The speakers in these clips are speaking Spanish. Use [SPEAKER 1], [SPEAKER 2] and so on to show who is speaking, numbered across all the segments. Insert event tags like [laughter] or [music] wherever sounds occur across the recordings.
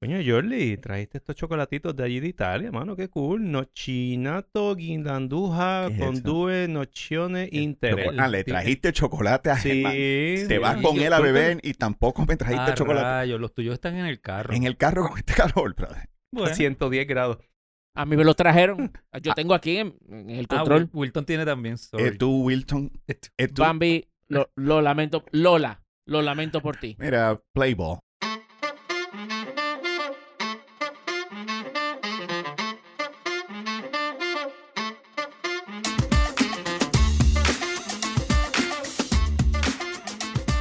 [SPEAKER 1] Coño, Jordi, trajiste estos chocolatitos de allí de Italia, mano, qué cool. Nochinato, guindanduja,
[SPEAKER 2] ¿Qué es eso?
[SPEAKER 1] condue, nociones, interés.
[SPEAKER 2] Ah, le trajiste chocolate a Gemma.
[SPEAKER 1] Sí.
[SPEAKER 2] Te
[SPEAKER 1] sí.
[SPEAKER 2] vas
[SPEAKER 3] sí.
[SPEAKER 2] con
[SPEAKER 3] Y
[SPEAKER 2] él a
[SPEAKER 3] yo-
[SPEAKER 2] beber y tampoco me trajiste
[SPEAKER 3] Ah,
[SPEAKER 2] chocolate.
[SPEAKER 3] rayos, los tuyos están en el carro.
[SPEAKER 2] En el carro con este calor, brother.
[SPEAKER 1] eh.
[SPEAKER 3] Bueno.
[SPEAKER 1] 110 grados.
[SPEAKER 4] A mí me
[SPEAKER 3] [laughs]
[SPEAKER 4] los trajeron. Yo tengo aquí en, en el
[SPEAKER 3] Ah,
[SPEAKER 4] control.
[SPEAKER 3] Wil- Wilton tiene también. sorry.
[SPEAKER 2] Eh, tú, Wilton. Eh, tú.
[SPEAKER 4] Bambi, lo, lo lamento. Lola, lo lamento por ti.
[SPEAKER 2] Mira, Playball.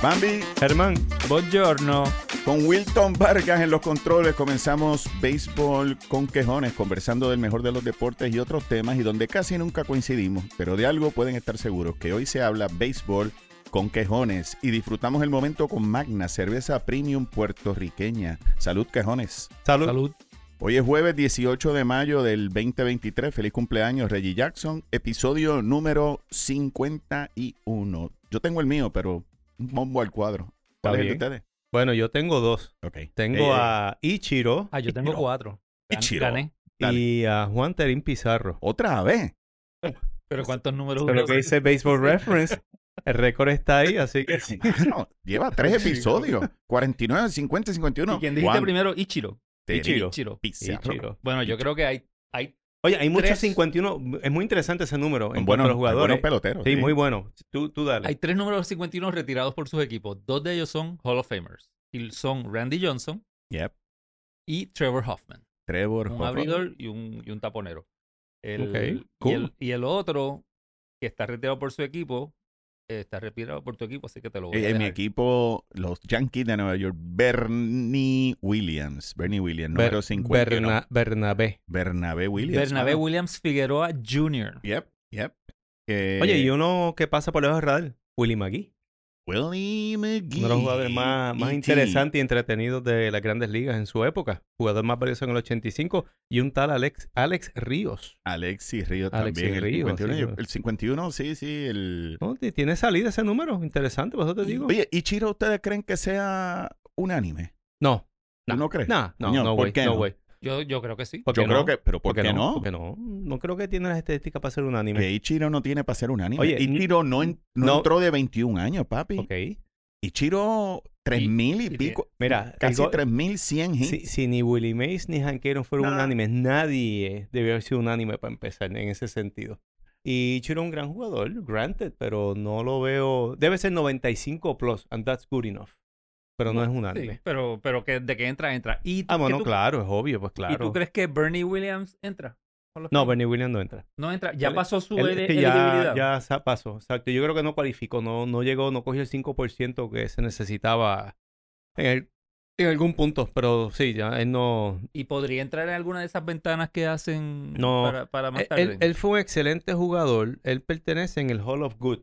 [SPEAKER 2] Bambi
[SPEAKER 1] Germán,
[SPEAKER 3] Buongiorno.
[SPEAKER 2] con Wilton Vargas en los controles comenzamos béisbol con quejones, conversando del mejor de los deportes y otros temas y donde casi nunca coincidimos, pero de algo pueden estar seguros que hoy se habla béisbol con quejones y disfrutamos el momento con Magna, cerveza premium puertorriqueña. Salud quejones.
[SPEAKER 1] salud.
[SPEAKER 3] Salud.
[SPEAKER 2] Hoy es jueves 18 de mayo del 2023. Feliz cumpleaños, Reggie Jackson. Episodio número 51. Yo tengo el mío, pero un bombo al cuadro.
[SPEAKER 1] Está
[SPEAKER 2] ¿Cuál es el de
[SPEAKER 1] bien.
[SPEAKER 2] ustedes?
[SPEAKER 1] Bueno, yo tengo dos.
[SPEAKER 2] Ok.
[SPEAKER 1] Tengo a Ichiro
[SPEAKER 3] Ah, yo tengo
[SPEAKER 2] Ichiro.
[SPEAKER 3] cuatro. Gan-
[SPEAKER 2] Ichiro.
[SPEAKER 3] Gané.
[SPEAKER 2] dale.
[SPEAKER 1] y a Juan Terín Pizarro.
[SPEAKER 2] Otra vez.
[SPEAKER 3] Pero ¿cuántos números?
[SPEAKER 1] Pero
[SPEAKER 3] uno?
[SPEAKER 1] lo que dice Baseball Reference, el récord está ahí, así que
[SPEAKER 2] Mano,
[SPEAKER 1] [laughs]
[SPEAKER 2] lleva tres episodios. 49, 50, y 51.
[SPEAKER 3] ¿Y quién dijiste primero? Ichiro.
[SPEAKER 1] Ichiro.
[SPEAKER 3] Ichiro.
[SPEAKER 2] Pizarro.
[SPEAKER 1] Ichiro.
[SPEAKER 3] Bueno, yo creo que hay, hay
[SPEAKER 1] Oye, hay muchos
[SPEAKER 3] Tres.
[SPEAKER 1] 51. Es muy interesante ese número en cuanto
[SPEAKER 2] Buenos,
[SPEAKER 1] a los jugadores.
[SPEAKER 2] buenos peloteros.
[SPEAKER 1] sí, muy bueno. Tú, tú dale.
[SPEAKER 3] Hay tres números 51 retirados por sus equipos. Dos de ellos son Hall of Famers. Y son Randy Johnson
[SPEAKER 2] Yep.
[SPEAKER 3] y Trevor Hoffman.
[SPEAKER 2] Trevor Eh,
[SPEAKER 3] Un
[SPEAKER 2] Hoffman.
[SPEAKER 3] abridor y un, y un taponero. El,
[SPEAKER 1] Ok,
[SPEAKER 3] y,
[SPEAKER 2] cool.
[SPEAKER 3] el, y el otro, que está retirado por su equipo, eh, está retirado por tu equipo, así que te lo voy
[SPEAKER 2] Eh,
[SPEAKER 3] a
[SPEAKER 2] en mi
[SPEAKER 3] dejar.
[SPEAKER 2] equipo, los Yankees de Nueva York, Bernie Williams. Bernie Williams,
[SPEAKER 1] Ber-
[SPEAKER 2] número 51.
[SPEAKER 1] Berna- Bernabé.
[SPEAKER 2] Bernabé Williams.
[SPEAKER 3] Bernabé
[SPEAKER 2] mano.
[SPEAKER 3] Williams Figueroa Jr.
[SPEAKER 2] Yep, yep. Eh,
[SPEAKER 1] Oye, y uno que pasa por debajo del radar, Willy McGee.
[SPEAKER 2] Willie McGee. E
[SPEAKER 1] Uno de los jugadores más, más
[SPEAKER 2] E.T..
[SPEAKER 1] interesantes y entretenidos de las grandes ligas en su época. Jugador más valioso en el 85. Y un tal Alex, Alex Ríos.
[SPEAKER 2] Alexis Río
[SPEAKER 1] Alexis
[SPEAKER 2] también.
[SPEAKER 1] Ríos,
[SPEAKER 2] el, 51,
[SPEAKER 1] sí,
[SPEAKER 2] yo-
[SPEAKER 1] bueno.
[SPEAKER 2] el 51, sí, sí. El...
[SPEAKER 1] ¿No? T- Tiene salida ese número. Interesante, por eso te digo.
[SPEAKER 2] Oye, ¿y Chiro, ustedes creen que sea unánime?
[SPEAKER 1] No.
[SPEAKER 2] ¿Tú no crees?
[SPEAKER 1] Nah, no,
[SPEAKER 2] Coño,
[SPEAKER 1] no,
[SPEAKER 2] ¿por
[SPEAKER 1] güey.
[SPEAKER 2] qué
[SPEAKER 1] No,
[SPEAKER 2] no?
[SPEAKER 1] güey.
[SPEAKER 3] Yo, yo creo que sí.
[SPEAKER 1] ¿Por
[SPEAKER 2] Yo
[SPEAKER 1] qué
[SPEAKER 2] creo
[SPEAKER 1] no?
[SPEAKER 2] que, pero ¿por, qué no?
[SPEAKER 1] Porque no. No creo que tiene las estadísticas para ser un
[SPEAKER 2] Que
[SPEAKER 1] anime.
[SPEAKER 2] Ichiro no tiene para ser unánime.
[SPEAKER 1] Oye,
[SPEAKER 2] Ichiro no, en- no
[SPEAKER 1] no-
[SPEAKER 2] entró de 21 años, papi.
[SPEAKER 1] Ok.
[SPEAKER 2] Ichiro, 3000 y,
[SPEAKER 3] y
[SPEAKER 2] pico.
[SPEAKER 1] Mira,
[SPEAKER 2] casi
[SPEAKER 1] algo-
[SPEAKER 2] 3100 hits.
[SPEAKER 1] Si, si ni Willie Mays ni Hank Aaron fueron
[SPEAKER 2] Nada.
[SPEAKER 1] unánimes, nadie debió haber sido unánime para empezar en ese sentido. Y Ichiro es un gran jugador, granted, pero no lo veo. Debe ser 95 plus, and that's good enough. Pero no es
[SPEAKER 3] Sí,
[SPEAKER 1] unánime.
[SPEAKER 3] pero, pero que, de que entra, entra. ¿Y
[SPEAKER 1] Ah,
[SPEAKER 3] qué
[SPEAKER 1] bueno,
[SPEAKER 3] tú-
[SPEAKER 1] claro, es obvio, pues claro.
[SPEAKER 3] ¿Y tú crees que Bernie Williams entra? Hall of
[SPEAKER 1] No,
[SPEAKER 3] Fame?
[SPEAKER 1] Bernie Williams no entra.
[SPEAKER 3] No entra. Ya
[SPEAKER 1] Él-
[SPEAKER 3] pasó su
[SPEAKER 1] Él-
[SPEAKER 3] ele-
[SPEAKER 1] es que ya,
[SPEAKER 3] elegibilidad.
[SPEAKER 1] ya sa- pasó, exacto. Yo creo que no cualificó, no, no llegó, no cogió el 5% que se necesitaba en, el- en algún punto, pero sí, ya él no,
[SPEAKER 3] ¿Y podría entrar en alguna de esas ventanas que hacen
[SPEAKER 1] No.
[SPEAKER 3] para, para más
[SPEAKER 1] Eh, Él-
[SPEAKER 3] tarde?
[SPEAKER 1] Él, él fue un excelente jugador. Él pertenece en el Hall of Good,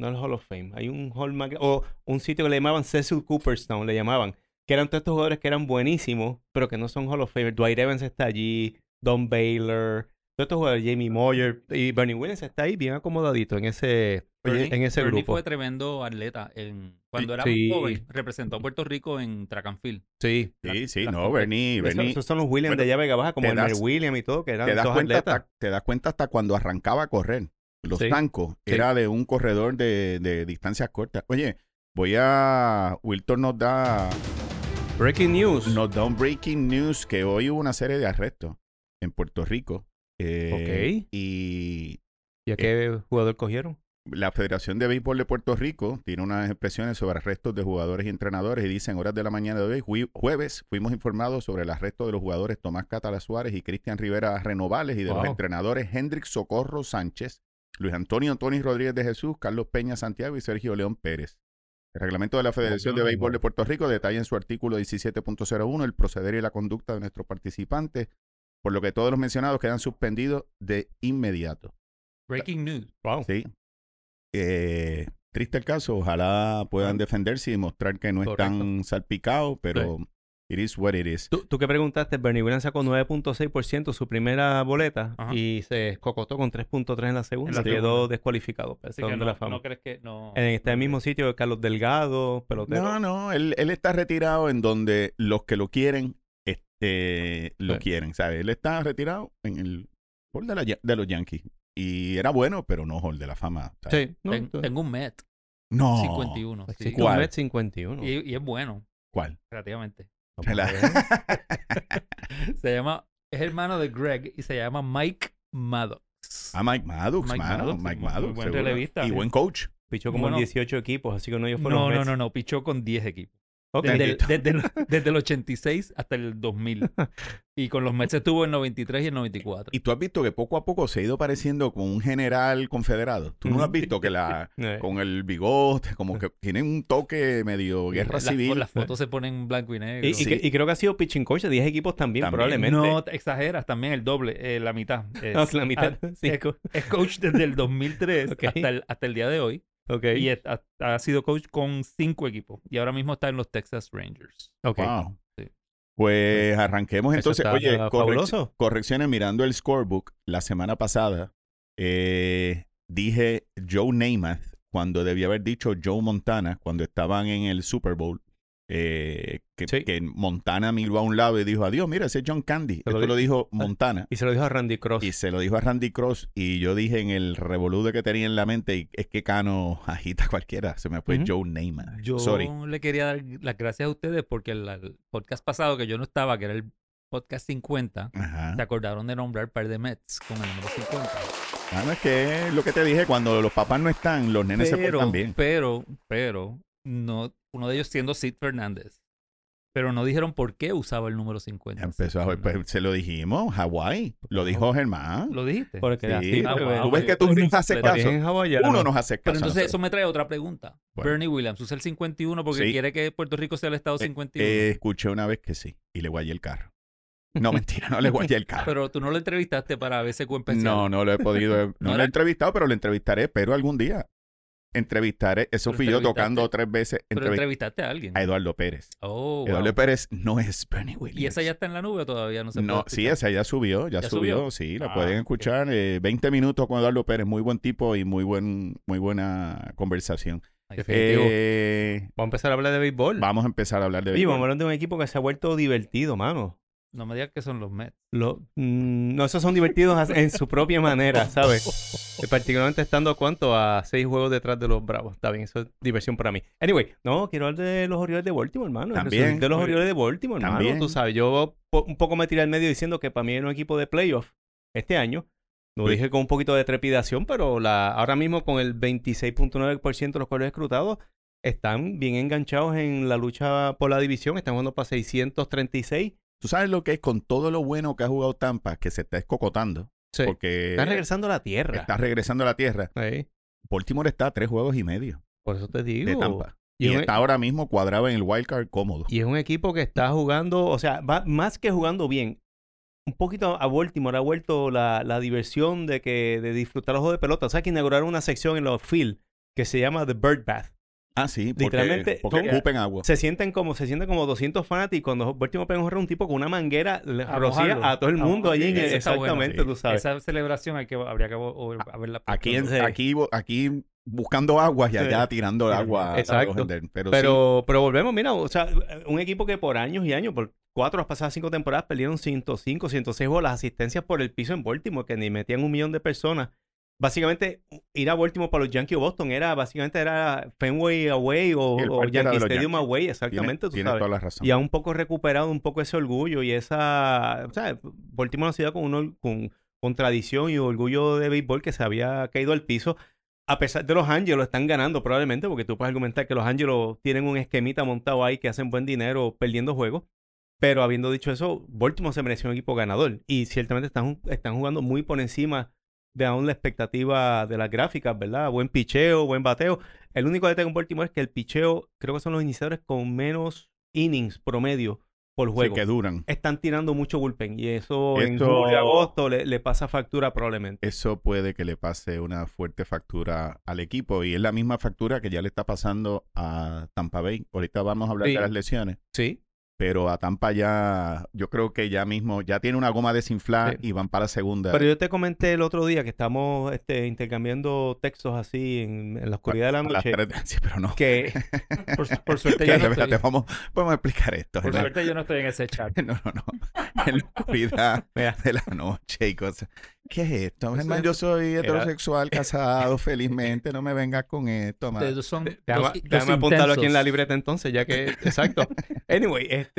[SPEAKER 1] no el Hall of Fame. Hay un hall más gra- o un sitio que le llamaban Cecil Cooperstown, le llamaban, que eran todos estos jugadores que eran buenísimos, pero que no son Hall of Fame. Dwight Evans está allí, Don Baylor, todos estos jugadores, Jamie Moyer y Bernie Williams está ahí bien acomodadito en ese,
[SPEAKER 3] Bernie-
[SPEAKER 1] en ese
[SPEAKER 3] Bernie
[SPEAKER 1] grupo.
[SPEAKER 3] fue tremendo atleta. En, cuando era
[SPEAKER 1] Sí.
[SPEAKER 3] joven, representó a Puerto Rico en track and field.
[SPEAKER 1] Sí.
[SPEAKER 2] Sí, sí,
[SPEAKER 3] Las-
[SPEAKER 2] no,
[SPEAKER 3] las-
[SPEAKER 2] Bernie,
[SPEAKER 1] Eso-
[SPEAKER 2] Bernie.
[SPEAKER 1] esos son los Williams
[SPEAKER 2] Bueno,
[SPEAKER 1] de allá Vega Baja, como
[SPEAKER 2] te
[SPEAKER 1] el
[SPEAKER 2] das-
[SPEAKER 1] Williams y todo, que eran
[SPEAKER 2] te, das
[SPEAKER 1] todos
[SPEAKER 2] cuenta
[SPEAKER 1] atletas.
[SPEAKER 2] hasta, te das cuenta hasta cuando arrancaba a correr. Los
[SPEAKER 1] Sí,
[SPEAKER 2] tancos.
[SPEAKER 1] sí.
[SPEAKER 2] Era de un corredor de, de distancias cortas. Oye, voy a... Wilton nos da,
[SPEAKER 1] Breaking news.
[SPEAKER 2] nos da un breaking news que hoy hubo una serie de arrestos en Puerto Rico. Eh,
[SPEAKER 1] Ok.
[SPEAKER 2] Y eh,
[SPEAKER 1] ¿Y a qué jugador cogieron?
[SPEAKER 2] la Federación de Béisbol de Puerto Rico tiene unas expresiones sobre arrestos de jugadores y entrenadores y dicen horas de la mañana de hoy, jui- jueves, fuimos informados sobre el arresto de los jugadores Tomás Catala Suárez y Cristian Rivera Renovales y de los
[SPEAKER 1] Wow.
[SPEAKER 2] entrenadores Hendrik Socorro Sánchez, Luis Antonio Tony Rodríguez de Jesús, Carlos Peña Santiago y Sergio León Pérez. El reglamento de la Federación de Béisbol de Puerto Rico detalla en su artículo 17.01 el proceder y la conducta de nuestros participantes, por lo que todos los mencionados quedan suspendidos de inmediato.
[SPEAKER 3] Breaking news.
[SPEAKER 1] Wow.
[SPEAKER 2] Sí. Eh, triste el caso. Ojalá puedan defenderse y demostrar que no
[SPEAKER 1] Correcto.
[SPEAKER 2] están salpicados, pero it is what it is.
[SPEAKER 1] Tú, tú que preguntaste, Bernie Williams sacó 9.6% su primera boleta
[SPEAKER 3] Ajá.
[SPEAKER 1] y se cocotó con 3.3 en la segunda.
[SPEAKER 3] En la
[SPEAKER 1] quedó
[SPEAKER 3] segunda.
[SPEAKER 1] descualificado.
[SPEAKER 3] Así
[SPEAKER 1] perdón
[SPEAKER 3] que
[SPEAKER 1] de
[SPEAKER 3] no,
[SPEAKER 1] la fama.
[SPEAKER 3] no crees que no.
[SPEAKER 1] en este mismo sitio de Carlos Delgado, pelotero.
[SPEAKER 2] No, no, él, él está retirado en donde los que lo quieren es- este, lo
[SPEAKER 1] Sí.
[SPEAKER 2] quieren, ¿sabes? Él está retirado en el Hall de, la Ya- de los Yankees. Y era bueno, pero no Hall de la Fama. ¿sabes?
[SPEAKER 1] Sí, no, Oh,
[SPEAKER 3] Ten-
[SPEAKER 1] tú-
[SPEAKER 3] tengo un Met
[SPEAKER 2] No.
[SPEAKER 3] 51. sí.
[SPEAKER 1] sí,
[SPEAKER 2] ¿Cuál?
[SPEAKER 1] un Met 51.
[SPEAKER 3] Y, y es bueno,
[SPEAKER 2] ¿Cuál?
[SPEAKER 3] relativamente.
[SPEAKER 2] [laughs] La-
[SPEAKER 3] Se llama, es hermano de Greg y se llama Mike Maddox.
[SPEAKER 2] Ah, Mike Maddox,
[SPEAKER 3] Mike
[SPEAKER 2] mano.
[SPEAKER 3] Maddox,
[SPEAKER 2] Mike
[SPEAKER 3] muy
[SPEAKER 2] Maddox.
[SPEAKER 3] buen
[SPEAKER 2] seguro.
[SPEAKER 3] relevista. ¿eh?
[SPEAKER 2] Y buen coach.
[SPEAKER 1] Pichó como en
[SPEAKER 3] Bueno.
[SPEAKER 1] 18 equipos, así que no ellos fueron
[SPEAKER 3] No,
[SPEAKER 1] los
[SPEAKER 3] no,
[SPEAKER 1] Mets.
[SPEAKER 3] no, no, pichó con 10 equipos.
[SPEAKER 1] Ok.
[SPEAKER 3] Desde, el,
[SPEAKER 2] Bendito.
[SPEAKER 3] desde
[SPEAKER 2] [laughs]
[SPEAKER 3] el- desde el 86 hasta el 2000. Y con los Mets estuvo en 93 y el 94.
[SPEAKER 2] Y tú has visto que poco a poco se ha ido pareciendo con un general confederado. Tú no lo has visto que
[SPEAKER 1] [laughs]
[SPEAKER 2] la
[SPEAKER 1] Eh,
[SPEAKER 2] con el bigote, como que tienen un toque medio guerra
[SPEAKER 3] Las-
[SPEAKER 2] civil.
[SPEAKER 3] Las fotos se ponen en blanco y negro.
[SPEAKER 1] y, y que- y creo que ha sido pitching coach de 10 equipos también,
[SPEAKER 2] También.
[SPEAKER 1] probablemente.
[SPEAKER 3] No te exageras, también el doble, eh, la
[SPEAKER 2] [laughs]
[SPEAKER 3] mitad.
[SPEAKER 1] Ah,
[SPEAKER 3] Es,
[SPEAKER 1] la mitad.
[SPEAKER 3] ah,
[SPEAKER 1] sí.
[SPEAKER 3] es, co- es coach desde el
[SPEAKER 2] [laughs]
[SPEAKER 3] 2003
[SPEAKER 1] Ok.
[SPEAKER 3] hasta, el, hasta el día de hoy.
[SPEAKER 1] Ok.
[SPEAKER 3] Y es- ha, ha sido coach con cinco equipos. Y ahora mismo está en los Texas Rangers.
[SPEAKER 1] Ok.
[SPEAKER 2] Wow.
[SPEAKER 3] Sí.
[SPEAKER 2] Pues arranquemos
[SPEAKER 1] Eso
[SPEAKER 2] entonces.
[SPEAKER 1] está
[SPEAKER 2] Oye, correc-
[SPEAKER 1] fabuloso.
[SPEAKER 2] correcciones mirando el scorebook. La semana pasada eh, dije Joe Namath cuando debía haber dicho Joe Montana cuando estaban en el Super Bowl. eh, que,
[SPEAKER 1] Sí.
[SPEAKER 2] que Montana miró a un lado y dijo, adiós, mira, ese es John Candy.
[SPEAKER 1] lo
[SPEAKER 2] Esto
[SPEAKER 1] di- [laughs]
[SPEAKER 2] lo dijo Montana.
[SPEAKER 1] Y se lo dijo a Randy Cross.
[SPEAKER 2] Y se lo dijo a Randy Cross y yo dije en el revoludo que tenía en la mente, y es que Cano [laughs] agita cualquiera, se me fue
[SPEAKER 1] Ujú.
[SPEAKER 2] Joe Neyman.
[SPEAKER 3] Yo
[SPEAKER 2] Sorry.
[SPEAKER 3] le quería dar las gracias a ustedes porque el, el podcast pasado que yo no estaba, que era el podcast 50,
[SPEAKER 2] Ajá.
[SPEAKER 3] se acordaron de nombrar par de Mets con el número 50.
[SPEAKER 2] Ah, no, es que es lo que te dije, cuando los papás no están, los nenes se portan
[SPEAKER 3] Pero,
[SPEAKER 2] bien.
[SPEAKER 3] pero, pero, no, uno de ellos siendo Sid Fernández. Pero no dijeron por qué usaba el número 50.
[SPEAKER 2] Ya Empezó a
[SPEAKER 3] Sid Fernández.
[SPEAKER 2] pues, se lo dijimos, Hawái, lo dijo Germán.
[SPEAKER 3] ¿Lo dijiste?
[SPEAKER 1] Porque era
[SPEAKER 2] Sí,
[SPEAKER 1] así,
[SPEAKER 3] Ah,
[SPEAKER 1] pero-
[SPEAKER 3] wow.
[SPEAKER 2] Tú ves que tú
[SPEAKER 3] Pero-
[SPEAKER 2] nos haces
[SPEAKER 3] pero-
[SPEAKER 1] Porque es
[SPEAKER 2] caso.
[SPEAKER 1] en hawaiano.
[SPEAKER 2] Uno nos hace
[SPEAKER 3] Pero
[SPEAKER 2] caso.
[SPEAKER 3] entonces eso
[SPEAKER 2] nosotros.
[SPEAKER 3] me trae otra pregunta.
[SPEAKER 2] Bueno.
[SPEAKER 3] Bernie Williams usa el 51 porque
[SPEAKER 2] Sí.
[SPEAKER 3] quiere que Puerto Rico sea el estado 51.
[SPEAKER 2] Eh, escuché una vez que sí, y le guayé el carro.
[SPEAKER 3] [laughs]
[SPEAKER 2] No, mentira, no le guayé el carro.
[SPEAKER 3] pero tú no lo entrevistaste para BSQ especial.
[SPEAKER 2] No, no lo he
[SPEAKER 3] [laughs]
[SPEAKER 2] podido. eh, No lo
[SPEAKER 3] era-
[SPEAKER 2] he entrevistado, pero lo entrevistaré, pero algún día. Entrevistaré. Eso
[SPEAKER 3] Pero
[SPEAKER 2] fui yo
[SPEAKER 3] entrevistaste.
[SPEAKER 2] tocando tres veces.
[SPEAKER 3] Pero
[SPEAKER 2] entrevist-
[SPEAKER 3] entrevistaste a alguien.
[SPEAKER 2] a Eduardo Pérez.
[SPEAKER 3] Oh, wow.
[SPEAKER 2] Eduardo Pérez no es Bernie Williams.
[SPEAKER 3] ¿Y esa ya está en la nube o todavía no se
[SPEAKER 2] No,
[SPEAKER 3] puede
[SPEAKER 2] sí, esa
[SPEAKER 3] escuchar?
[SPEAKER 2] ya subió, ya,
[SPEAKER 3] ¿Ya
[SPEAKER 2] subió,
[SPEAKER 3] subió?
[SPEAKER 2] sí, la
[SPEAKER 3] Ah,
[SPEAKER 2] pueden
[SPEAKER 3] ok.
[SPEAKER 2] escuchar. eh, 20 minutos con Eduardo Pérez, muy buen tipo y muy, buen, muy buena conversación.
[SPEAKER 3] Ahí
[SPEAKER 1] Qué
[SPEAKER 3] sí.
[SPEAKER 1] feo. Definitivo.
[SPEAKER 2] Eh,
[SPEAKER 1] Vamos a empezar a hablar de béisbol.
[SPEAKER 2] vamos a empezar a hablar de
[SPEAKER 1] Oye, vamos a
[SPEAKER 2] béisbol.
[SPEAKER 1] hablar de un equipo que se ha vuelto divertido, mano.
[SPEAKER 3] No me digas que son los Mets.
[SPEAKER 1] Lo- mm, no, esos son divertidos as- en su propia manera, ¿sabes? Eh, Particularmente estando cuánto a seis juegos detrás de los Bravos. Está bien, eso es diversión para mí. Anyway, no, quiero hablar de los Orioles de Baltimore, hermano. El
[SPEAKER 2] También.
[SPEAKER 1] resurgir De los Orioles de Baltimore,
[SPEAKER 2] También.
[SPEAKER 1] hermano. Tú sabes, yo po- un poco me tiré al medio diciendo que para mí era un equipo de playoff este año. Lo
[SPEAKER 2] Sí.
[SPEAKER 1] dije con un poquito de trepidación, pero la, ahora mismo con el 26.9% de los cuales escrutados están bien enganchados en la lucha por la división. Están jugando para 636.
[SPEAKER 2] Tú sabes lo que es con todo lo bueno que ha jugado Tampa, que se está escocotando,
[SPEAKER 1] Sí.
[SPEAKER 2] porque
[SPEAKER 1] Están regresando a la tierra.
[SPEAKER 2] está regresando a la tierra.
[SPEAKER 1] Sí.
[SPEAKER 2] Baltimore está a tres juegos y medio
[SPEAKER 1] Por eso te digo.
[SPEAKER 2] de Tampa.
[SPEAKER 1] Y,
[SPEAKER 2] Y
[SPEAKER 1] es un- e-
[SPEAKER 2] está ahora mismo cuadrado en el wild card cómodo.
[SPEAKER 1] y es un equipo que está jugando, o sea, va, más que jugando bien, un poquito a Baltimore ha vuelto la, la diversión de que de disfrutar los juegos de pelota. O sea, que inauguraron una sección en los field que se llama The Bird Bath.
[SPEAKER 2] Ah, sí, porque,
[SPEAKER 1] Literalmente,
[SPEAKER 2] porque
[SPEAKER 1] son-
[SPEAKER 2] escupen agua.
[SPEAKER 1] Se sienten como se sienten como 200 fanáticos y cuando Baltimore pega un jorrón, un tipo con una manguera le
[SPEAKER 3] A
[SPEAKER 1] rocía
[SPEAKER 3] mojarlo.
[SPEAKER 1] a todo el
[SPEAKER 3] A
[SPEAKER 1] mundo allí. en
[SPEAKER 3] mojarlo.
[SPEAKER 1] el-
[SPEAKER 3] Eso está bueno,
[SPEAKER 1] exactamente,
[SPEAKER 2] sí.
[SPEAKER 1] tú sabes.
[SPEAKER 3] Esa celebración hay que, habría que vo- o- haberla
[SPEAKER 2] Aquí, en-
[SPEAKER 3] puesto.
[SPEAKER 2] aquí, aquí buscando aguas y allá
[SPEAKER 1] Sí.
[SPEAKER 2] tirando el agua. a
[SPEAKER 1] Exacto.
[SPEAKER 2] los Ender. Pero, sí,
[SPEAKER 1] Pero, pero volvemos, mira, o sea, un equipo que por años y años, por cuatro de las pasadas cinco temporadas, perdieron 105, 106 bolas, las asistencias por el piso en Baltimore, que ni metían un millón de personas. Básicamente, ir a Baltimore para los Yankees o Boston era, básicamente era Fenway Away o,
[SPEAKER 2] El
[SPEAKER 1] o
[SPEAKER 2] parque era
[SPEAKER 1] Yankee
[SPEAKER 2] de los
[SPEAKER 1] Stadium
[SPEAKER 2] Yankees.
[SPEAKER 1] Away,
[SPEAKER 2] tiene-
[SPEAKER 1] exactamente, tú
[SPEAKER 2] tiene
[SPEAKER 1] sabes.
[SPEAKER 2] toda la razón.
[SPEAKER 1] Y ha un poco recuperado un poco ese orgullo y esa, o sea, Baltimore es una ciudad con, un or- con, con tradición y orgullo de béisbol que se había caído al piso. A pesar de los Ángelos, están ganando probablemente, porque tú puedes argumentar que los Ángelos tienen un esquemita montado ahí que hacen buen dinero perdiendo juegos. Pero habiendo dicho eso, Baltimore se mereció un equipo ganador. Y ciertamente están, están jugando muy por encima de aún la expectativa de las gráficas, ¿verdad? Buen picheo, buen bateo. El único detalle con Baltimore es que el picheo, creo que son los iniciadores con menos innings promedio por
[SPEAKER 2] Sí,
[SPEAKER 1] juego.
[SPEAKER 2] que duran.
[SPEAKER 1] Están tirando mucho bullpen y eso en
[SPEAKER 2] Esto-
[SPEAKER 1] julio y agosto le, le pasa factura probablemente.
[SPEAKER 2] Eso puede que le pase una fuerte factura al equipo y es la misma factura que ya le está pasando a Tampa Bay. Ahorita vamos a hablar
[SPEAKER 1] Sí.
[SPEAKER 2] de las lesiones,
[SPEAKER 1] Sí.
[SPEAKER 2] Pero a Tampa ya, yo creo que ya mismo, ya tiene una goma desinflada
[SPEAKER 1] Sí.
[SPEAKER 2] y van para la segunda.
[SPEAKER 1] Pero yo te comenté el otro día que estamos este, intercambiando textos así en, en la oscuridad de la
[SPEAKER 2] A las
[SPEAKER 1] noche.
[SPEAKER 2] tres [laughs] de- sí, pero no.
[SPEAKER 1] Que por, por suerte
[SPEAKER 2] [laughs]
[SPEAKER 1] yo
[SPEAKER 2] Espérate,
[SPEAKER 1] no
[SPEAKER 2] espérate,
[SPEAKER 1] estoy-
[SPEAKER 2] vamos, vamos a explicar esto.
[SPEAKER 3] Por
[SPEAKER 2] ¿verdad?
[SPEAKER 3] suerte yo no estoy en ese chat.
[SPEAKER 2] [laughs] No, no, no. En la
[SPEAKER 1] [laughs]
[SPEAKER 2] oscuridad
[SPEAKER 1] Mira.
[SPEAKER 2] de la noche y cosas. ¿Qué es esto?
[SPEAKER 1] Eso
[SPEAKER 2] Hermano,
[SPEAKER 1] es-
[SPEAKER 2] yo
[SPEAKER 1] [laughs]
[SPEAKER 2] soy heterosexual, casado, felizmente. No me vengas con esto, man.
[SPEAKER 3] Ustedes son
[SPEAKER 1] Déjame,
[SPEAKER 3] los- los
[SPEAKER 1] déjame apuntarlo aquí en la
[SPEAKER 3] intensos.
[SPEAKER 1] libreta entonces, ya
[SPEAKER 2] [laughs]
[SPEAKER 1] que. Exacto. Anyway, este.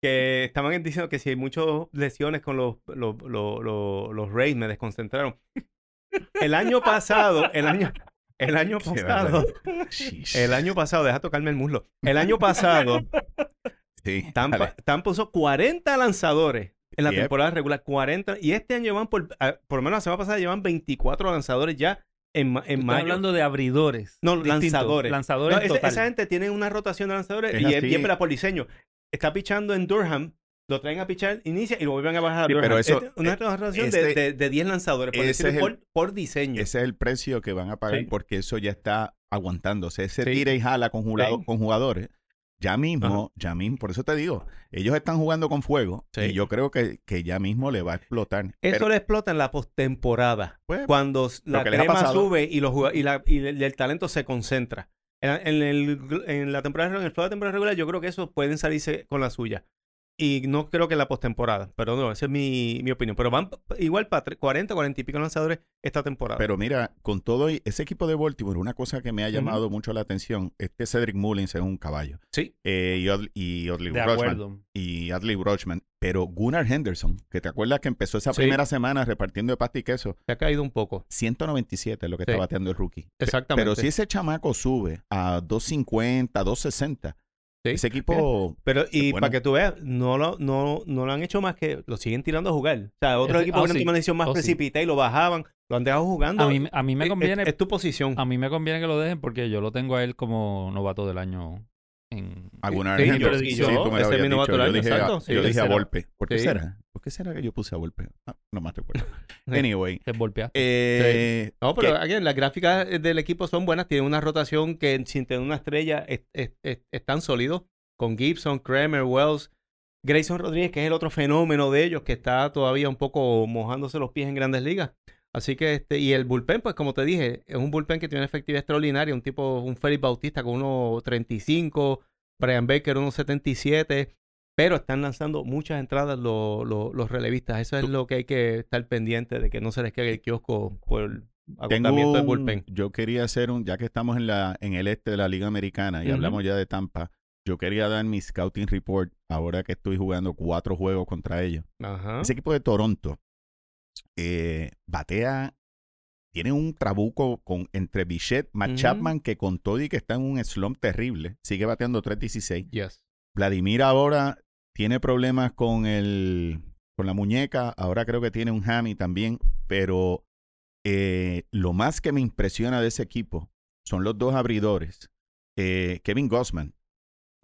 [SPEAKER 1] Que estaban diciendo que si hay muchas lesiones con los, los, los, los, los Rays, me desconcentraron. El año pasado, el año, el
[SPEAKER 2] [laughs]
[SPEAKER 1] año
[SPEAKER 2] Qué
[SPEAKER 1] pasado,
[SPEAKER 2] Shish.
[SPEAKER 1] el año pasado, deja tocarme el muslo. El año pasado,
[SPEAKER 2] Sí,
[SPEAKER 1] Tampa,
[SPEAKER 2] dale.
[SPEAKER 1] Tampa usó 40 lanzadores en la
[SPEAKER 2] Yep.
[SPEAKER 1] temporada regular, 40. Y este año llevan, por, a- por lo menos la semana pasada, llevan 24 lanzadores ya en, ma-
[SPEAKER 3] Tú
[SPEAKER 1] en
[SPEAKER 3] estás
[SPEAKER 1] mayo.
[SPEAKER 3] hablando de abridores.
[SPEAKER 1] No,
[SPEAKER 3] Distinto,
[SPEAKER 1] lanzadores.
[SPEAKER 3] Lanzadores
[SPEAKER 1] No, ese-
[SPEAKER 3] total.
[SPEAKER 1] esa gente tiene una rotación de lanzadores
[SPEAKER 2] Es
[SPEAKER 1] y es
[SPEAKER 2] así.
[SPEAKER 1] bien para por diseño. Está pichando en Durham, lo traen a pichar, inicia y lo vuelven a bajar a
[SPEAKER 2] Sí,
[SPEAKER 1] Durham.
[SPEAKER 2] pero eso- eh,
[SPEAKER 1] Este- una rotación de-
[SPEAKER 2] ese-
[SPEAKER 1] de de 10 lanzadores, por,
[SPEAKER 2] ese
[SPEAKER 1] decirlo,
[SPEAKER 2] es el-
[SPEAKER 1] por, por diseño.
[SPEAKER 2] Ese es el precio que van a pagar
[SPEAKER 1] Sí.
[SPEAKER 2] porque eso ya está aguantándose. Ese
[SPEAKER 1] Sí.
[SPEAKER 2] tira y jala con, jugado-
[SPEAKER 1] Sí.
[SPEAKER 2] con jugadores. Ya mismo, ya mismo, por eso te digo, ellos están jugando con fuego
[SPEAKER 1] Sí.
[SPEAKER 2] y yo creo que, que ya mismo le va a explotar.
[SPEAKER 1] eso
[SPEAKER 2] Pero,
[SPEAKER 1] le explota en la postemporada.
[SPEAKER 2] pues,
[SPEAKER 1] cuando s-
[SPEAKER 2] lo
[SPEAKER 1] la
[SPEAKER 2] que les ha
[SPEAKER 1] crema
[SPEAKER 2] pasado.
[SPEAKER 1] sube y, los jugad- y, la- y el, el talento se concentra. En, en el, gl- en la temporada, en el flow de temporada regular, yo creo que esos pueden salirse con la suya. Y no creo que en la postemporada. Pero no, esa es mi, mi opinión. Pero van p- igual para 40, 40 y pico lanzadores esta temporada.
[SPEAKER 2] Pero mira, con todo y- ese equipo de Baltimore, una cosa que me ha
[SPEAKER 1] Ah. Ujú.
[SPEAKER 2] llamado mucho la atención es que Cedric Mullins es un caballo.
[SPEAKER 1] Sí.
[SPEAKER 2] Eh, y Od- y Odley
[SPEAKER 3] De
[SPEAKER 2] Brochman.
[SPEAKER 3] acuerdo.
[SPEAKER 2] Y Adley Brochman. Pero Gunnar Henderson, que te acuerdas que empezó esa
[SPEAKER 1] Sí.
[SPEAKER 2] primera semana repartiendo de pasta y queso,
[SPEAKER 1] se ha caído un poco.
[SPEAKER 2] 197 es lo que
[SPEAKER 1] Sí.
[SPEAKER 2] está bateando el rookie.
[SPEAKER 1] Exactamente.
[SPEAKER 2] Pero si ese chamaco sube a 250, 260,
[SPEAKER 1] Sí.
[SPEAKER 2] ese equipo
[SPEAKER 1] Pero, y
[SPEAKER 2] Bueno.
[SPEAKER 1] para que tú veas, no lo, no, no lo han hecho más que lo siguen tirando a jugar. O sea, otro
[SPEAKER 3] Ese-
[SPEAKER 1] equipo que
[SPEAKER 3] ah,
[SPEAKER 1] no
[SPEAKER 3] sí.
[SPEAKER 1] toman la decisión más
[SPEAKER 3] Oh, sí.
[SPEAKER 1] precipitada y lo bajaban, lo han dejado jugando.
[SPEAKER 3] A mí, a mí
[SPEAKER 1] Es-
[SPEAKER 2] Eh,
[SPEAKER 3] me conviene
[SPEAKER 1] Es, tu posición.
[SPEAKER 3] A mí me conviene que lo dejen porque yo lo tengo a él como novato del año en...
[SPEAKER 2] a Gunnar
[SPEAKER 1] sí, yo
[SPEAKER 2] Henderson.
[SPEAKER 1] lo dije yo,
[SPEAKER 2] tú me
[SPEAKER 1] ese
[SPEAKER 2] lo habías
[SPEAKER 1] mismo
[SPEAKER 2] dicho.
[SPEAKER 1] vato del
[SPEAKER 2] Yo
[SPEAKER 1] año,
[SPEAKER 2] dije, a-
[SPEAKER 1] exacto, sí,
[SPEAKER 2] yo dije a
[SPEAKER 1] tercera.
[SPEAKER 2] Volpe. ¿Por qué
[SPEAKER 1] Sí.
[SPEAKER 2] será? ¿Por qué será que yo puse a Volpe? Ah, no más recuerdo.
[SPEAKER 1] [laughs] Sí.
[SPEAKER 2] Anyway.
[SPEAKER 3] Te golpeaste.
[SPEAKER 2] eh,
[SPEAKER 1] No, pero
[SPEAKER 2] que-
[SPEAKER 1] aquí las gráficas eh, del equipo son buenas. Tienen una rotación que sin tener una estrella es- es- es- están sólidos. Con Gibson, Kramer, Wells, Grayson Rodríguez, que es el otro fenómeno de ellos, que está todavía un poco mojándose los pies en grandes ligas. Así que, este, y el bullpen, pues como te dije, es un bullpen que tiene una efectividad extraordinaria. Un tipo, un Félix Bautista con 1.35, Brian Baker 1.77, pero están lanzando muchas entradas lo- lo- los relevistas. Eso es lo que hay que estar pendiente de que no se les quede el kiosco por
[SPEAKER 2] Tengo
[SPEAKER 1] agotamiento del
[SPEAKER 2] un-
[SPEAKER 1] bullpen.
[SPEAKER 2] Yo quería hacer un, ya que estamos en la, en el este de la Liga Americana y
[SPEAKER 1] Ujú.
[SPEAKER 2] hablamos ya de Tampa, yo quería dar mi scouting report ahora que estoy jugando cuatro juegos contra ellos.
[SPEAKER 1] Ajá.
[SPEAKER 2] Ese equipo de Toronto eh, batea, tiene un trabuco con, entre Bichette, Matt
[SPEAKER 1] Ujú.
[SPEAKER 2] Chapman, que con todo y que está en un slump terrible, sigue bateando 3.16.
[SPEAKER 1] Yes.
[SPEAKER 2] Vladimir ahora tiene problemas con el con la muñeca, ahora creo que tiene un hammy también, pero eh, lo más que me impresiona de ese equipo son los dos abridores. Eh, Kevin Gossman,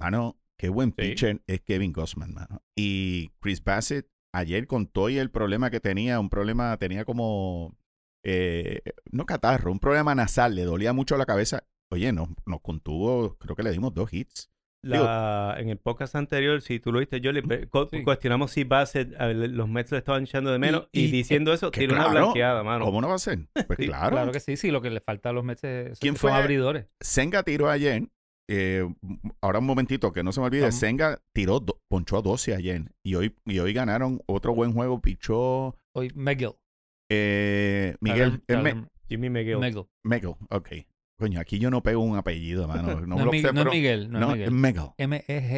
[SPEAKER 2] mano, qué buen pitcher es Kevin Gossman, mano. Y Chris Bassett ayer contó y el problema que tenía, un problema tenía como eh, no catarro, un problema nasal, le dolía mucho la cabeza. Oye, nos, nos contuvo, creo que le dimos dos hits.
[SPEAKER 1] La- en el podcast anterior, si tú lo viste, yo le pe- co-
[SPEAKER 3] Sí.
[SPEAKER 1] cuestionamos si Bassett, a ver, los Mets le estaban echando de menos y,
[SPEAKER 2] Y- y-
[SPEAKER 1] diciendo eso,
[SPEAKER 2] que
[SPEAKER 1] tiene una
[SPEAKER 2] claro,
[SPEAKER 1] blanqueada, mano.
[SPEAKER 2] ¿Cómo no va a ser? Pues
[SPEAKER 1] Sí,
[SPEAKER 2] claro.
[SPEAKER 3] Claro que sí, sí, lo que le falta a los Mets es-
[SPEAKER 2] ¿Quién
[SPEAKER 3] son
[SPEAKER 2] fue?
[SPEAKER 3] abridores.
[SPEAKER 2] Senga tiró ayer. eh, ahora un momentito, que no se me olvide.
[SPEAKER 3] Vamos.
[SPEAKER 2] Senga tiró, do- ponchó 12 ayer. Y hoy, y hoy ganaron otro buen juego. Pichó
[SPEAKER 3] Hoy McGill.
[SPEAKER 2] eh, Miguel. eh, Me-
[SPEAKER 3] Tyler
[SPEAKER 1] Jimmy McGill.
[SPEAKER 3] McGill.
[SPEAKER 2] Megal, ok. Coño, aquí yo no pego un apellido, mano. No,
[SPEAKER 3] No, es
[SPEAKER 2] lo
[SPEAKER 3] Mi-
[SPEAKER 2] sé,
[SPEAKER 3] no
[SPEAKER 2] pero-
[SPEAKER 3] es Miguel, no,
[SPEAKER 2] no, E
[SPEAKER 3] es Miguel.
[SPEAKER 2] Megal.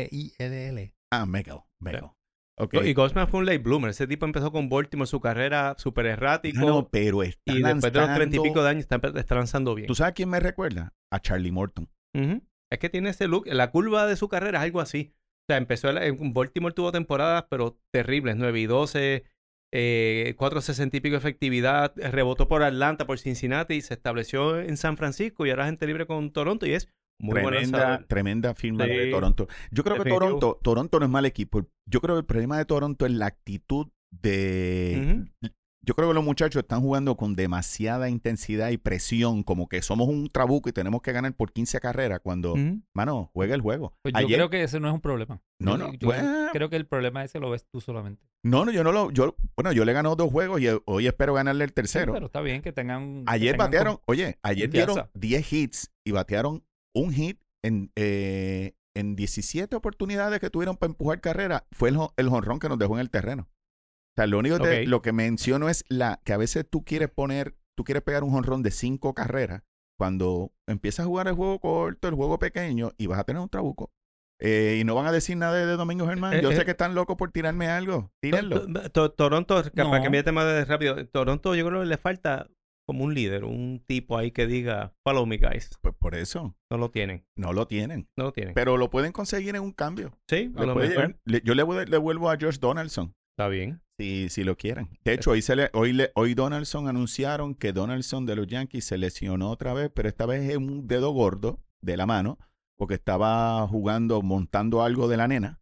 [SPEAKER 3] M-E-G-I-L-L.
[SPEAKER 2] Ah, Megal. Megal. Ok.
[SPEAKER 1] Y Gossman fue un late bloomer. Ese tipo empezó con Baltimore su carrera súper errático.
[SPEAKER 2] No, Ah, no, pero está
[SPEAKER 1] y después de los treinta y
[SPEAKER 2] lanzando-
[SPEAKER 1] pico de años está, está lanzando bien.
[SPEAKER 2] ¿Tú sabes quién me recuerda? A Charlie Morton.
[SPEAKER 1] Ujú. Es que tiene ese look. La curva de su carrera es algo así. O sea, empezó el- en Baltimore tuvo temporadas, pero terribles. 9 y 12, eh, 460 y pico de efectividad. Rebotó por Atlanta, por Cincinnati. Se estableció en San Francisco y ahora es gente libre con Toronto y es muy buen
[SPEAKER 2] tremenda,
[SPEAKER 1] lanzador.
[SPEAKER 2] tremenda firma la de
[SPEAKER 1] Sí.
[SPEAKER 2] Toronto. Yo creo que
[SPEAKER 1] Definitivo.
[SPEAKER 2] Toronto, Toronto no es mal equipo. Yo creo que el problema de Toronto es la actitud de
[SPEAKER 1] Ujú.
[SPEAKER 2] yo creo que los muchachos están jugando con demasiada intensidad y presión, como que somos un trabuco y tenemos que ganar por 15 carreras cuando,
[SPEAKER 1] Ujú.
[SPEAKER 2] mano, juega el juego.
[SPEAKER 3] Mm. Pues yo
[SPEAKER 2] Ayer-
[SPEAKER 3] creo que ese no es un problema.
[SPEAKER 2] No,
[SPEAKER 3] Yo-
[SPEAKER 2] no,
[SPEAKER 3] yo
[SPEAKER 2] bueno.
[SPEAKER 3] creo que el problema ese lo ves tú solamente.
[SPEAKER 2] No, no, yo no lo, yo, bueno, yo le ganó dos juegos y hoy espero ganarle el
[SPEAKER 3] Sí,
[SPEAKER 2] tercero.
[SPEAKER 3] pero está bien que tengan. que
[SPEAKER 2] Ayer
[SPEAKER 3] tengan
[SPEAKER 2] batearon, oye, ayer
[SPEAKER 3] confianza.
[SPEAKER 2] dieron 10 hits y batearon un hit en, eh, en 17 oportunidades que tuvieron para empujar carrera. Fue el, jo- el jonrón que nos dejó en el terreno. O sea, lo único que,
[SPEAKER 3] Ok.
[SPEAKER 2] lo que menciono es la que a veces tú quieres poner, tú quieres pegar un jonrón de 5 carreras cuando empiezas a jugar el juego corto, el juego pequeño y vas a tener un trabuco. Eh, y no van a decir nada de, de Domingo Germán.
[SPEAKER 1] Eh,
[SPEAKER 2] Yo
[SPEAKER 1] eh.
[SPEAKER 2] sé que están locos por tirarme algo. Tírenlo.
[SPEAKER 1] To- to- Toronto, ca- para
[SPEAKER 3] No.
[SPEAKER 1] cambiar de tema de rápido, Toronto yo creo que le falta como un líder, un tipo ahí que diga, follow me guys.
[SPEAKER 2] Pues por eso,
[SPEAKER 1] No lo tienen,
[SPEAKER 2] no lo tienen.
[SPEAKER 1] no lo tienen.
[SPEAKER 2] Pero lo pueden conseguir en un cambio.
[SPEAKER 1] sí, a
[SPEAKER 2] Le
[SPEAKER 1] lo
[SPEAKER 2] puede
[SPEAKER 1] mejor.
[SPEAKER 2] llegar. Le- yo le, vu- le vuelvo a Josh Donaldson,
[SPEAKER 1] Está bien.
[SPEAKER 2] si, si lo quieren. De hecho, hoy, se le, hoy, le- hoy Donaldson anunciaron que Donaldson de los Yankees se lesionó otra vez, pero esta vez es un dedo gordo de la mano, porque estaba jugando, montando algo de la nena,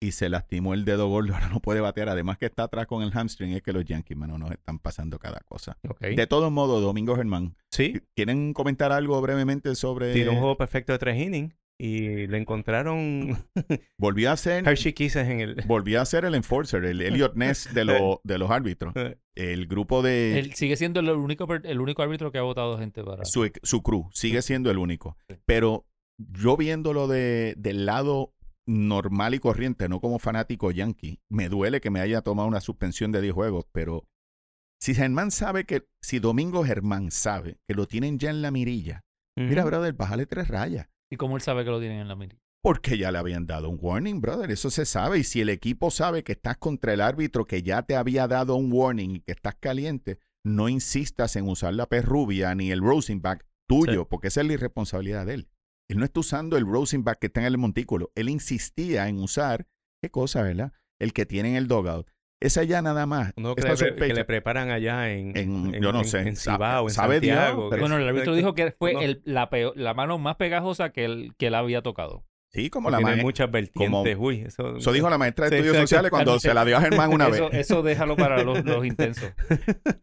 [SPEAKER 2] y se lastimó el dedo gordo, [laughs] ahora no puede batear. Además que está atrás con el hamstring, es que los Yankees, mano, nos están pasando cada cosa.
[SPEAKER 1] Ok.
[SPEAKER 2] De todos modos, Domingo Germán,
[SPEAKER 1] sí,
[SPEAKER 2] ¿quieren comentar algo brevemente sobre...
[SPEAKER 1] tiró un juego perfecto de tres innings y le
[SPEAKER 2] [laughs]
[SPEAKER 1] encontraron
[SPEAKER 2] Volvió a ser...
[SPEAKER 1] Hershey Kisses en el...
[SPEAKER 2] Volvió a ser el enforcer, el Elliot Ness de, lo- de los árbitros. El grupo de
[SPEAKER 3] Él sigue siendo el único, per- el único árbitro que ha votado gente para.
[SPEAKER 2] su, su crew sigue siendo el único. Pero yo viéndolo de, del lado normal y corriente, no como fanático yankee, me duele que me haya tomado una suspensión de 10 juegos, pero si Germán sabe que, si Domingo Germán sabe que lo tienen ya en la mirilla, mira,
[SPEAKER 1] Ujú.
[SPEAKER 2] brother, bájale tres rayas.
[SPEAKER 3] ¿Y cómo él sabe que lo tienen en la mira?
[SPEAKER 2] Porque ya le habían dado un warning, brother. Eso se sabe. Y si el equipo sabe que estás contra el árbitro que ya te había dado un warning y que estás caliente, no insistas en usar la perrubia ni el Rosenbach tuyo, porque esa es la irresponsabilidad de él. Él no está usando el Rosenbach que está en el montículo. Él insistía en usar, qué cosa, ¿verdad? El que tiene en el dogout. Esa ya nada más.
[SPEAKER 1] Uno que
[SPEAKER 2] esa
[SPEAKER 1] le, pre- que
[SPEAKER 2] sospecha.
[SPEAKER 1] le preparan allá en,
[SPEAKER 2] En- yo no sé,
[SPEAKER 1] en
[SPEAKER 2] sa-
[SPEAKER 1] Cibao, en
[SPEAKER 2] sabe Dios,
[SPEAKER 1] Santiago,
[SPEAKER 2] pero-
[SPEAKER 1] que-
[SPEAKER 3] Bueno, el árbitro dijo que fue
[SPEAKER 1] no.
[SPEAKER 3] el- la, peor- la mano más pegajosa que él, que él había tocado.
[SPEAKER 2] Sí, como la
[SPEAKER 1] tiene
[SPEAKER 2] maestra.
[SPEAKER 1] muchas vertientes. Uy, eso,
[SPEAKER 2] Eso dijo la maestra de
[SPEAKER 1] Sí,
[SPEAKER 2] estudios
[SPEAKER 1] exacto.
[SPEAKER 2] sociales cuando se la dio a Germán una
[SPEAKER 3] eso,
[SPEAKER 2] vez. [laughs]
[SPEAKER 3] eso déjalo para los, los intensos.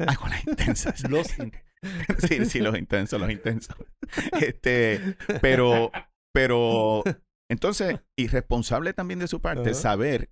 [SPEAKER 2] Ay, con las intensas.
[SPEAKER 3] Los in-
[SPEAKER 2] [laughs] sí, sí, los intensos, los intensos. Este, pero, pero, entonces, irresponsable también de su parte
[SPEAKER 1] Ajá.
[SPEAKER 2] saber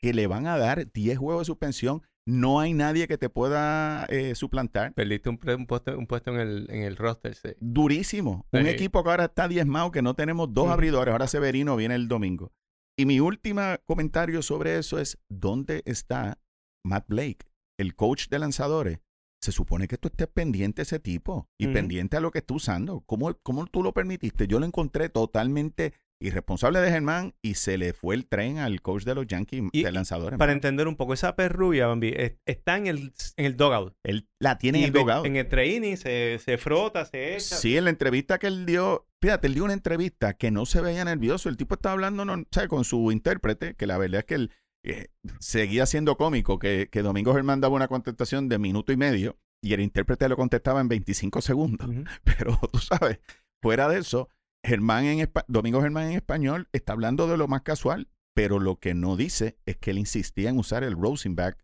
[SPEAKER 2] que le van a dar 10 juegos de suspensión. No hay nadie que te pueda eh, suplantar.
[SPEAKER 1] Perdiste un, pre- un puesto, un puesto en, el, en el roster. sí.
[SPEAKER 2] Durísimo. Un
[SPEAKER 1] Sí.
[SPEAKER 2] equipo que ahora está diezmado, que no tenemos dos
[SPEAKER 1] Ujú.
[SPEAKER 2] abridores. Ahora Severino viene el domingo. Y mi último comentario sobre eso es, ¿dónde está Matt Blake, el coach de lanzadores? Se supone que tú estés pendiente a ese tipo y
[SPEAKER 1] Ujú.
[SPEAKER 2] pendiente a lo que está usando. ¿Cómo, ¿Cómo tú lo permitiste? Yo lo encontré totalmente irresponsable de Germán y se le fue el tren al coach de los Yankees
[SPEAKER 1] Y-
[SPEAKER 2] de lanzadores.
[SPEAKER 1] Para
[SPEAKER 2] mano.
[SPEAKER 1] entender un poco, esa perrubia, Bambi, es- está en el, en el dogout.
[SPEAKER 2] Él la tiene en
[SPEAKER 1] Y
[SPEAKER 2] el
[SPEAKER 1] ve-
[SPEAKER 2] dogado.
[SPEAKER 1] En el training se, se frota, se echa.
[SPEAKER 2] Sí, en la entrevista que él dio, fíjate, él dio una entrevista que no se veía nervioso. El tipo estaba hablando no, ¿sabe? con su intérprete, que la verdad es que él eh, seguía siendo cómico, que, que Domingo Germán daba una contestación de minuto y medio y el intérprete lo contestaba en 25 segundos. [laughs]
[SPEAKER 1] Ujú.
[SPEAKER 2] Pero tú sabes, fuera de eso, Germán en espa- Domingo Germán en español está hablando de lo más casual, pero lo que no dice es que él insistía en usar el Rosenbach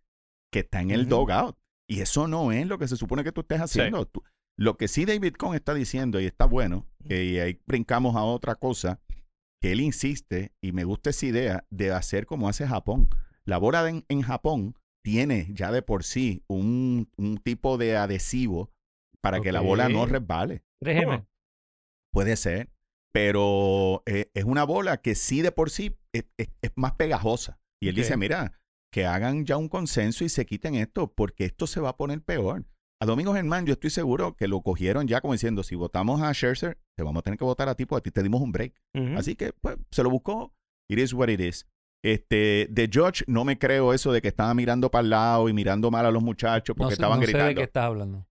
[SPEAKER 2] que está en el
[SPEAKER 1] Ujú.
[SPEAKER 2] dogout. Y eso no es lo que se supone que tú estés haciendo. Tú- lo que sí David Cohn está diciendo, y está bueno, eh, y ahí brincamos a otra cosa, que él insiste, y me gusta esa idea, de hacer como hace Japón. La bola de- en, en Japón tiene ya de por sí un, un tipo de adhesivo para que la bola no
[SPEAKER 1] Ok.
[SPEAKER 2] resbale.
[SPEAKER 3] 3M.
[SPEAKER 2] Puede ser, pero eh, es una bola que sí de por sí es, es- es más pegajosa. Y él
[SPEAKER 1] Ok.
[SPEAKER 2] dice, mira, que hagan ya un consenso y se quiten esto, porque esto se va a poner peor. A Domingo Germán, yo estoy seguro que lo cogieron ya como diciendo, si votamos a Scherzer, te vamos a tener que votar a ti porque a ti te dimos un break.
[SPEAKER 3] Mm.
[SPEAKER 1] Ujú.
[SPEAKER 2] Así que, pues, se lo buscó. It is what it is. Este, de George, no me creo eso de que estaba mirando para el lado y mirando mal a los muchachos porque
[SPEAKER 3] No, sé-
[SPEAKER 2] estaban
[SPEAKER 3] no sé de
[SPEAKER 2] gritando.
[SPEAKER 3] qué estás hablando.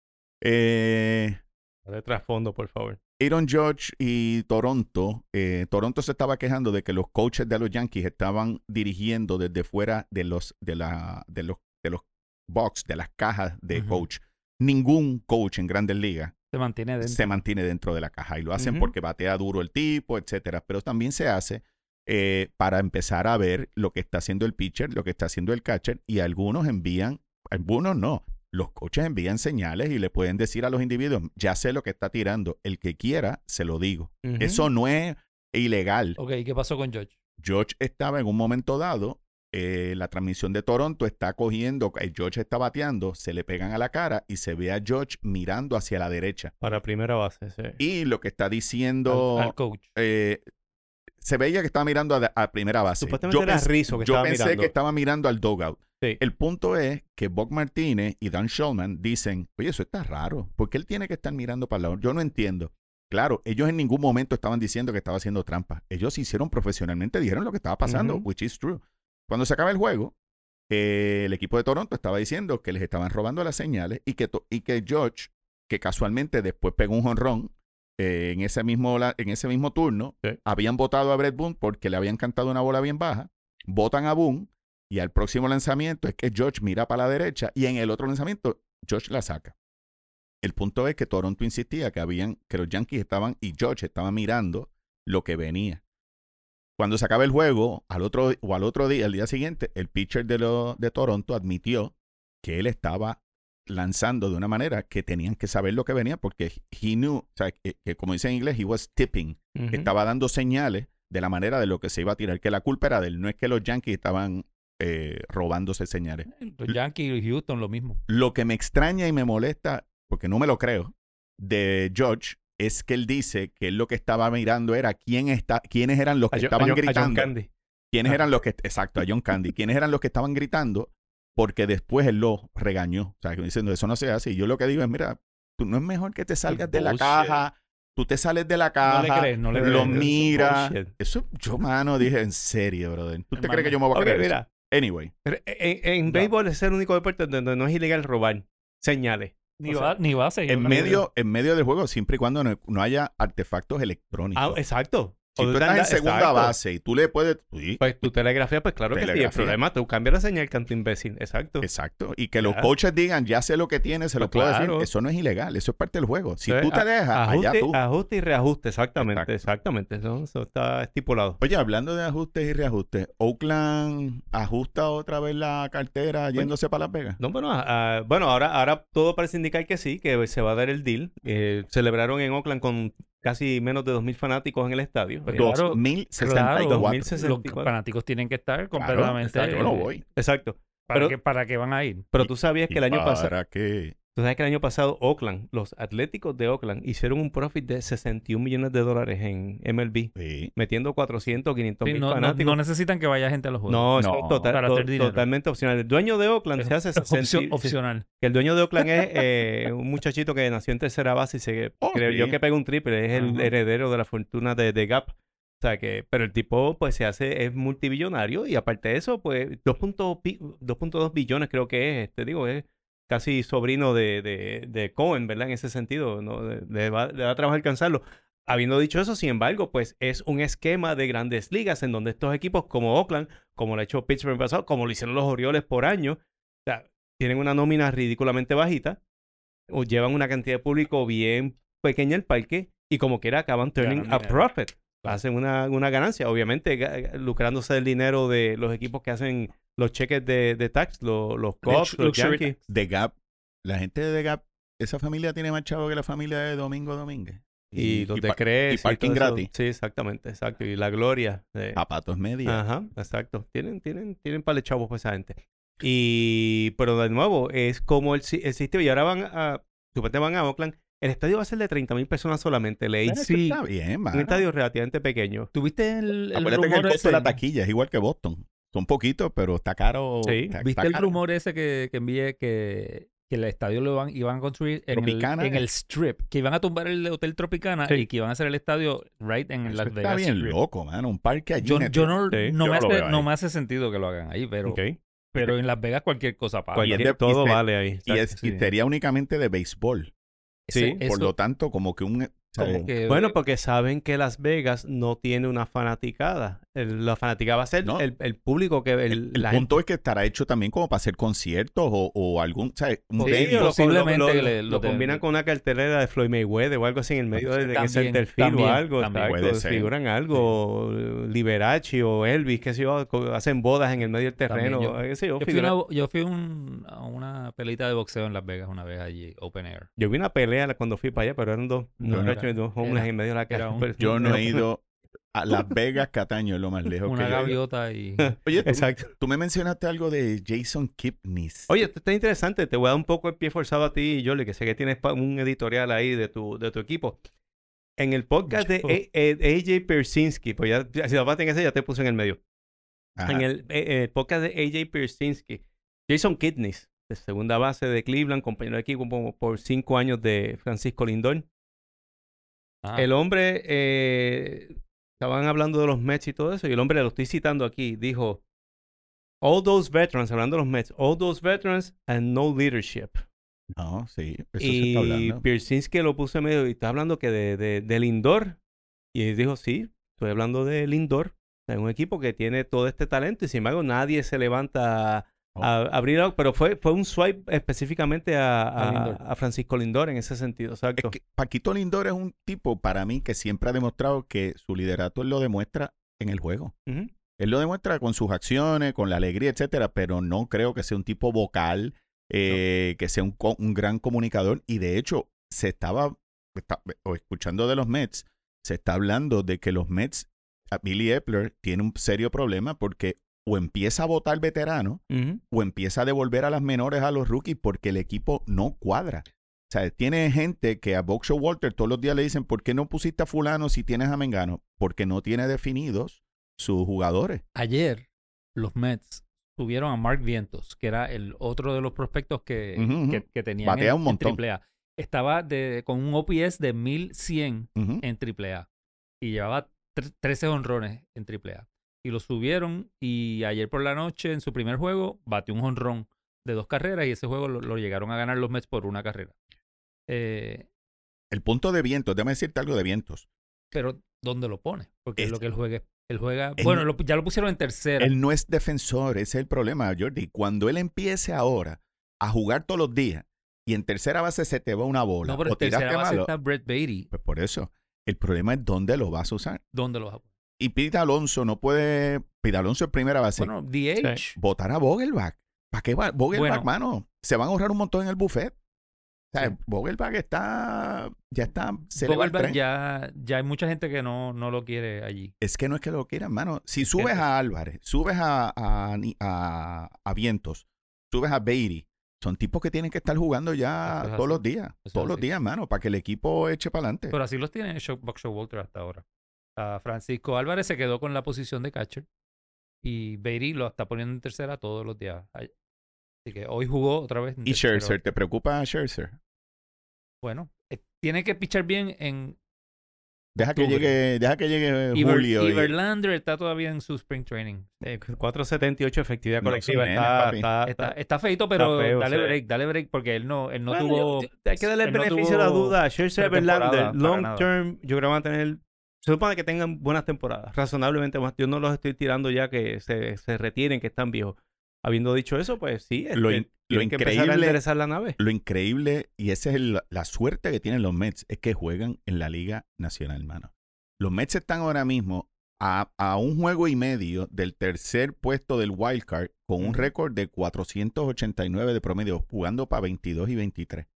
[SPEAKER 2] Eh,
[SPEAKER 1] De trasfondo, por favor.
[SPEAKER 2] Aaron Judge y Toronto, eh, Toronto se estaba quejando de que los coaches de los Yankees estaban dirigiendo desde fuera de los de la de los de los box, de las cajas de
[SPEAKER 3] Ujú.
[SPEAKER 2] coach. Ningún coach en Grandes Ligas
[SPEAKER 3] Se mantiene dentro.
[SPEAKER 2] se mantiene dentro de la caja y lo hacen
[SPEAKER 1] Ujú.
[SPEAKER 2] porque batea duro el tipo, etcétera. Pero también se hace eh, para empezar a ver lo que está haciendo el pitcher, lo que está haciendo el catcher y algunos envían, algunos no. Los coches envían señales y le pueden decir a los individuos, ya sé lo que está tirando, el que quiera, se lo digo.
[SPEAKER 1] Ujú.
[SPEAKER 2] Eso no es ilegal.
[SPEAKER 3] Ok, ¿qué pasó con George?
[SPEAKER 2] George estaba en un momento dado, eh, la transmisión de Toronto está cogiendo, eh, George está bateando, se le pegan a la cara y se ve a George mirando hacia la derecha.
[SPEAKER 1] Para primera base, sí.
[SPEAKER 2] Y lo que está
[SPEAKER 3] Al-
[SPEAKER 2] diciendo,
[SPEAKER 3] Al, coach.
[SPEAKER 2] eh, se veía que estaba mirando a, la- a primera base.
[SPEAKER 1] Supuestamente era
[SPEAKER 2] pens-
[SPEAKER 1] Rizzo que
[SPEAKER 2] yo
[SPEAKER 1] estaba
[SPEAKER 2] pensé
[SPEAKER 1] mirando.
[SPEAKER 2] que estaba mirando al dogout.
[SPEAKER 1] Sí.
[SPEAKER 2] El punto es que Bob Martínez y Dan Shulman dicen, oye, eso está raro, porque él tiene que estar mirando para el lado. Yo no entiendo. Claro, ellos en ningún momento estaban diciendo que estaba haciendo trampa. Ellos se hicieron profesionalmente, dijeron lo que estaba pasando,
[SPEAKER 1] Ujú.
[SPEAKER 2] which is true. Cuando se acaba el juego, eh, el equipo de Toronto estaba diciendo que les estaban robando las señales y que, to- y que George, que casualmente después pegó un jonrón eh, en, ese mismo, la- en ese mismo turno,
[SPEAKER 1] Sí.
[SPEAKER 2] habían votado a Brett Boone porque le habían cantado una bola bien baja, votan a Boone y al próximo lanzamiento es que George mira para la derecha y en el otro lanzamiento George la saca. El punto es que Toronto insistía que habían que los Yankees estaban y George estaba mirando lo que venía. Cuando se acaba el juego, al otro o al otro día, al día siguiente, el pitcher de, lo- de Toronto admitió que él estaba lanzando de una manera que tenían que saber lo que venía porque he knew, o sea, que- que como dice en inglés, he was tipping
[SPEAKER 1] Ujú.
[SPEAKER 2] que estaba dando señales de la manera de lo que se iba a tirar, que la culpa era de él, no es que los Yankees estaban eh, robándose señales.
[SPEAKER 3] Los Yankees y Houston, lo mismo.
[SPEAKER 2] Lo que me extraña y me molesta, porque no me lo creo, de George es que él dice que él lo que estaba mirando era quién está, quiénes eran los que
[SPEAKER 1] A Jo- a
[SPEAKER 2] estaban
[SPEAKER 1] Jo- a John
[SPEAKER 2] gritando,
[SPEAKER 1] Candy.
[SPEAKER 2] quiénes eran los que, exacto, a John Candy, quiénes eran los que estaban gritando, porque después él lo regañó, o sea, que diciendo eso no se hace. Y yo lo que digo es, mira, tú no es mejor que te salgas de la
[SPEAKER 4] Bullshit.
[SPEAKER 2] caja, tú te sales de la
[SPEAKER 3] No le
[SPEAKER 2] caja,
[SPEAKER 3] crees, no le
[SPEAKER 1] Pero
[SPEAKER 2] lo
[SPEAKER 3] crees.
[SPEAKER 1] eso es
[SPEAKER 2] mira.
[SPEAKER 1] bullshit.
[SPEAKER 2] Eso, yo, mano, dije, en serio, brother. ¿Tú te
[SPEAKER 4] Hermano.
[SPEAKER 2] crees que yo me voy a
[SPEAKER 1] Ok,
[SPEAKER 2] creer? eso?
[SPEAKER 1] mira.
[SPEAKER 2] Anyway,
[SPEAKER 1] pero En, en
[SPEAKER 3] No.
[SPEAKER 1] béisbol es el único deporte donde no es ilegal robar señales.
[SPEAKER 3] Ni,
[SPEAKER 1] O sea,
[SPEAKER 3] va, ni va a seguir.
[SPEAKER 2] en
[SPEAKER 3] la
[SPEAKER 2] medio, en medio del juego, siempre y cuando no, no haya artefactos electrónicos.
[SPEAKER 1] Ah, exacto.
[SPEAKER 2] si
[SPEAKER 1] O
[SPEAKER 2] tú
[SPEAKER 1] tanda-
[SPEAKER 2] estás en segunda
[SPEAKER 1] exacto.
[SPEAKER 2] base y tú le puedes. sí,
[SPEAKER 1] Pues tu telegrafía, pues claro que sí. El
[SPEAKER 2] Telegrafía.
[SPEAKER 1] problema, tú cambias la señal, canto imbécil. Exacto.
[SPEAKER 2] exacto. Y que los
[SPEAKER 1] Claro.
[SPEAKER 2] coaches digan, ya sé lo que tiene, se lo
[SPEAKER 1] Pues
[SPEAKER 2] puedo
[SPEAKER 1] claro.
[SPEAKER 2] decir. Eso no es ilegal, eso es parte del juego. Si
[SPEAKER 1] Sí,
[SPEAKER 2] tú te
[SPEAKER 1] a-
[SPEAKER 2] dejas, allá
[SPEAKER 1] Ajuste,
[SPEAKER 2] tú.
[SPEAKER 1] ajuste y reajuste, exactamente,
[SPEAKER 2] Exacto.
[SPEAKER 1] exactamente. Eso, eso está estipulado.
[SPEAKER 2] Oye, hablando de ajustes y reajustes, Oakland ajusta otra vez la
[SPEAKER 1] Pues
[SPEAKER 2] cartera yéndose para Las Vegas.
[SPEAKER 1] No, bueno, ah, ah, bueno ahora, ahora todo parece indicar que sí, que se va a dar el deal. Eh, celebraron en Oakland con casi menos de 2.000 fanáticos en el estadio. Eh,
[SPEAKER 3] Claro, claro.
[SPEAKER 2] 2064.
[SPEAKER 3] Los
[SPEAKER 1] 1064.
[SPEAKER 3] fanáticos tienen que
[SPEAKER 2] Claro,
[SPEAKER 3] estar completamente.
[SPEAKER 2] exacto, yo no
[SPEAKER 3] eh,
[SPEAKER 2] voy.
[SPEAKER 1] exacto.
[SPEAKER 3] ¿Para,
[SPEAKER 1] Pero-
[SPEAKER 3] qué, ¿Para qué van a ir?
[SPEAKER 1] Pero tú sabías que el año pasado...
[SPEAKER 2] ¿Para qué?
[SPEAKER 1] Tú sabes que el año pasado Oakland, los Atléticos de Oakland, hicieron un profit de 61 millones de dólares en MLB,
[SPEAKER 2] Sí.
[SPEAKER 1] metiendo 400, 500
[SPEAKER 3] Sí,
[SPEAKER 1] mil
[SPEAKER 3] no, no-
[SPEAKER 1] fanáticos.
[SPEAKER 3] no necesitan que vaya gente a los juegos.
[SPEAKER 1] No, eso
[SPEAKER 2] No,
[SPEAKER 1] es total-
[SPEAKER 3] para
[SPEAKER 1] to-
[SPEAKER 3] hacer dinero.
[SPEAKER 1] totalmente opcional. El dueño de Oakland
[SPEAKER 3] Es
[SPEAKER 1] se hace 60.
[SPEAKER 3] Opcio- opcional.
[SPEAKER 1] que el dueño de Oakland es eh, un muchachito que nació en tercera base y se
[SPEAKER 2] Oh,
[SPEAKER 1] creo
[SPEAKER 2] sí.
[SPEAKER 1] yo que pega un triple. Es el
[SPEAKER 3] Ajá.
[SPEAKER 1] heredero de la fortuna de, de Gap. O sea que, pero el tipo pues se hace, es multibillonario y aparte de eso, pues 2.2 pi- 2.2 billones creo que es, te digo, es casi sobrino de, de, de Cohen, ¿verdad? En ese sentido, ¿no? Le- le va, le va a trabajar alcanzarlo. Habiendo dicho eso, sin embargo, pues es un esquema de grandes ligas en donde estos equipos como Oakland, como lo ha hecho Pittsburgh en el pasado, como lo hicieron los Orioles por año, o sea, tienen una nómina ridículamente bajita, o llevan una cantidad de público bien pequeña al parque, y como quiera acaban turning
[SPEAKER 3] Ganan
[SPEAKER 1] a
[SPEAKER 3] dinero.
[SPEAKER 1] profit. Hacen una, una ganancia, obviamente, ga- lucrándose del dinero de los equipos que hacen los cheques de, de tax, lo- los Cubs, los
[SPEAKER 3] luxury
[SPEAKER 1] Yankees.
[SPEAKER 2] de Gap, la gente de The Gap, esa familia tiene más chavo que la familia de Domingo Domínguez.
[SPEAKER 1] Y los
[SPEAKER 2] pa-
[SPEAKER 1] de Cres.
[SPEAKER 2] y parking
[SPEAKER 1] todo eso.
[SPEAKER 2] gratis.
[SPEAKER 1] Sí, exactamente, exacto. Y la gloria. eh,
[SPEAKER 2] Zapatos media.
[SPEAKER 1] Ajá, exacto. Tienen, tienen, tienen pale chavos pues, esa gente. Y, pero de nuevo, es como el, si- el sistema. Y ahora van a, supuestamente van a Oakland. El estadio va a ser de 30.000 mil personas solamente. Le
[SPEAKER 2] Pero eso
[SPEAKER 1] sí,
[SPEAKER 2] Está bien,
[SPEAKER 1] un
[SPEAKER 2] mano.
[SPEAKER 1] estadio relativamente pequeño.
[SPEAKER 3] ¿Tuviste el, el
[SPEAKER 2] Acuérdate que el
[SPEAKER 3] rumor
[SPEAKER 2] costo
[SPEAKER 3] ese?
[SPEAKER 2] de la taquilla es igual que Boston. Son poquitos, pero está caro.
[SPEAKER 1] Sí,
[SPEAKER 2] está- está
[SPEAKER 3] ¿Viste el
[SPEAKER 2] caro.
[SPEAKER 3] rumor ese que, que envié que, que el estadio lo iban, iban a construir en el,
[SPEAKER 2] Tropicana,
[SPEAKER 3] en
[SPEAKER 2] eh.
[SPEAKER 3] el Strip? Que iban a tumbar el Hotel Tropicana
[SPEAKER 1] Sí.
[SPEAKER 3] y que iban a hacer el estadio right en
[SPEAKER 2] Eso
[SPEAKER 3] Las
[SPEAKER 2] está
[SPEAKER 3] Vegas.
[SPEAKER 2] bien
[SPEAKER 3] Strip.
[SPEAKER 2] loco, mano. Un parque allí.
[SPEAKER 3] Yo,
[SPEAKER 2] nete.
[SPEAKER 3] yo no,
[SPEAKER 1] Sí,
[SPEAKER 3] no
[SPEAKER 2] yo
[SPEAKER 3] me
[SPEAKER 2] lo
[SPEAKER 3] hace,
[SPEAKER 2] veo
[SPEAKER 3] no
[SPEAKER 2] ahí.
[SPEAKER 3] me hace sentido que lo hagan ahí, pero,
[SPEAKER 1] Ok.
[SPEAKER 3] pero en Las Vegas cualquier cosa pasa.
[SPEAKER 1] Cualquier-
[SPEAKER 2] de-
[SPEAKER 1] todo
[SPEAKER 2] y se-
[SPEAKER 1] vale ahí.
[SPEAKER 2] y, es- y
[SPEAKER 3] sí.
[SPEAKER 2] sería únicamente de béisbol.
[SPEAKER 1] Sí,
[SPEAKER 2] Por lo tanto, como que un
[SPEAKER 3] Como
[SPEAKER 2] Sí.
[SPEAKER 3] que-
[SPEAKER 1] Bueno, porque saben que Las Vegas no tiene una fanaticada. El- la fanaticada va a ser
[SPEAKER 2] No.
[SPEAKER 1] el, el público que... El,
[SPEAKER 2] El
[SPEAKER 1] la
[SPEAKER 2] punto es que estará hecho también como para hacer conciertos o, o algún, ¿sabes? Un
[SPEAKER 1] gente-
[SPEAKER 2] venue.
[SPEAKER 1] Sí, o lo-
[SPEAKER 3] Posiblemente
[SPEAKER 1] lo, lo-
[SPEAKER 3] que le-
[SPEAKER 1] lo
[SPEAKER 3] lo de-
[SPEAKER 1] combinan con una cartelera de Floyd Mayweather o algo así en el medio de de que
[SPEAKER 3] También,
[SPEAKER 1] center field o
[SPEAKER 3] también,
[SPEAKER 1] algo.
[SPEAKER 3] también.
[SPEAKER 1] exacto,
[SPEAKER 2] Puede ser.
[SPEAKER 1] Figuran algo. o Liberace o Elvis, qué sé yo. co- Hacen bodas en el medio del
[SPEAKER 3] También,
[SPEAKER 1] terreno.
[SPEAKER 3] yo-
[SPEAKER 1] qué sé yo,
[SPEAKER 3] Yo fui,
[SPEAKER 1] figuran-
[SPEAKER 3] una- yo fui un- a una pelita de boxeo en Las Vegas una vez allí, open air.
[SPEAKER 1] Yo vi una pelea la- cuando fui para allá, pero eran dos
[SPEAKER 3] No,
[SPEAKER 1] muchachos
[SPEAKER 3] era-
[SPEAKER 1] y dos hombres
[SPEAKER 3] era-
[SPEAKER 1] en medio de la
[SPEAKER 3] era
[SPEAKER 1] calle.
[SPEAKER 3] un-
[SPEAKER 1] Pero-
[SPEAKER 2] Yo no
[SPEAKER 1] era-
[SPEAKER 2] he ido a Las
[SPEAKER 3] [laughs]
[SPEAKER 2] Vegas, Cataño, es lo más lejos que
[SPEAKER 3] Una
[SPEAKER 2] yo he ido. [laughs]
[SPEAKER 3] gaviota y...
[SPEAKER 2] Oye, tú,
[SPEAKER 1] [laughs] Exacto.
[SPEAKER 2] tú me mencionaste algo de Jason Kipnis.
[SPEAKER 1] Oye, esto está interesante. Te voy a dar un poco el pie forzado a ti, Jolly, que sé que tienes pa- un editorial ahí de tu, de tu equipo. En el podcast de
[SPEAKER 3] Yo-
[SPEAKER 1] A- A- AJ Persinski, pues ya, ya- si la en ese, ya te puse en el medio.
[SPEAKER 2] Ajá.
[SPEAKER 1] En el, eh, eh, podcast de AJ Persinski, Jason Kidneys, de segunda base de Cleveland, compañero de equipo por, por cinco años de Francisco Lindor.
[SPEAKER 3] Ah,
[SPEAKER 1] El hombre, eh, estaban hablando de los Mets y todo eso, y el hombre, lo estoy citando aquí, dijo, all those veterans, hablando de los Mets, all those veterans and no leadership.
[SPEAKER 2] No, sí, eso se está
[SPEAKER 1] Y
[SPEAKER 2] hablando.
[SPEAKER 1] Piersinski lo puso en medio y está hablando que de, de, de Lindor. Y él dijo, sí, estoy hablando de Lindor. Es un equipo que tiene todo este talento y sin embargo nadie se levanta a,
[SPEAKER 2] Oh.
[SPEAKER 1] a abrir algo. Pero fue, fue un swipe específicamente a,
[SPEAKER 3] A
[SPEAKER 1] a-
[SPEAKER 3] Lindor.
[SPEAKER 1] a Francisco Lindor en ese sentido. Exacto.
[SPEAKER 2] Es que Paquito Lindor es un tipo para mí que siempre ha demostrado que su liderato él lo demuestra en el juego.
[SPEAKER 1] Ujú.
[SPEAKER 2] Él lo demuestra con sus acciones, con la alegría, etcétera, pero no creo que sea un tipo vocal, eh, que sea un, co- un gran comunicador. Y de hecho, se estaba está- o escuchando de los Mets, se está hablando de que los Mets, a Billy Epler tiene un serio problema porque o empieza a votar veterano
[SPEAKER 1] Ujú.
[SPEAKER 2] o empieza a devolver a las menores a los rookies porque el equipo no cuadra. O sea, tiene gente que a Boxer Walter todos los días le dicen, ¿por qué no pusiste a fulano si tienes a Mengano? Porque no tiene definidos sus jugadores.
[SPEAKER 3] Ayer los Mets subieron a Mark Vientos, que era el otro de los prospectos que,
[SPEAKER 2] Ujú, ujú.
[SPEAKER 3] que, que tenían
[SPEAKER 2] Batea
[SPEAKER 3] en,
[SPEAKER 2] un montón.
[SPEAKER 3] en AAA. Estaba de, con un OPS de 1100
[SPEAKER 2] Ujú.
[SPEAKER 3] en AAA y llevaba tre- 13 honrones en AAA. Y lo subieron y ayer por la noche en su primer juego batió un honrón de dos carreras y ese juego lo, lo llegaron a ganar los Mets por una carrera. Eh,
[SPEAKER 2] El punto de vientos, déjame decirte algo de vientos.
[SPEAKER 3] pero ¿dónde lo pone? Porque es,
[SPEAKER 2] Es-
[SPEAKER 3] lo que él juega. Él juega
[SPEAKER 2] Él-
[SPEAKER 3] bueno, lo- ya lo pusieron en tercera.
[SPEAKER 2] Él no es defensor, ese es el problema, Jordi. Cuando él empiece ahora a jugar todos los días y en tercera base se te va una bola
[SPEAKER 3] no, pero
[SPEAKER 2] o
[SPEAKER 3] en tercera
[SPEAKER 2] tiraste
[SPEAKER 3] base
[SPEAKER 2] malo,
[SPEAKER 3] está Brett Beatty.
[SPEAKER 2] pues por eso. El problema es dónde lo vas a usar.
[SPEAKER 3] ¿Dónde lo vas a poner?
[SPEAKER 2] Y Pete Alonso no puede. Pete Alonso es primera base.
[SPEAKER 3] Bueno, DH.
[SPEAKER 2] votar a Vogelbach. ¿Para qué va Vogelbach,
[SPEAKER 3] Bueno.
[SPEAKER 2] mano? Se van a ahorrar un montón en el buffet. O sea, Vogelbach está. Ya está. Se le va el
[SPEAKER 3] Vogelbach
[SPEAKER 2] tren.
[SPEAKER 3] ya, ya hay mucha gente que no, no lo quiere allí.
[SPEAKER 2] Es que no es que lo quieran, mano. Si subes
[SPEAKER 3] es-
[SPEAKER 2] a Álvarez, subes a, a, Ni- a, a Vientos, subes a Beatty, son tipos que tienen que estar jugando ya
[SPEAKER 3] Eso es
[SPEAKER 2] todos
[SPEAKER 3] así.
[SPEAKER 2] los días.
[SPEAKER 3] es
[SPEAKER 2] todos los
[SPEAKER 3] así.
[SPEAKER 2] días, mano, para que el equipo eche para adelante.
[SPEAKER 3] Pero así los tiene Shock- Boxer Walter hasta ahora. Ah, Francisco Álvarez se quedó con la posición de catcher y Beatty lo está poniendo en tercera todos los días. Ay- Así que hoy jugó otra vez. en
[SPEAKER 2] Y
[SPEAKER 3] tercera.
[SPEAKER 2] Scherzer, ¿te preocupa Scherzer?
[SPEAKER 3] Bueno, eh, tiene que pichar bien en
[SPEAKER 2] Deja que
[SPEAKER 3] Octubre.
[SPEAKER 2] llegue, deja que llegue
[SPEAKER 3] Iver-
[SPEAKER 2] Julio. y-
[SPEAKER 3] Iverlander está todavía en su spring training.
[SPEAKER 1] Eh, 478 efectividad
[SPEAKER 2] No,
[SPEAKER 1] colectiva.
[SPEAKER 2] son nenes,
[SPEAKER 1] está,
[SPEAKER 2] papi.
[SPEAKER 1] está-
[SPEAKER 3] Está,
[SPEAKER 1] está-
[SPEAKER 3] está feito, pero
[SPEAKER 1] feo,
[SPEAKER 3] dale
[SPEAKER 1] sí.
[SPEAKER 3] break, dale break, porque él no, él no
[SPEAKER 1] Bueno,
[SPEAKER 3] tuvo.
[SPEAKER 1] yo- yo- hay que darle el
[SPEAKER 3] él no
[SPEAKER 1] beneficio de la
[SPEAKER 3] tuvo-
[SPEAKER 1] duda. Scherzer
[SPEAKER 3] pretemporada,
[SPEAKER 1] Verlander,
[SPEAKER 3] para
[SPEAKER 1] long
[SPEAKER 3] nada.
[SPEAKER 1] term, yo creo que van a tener. Se supone que tengan buenas temporadas, razonablemente buenas. Yo no los estoy tirando ya que se, se retiren, que están viejos. Habiendo dicho eso, pues sí,
[SPEAKER 2] Lo
[SPEAKER 1] este,
[SPEAKER 2] in- lo
[SPEAKER 1] tienen que empezar a
[SPEAKER 2] increíble-
[SPEAKER 1] enderezar la nave.
[SPEAKER 2] lo increíble, y esa es el- la suerte que tienen los Mets, es que juegan en la Liga Nacional, hermano. Los Mets están ahora mismo a, a un juego y medio del tercer puesto del wild card con un
[SPEAKER 1] Ujú.
[SPEAKER 2] récord de 489 de promedio, jugando para 22 y 23.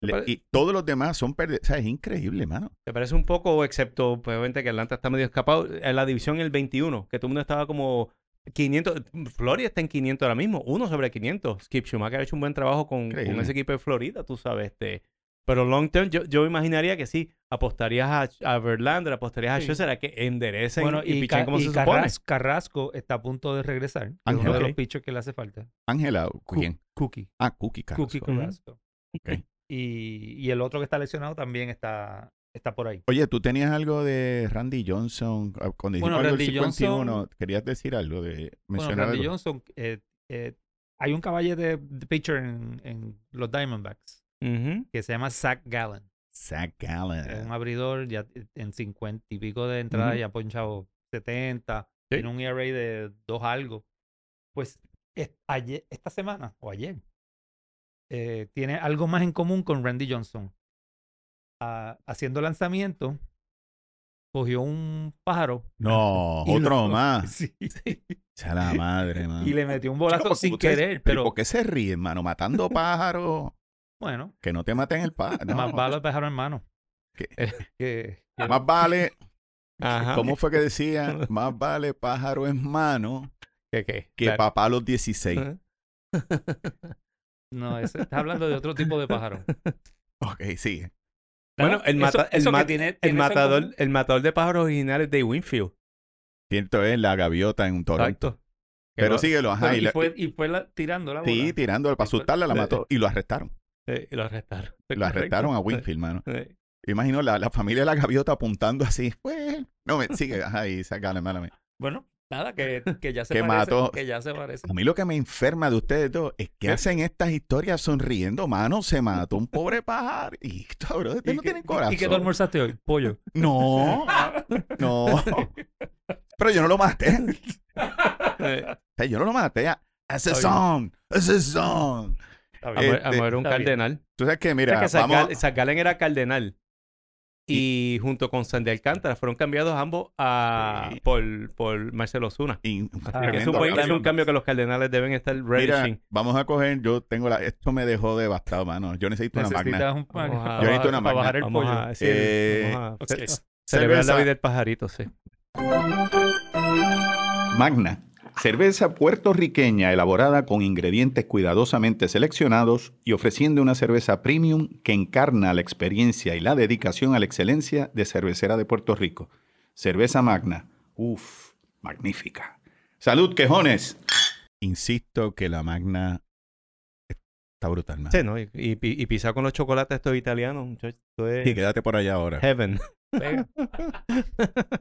[SPEAKER 2] Le-
[SPEAKER 1] Pare-
[SPEAKER 2] y todos los demás son perdidos. O sea, es increíble, hermano.
[SPEAKER 1] ¿Te parece un poco, excepto, pues, obviamente, que Atlanta está medio escapado? En la división el 21, que todo el mundo estaba como 500. Florida está en 500 ahora mismo, uno sobre 500. Skip Schumacher ha hecho un buen trabajo con, con
[SPEAKER 2] Increíble.
[SPEAKER 1] ese equipo de Florida, tú sabes. Este. Pero long term, yo, yo imaginaría que sí. Apostarías a, a Verlander, apostarías a
[SPEAKER 3] Sí.
[SPEAKER 1] Scherzer a que enderecen
[SPEAKER 3] Bueno,
[SPEAKER 1] y,
[SPEAKER 3] y,
[SPEAKER 1] pichen
[SPEAKER 3] Ca-
[SPEAKER 1] como
[SPEAKER 3] y
[SPEAKER 1] se supone.
[SPEAKER 3] Carras- Carrasco está a punto de regresar. que es
[SPEAKER 2] Ángel,
[SPEAKER 3] uno de
[SPEAKER 1] ok.
[SPEAKER 3] los pitchers que le hace falta.
[SPEAKER 2] Ángela,
[SPEAKER 3] Cu-
[SPEAKER 2] ¿quién?
[SPEAKER 3] Cookie.
[SPEAKER 2] Ah, Cookie Carrasco.
[SPEAKER 3] Cookie
[SPEAKER 1] Carrasco.
[SPEAKER 3] Carrasco.
[SPEAKER 2] Ok.
[SPEAKER 3] [laughs] Y, y el otro que está lesionado también está, está por ahí.
[SPEAKER 2] Oye, tú tenías algo de Randy Johnson. ah, Cuando dijimos
[SPEAKER 3] Bueno,
[SPEAKER 2] algo del
[SPEAKER 3] Randy Johnson-
[SPEAKER 2] 51, querías decir algo de
[SPEAKER 3] Bueno,
[SPEAKER 2] mencionar
[SPEAKER 3] Randy
[SPEAKER 2] algo.
[SPEAKER 3] Johnson, eh, eh, hay un caballete de, de pitcher en, en los Diamondbacks
[SPEAKER 1] Ujú.
[SPEAKER 3] que se llama Zach Gallen.
[SPEAKER 2] Zach
[SPEAKER 3] Es eh, un
[SPEAKER 2] Gallen.
[SPEAKER 3] abridor ya eh, en 50 y pico de
[SPEAKER 2] Eh.
[SPEAKER 3] entrada,
[SPEAKER 2] Ujú.
[SPEAKER 3] ya ha ponchado 70,
[SPEAKER 1] Sí.
[SPEAKER 3] tiene un ERA de 2 algo. Pues es- ayer, esta semana o ayer eh, tiene algo más en común con Randy Johnson. Ah, haciendo lanzamiento, cogió un pájaro.
[SPEAKER 2] No,
[SPEAKER 3] Y
[SPEAKER 2] otro
[SPEAKER 3] [laughs] lo-
[SPEAKER 2] más. [laughs] Ah.
[SPEAKER 3] Sí,
[SPEAKER 2] Sea la madre, mano.
[SPEAKER 3] [laughs] y le metió un bolazo
[SPEAKER 2] Chavo,
[SPEAKER 3] sin
[SPEAKER 2] ustedes-
[SPEAKER 3] querer,
[SPEAKER 2] pero ¿y
[SPEAKER 3] pero
[SPEAKER 2] ¿por qué se ríe, hermano? Matando pájaros.
[SPEAKER 3] bueno,
[SPEAKER 2] Que no te maten el pájaro. [laughs] no.
[SPEAKER 3] más vale el pájaro en mano. Eh,
[SPEAKER 2] ¿Qué?
[SPEAKER 3] Que- que- Ah,
[SPEAKER 2] Más
[SPEAKER 3] [laughs]
[SPEAKER 2] vale,
[SPEAKER 1] Ajá.
[SPEAKER 2] ¿cómo fue que decía? Más vale pájaro en mano
[SPEAKER 1] ¿Qué, qué?
[SPEAKER 2] que
[SPEAKER 1] Claro.
[SPEAKER 2] papá a los
[SPEAKER 3] [laughs]
[SPEAKER 2] 16.
[SPEAKER 1] Ajá.
[SPEAKER 3] no, ese- estás hablando de otro tipo de pájaro.
[SPEAKER 2] Ok, sigue.
[SPEAKER 1] Bueno, el, mata-
[SPEAKER 3] Eso-
[SPEAKER 1] el
[SPEAKER 3] eso que
[SPEAKER 1] ma-
[SPEAKER 3] tiene-
[SPEAKER 1] el
[SPEAKER 3] tiene eso en
[SPEAKER 1] matador,
[SPEAKER 3] común.
[SPEAKER 1] el matador de pájaros original es Dave Winfield.
[SPEAKER 2] Cierto es la gaviota en un Toronto.
[SPEAKER 1] Exacto. Que
[SPEAKER 2] Pero
[SPEAKER 1] lo-
[SPEAKER 2] síguelo, ajá.
[SPEAKER 3] Pero
[SPEAKER 2] y
[SPEAKER 3] y,
[SPEAKER 2] la-
[SPEAKER 3] fue, y fue la- tirando la bola.
[SPEAKER 2] sí, tirándole para
[SPEAKER 3] y fue-
[SPEAKER 2] asustarla, la
[SPEAKER 1] le-
[SPEAKER 2] mató. Y lo arrestaron.
[SPEAKER 1] eh, lo
[SPEAKER 3] [laughs]
[SPEAKER 1] arrestaron.
[SPEAKER 2] Lo arrestaron a Winfield, mano.
[SPEAKER 1] Eh,
[SPEAKER 2] Imagino la, la familia de la gaviota apuntando así. Pues, no, me, sigue, ajá, y sácale, mala mía.
[SPEAKER 3] Bueno, nada, que,
[SPEAKER 2] [laughs]
[SPEAKER 3] que ya se
[SPEAKER 2] Que
[SPEAKER 3] parece.
[SPEAKER 2] mató.
[SPEAKER 3] Que ya se parece.
[SPEAKER 2] A mí lo que me enferma de ustedes dos es que
[SPEAKER 1] ¿Qué?
[SPEAKER 2] hacen estas historias sonriendo, mano, se mató un pobre pájaro. Y esto, bro, ustedes no
[SPEAKER 3] que,
[SPEAKER 2] tienen corazón.
[SPEAKER 3] ¿Y qué tú almorzaste hoy? Pollo.
[SPEAKER 1] [laughs]
[SPEAKER 2] No, no. Pero yo no lo maté. O
[SPEAKER 3] [laughs]
[SPEAKER 1] eh,
[SPEAKER 2] sea, yo no lo maté.
[SPEAKER 3] bien.
[SPEAKER 2] Asesón, asesón.
[SPEAKER 3] Está
[SPEAKER 1] a
[SPEAKER 3] bien.
[SPEAKER 1] mo-
[SPEAKER 2] Este,
[SPEAKER 1] a mover un
[SPEAKER 3] está bien.
[SPEAKER 1] cardenal.
[SPEAKER 2] Tú sabes que,
[SPEAKER 1] O sea,
[SPEAKER 2] mira,
[SPEAKER 1] que Zach
[SPEAKER 2] vamos-
[SPEAKER 1] Gall- Zach Gallen era cardenal. Y junto con Sandy Alcántara fueron cambiados ambos a,
[SPEAKER 2] Sí.
[SPEAKER 1] por, por Marcelo Zuna.
[SPEAKER 2] in- un
[SPEAKER 3] Ah,
[SPEAKER 1] es,
[SPEAKER 2] tremendo
[SPEAKER 1] un buen- es
[SPEAKER 2] cambio.
[SPEAKER 1] un cambio que los cardenales deben estar relishing.
[SPEAKER 2] Mira, vamos a coger, yo tengo la, esto me dejó devastado, mano. Yo necesito una magna.
[SPEAKER 1] [laughs]
[SPEAKER 3] Necesitas un pan.
[SPEAKER 1] Vamos a-
[SPEAKER 3] para
[SPEAKER 1] Yo
[SPEAKER 2] necesito una
[SPEAKER 3] bajar- para
[SPEAKER 2] magna.
[SPEAKER 3] bajar el
[SPEAKER 1] Vamos
[SPEAKER 3] pollo.
[SPEAKER 1] a, sí,
[SPEAKER 2] Eh,
[SPEAKER 1] vamos a
[SPEAKER 3] ok.
[SPEAKER 1] ce- celebrar la
[SPEAKER 2] Cerveza.
[SPEAKER 1] vida del pajarito, sí.
[SPEAKER 2] Magna, cerveza puertorriqueña elaborada con ingredientes cuidadosamente seleccionados y ofreciendo una cerveza premium que encarna la experiencia y la dedicación a la excelencia de cervecera de Puerto Rico. Cerveza Magna, uff, magnífica. Salud, quejones. Insisto que la Magna está brutal, man.
[SPEAKER 1] Sí, ¿no? Y, y, y pisar con los chocolates estos italianos, muchachos. Esto es
[SPEAKER 2] Sí, quédate por allá ahora.
[SPEAKER 3] Eh,
[SPEAKER 1] heaven.
[SPEAKER 3] Pega.
[SPEAKER 2] [laughs]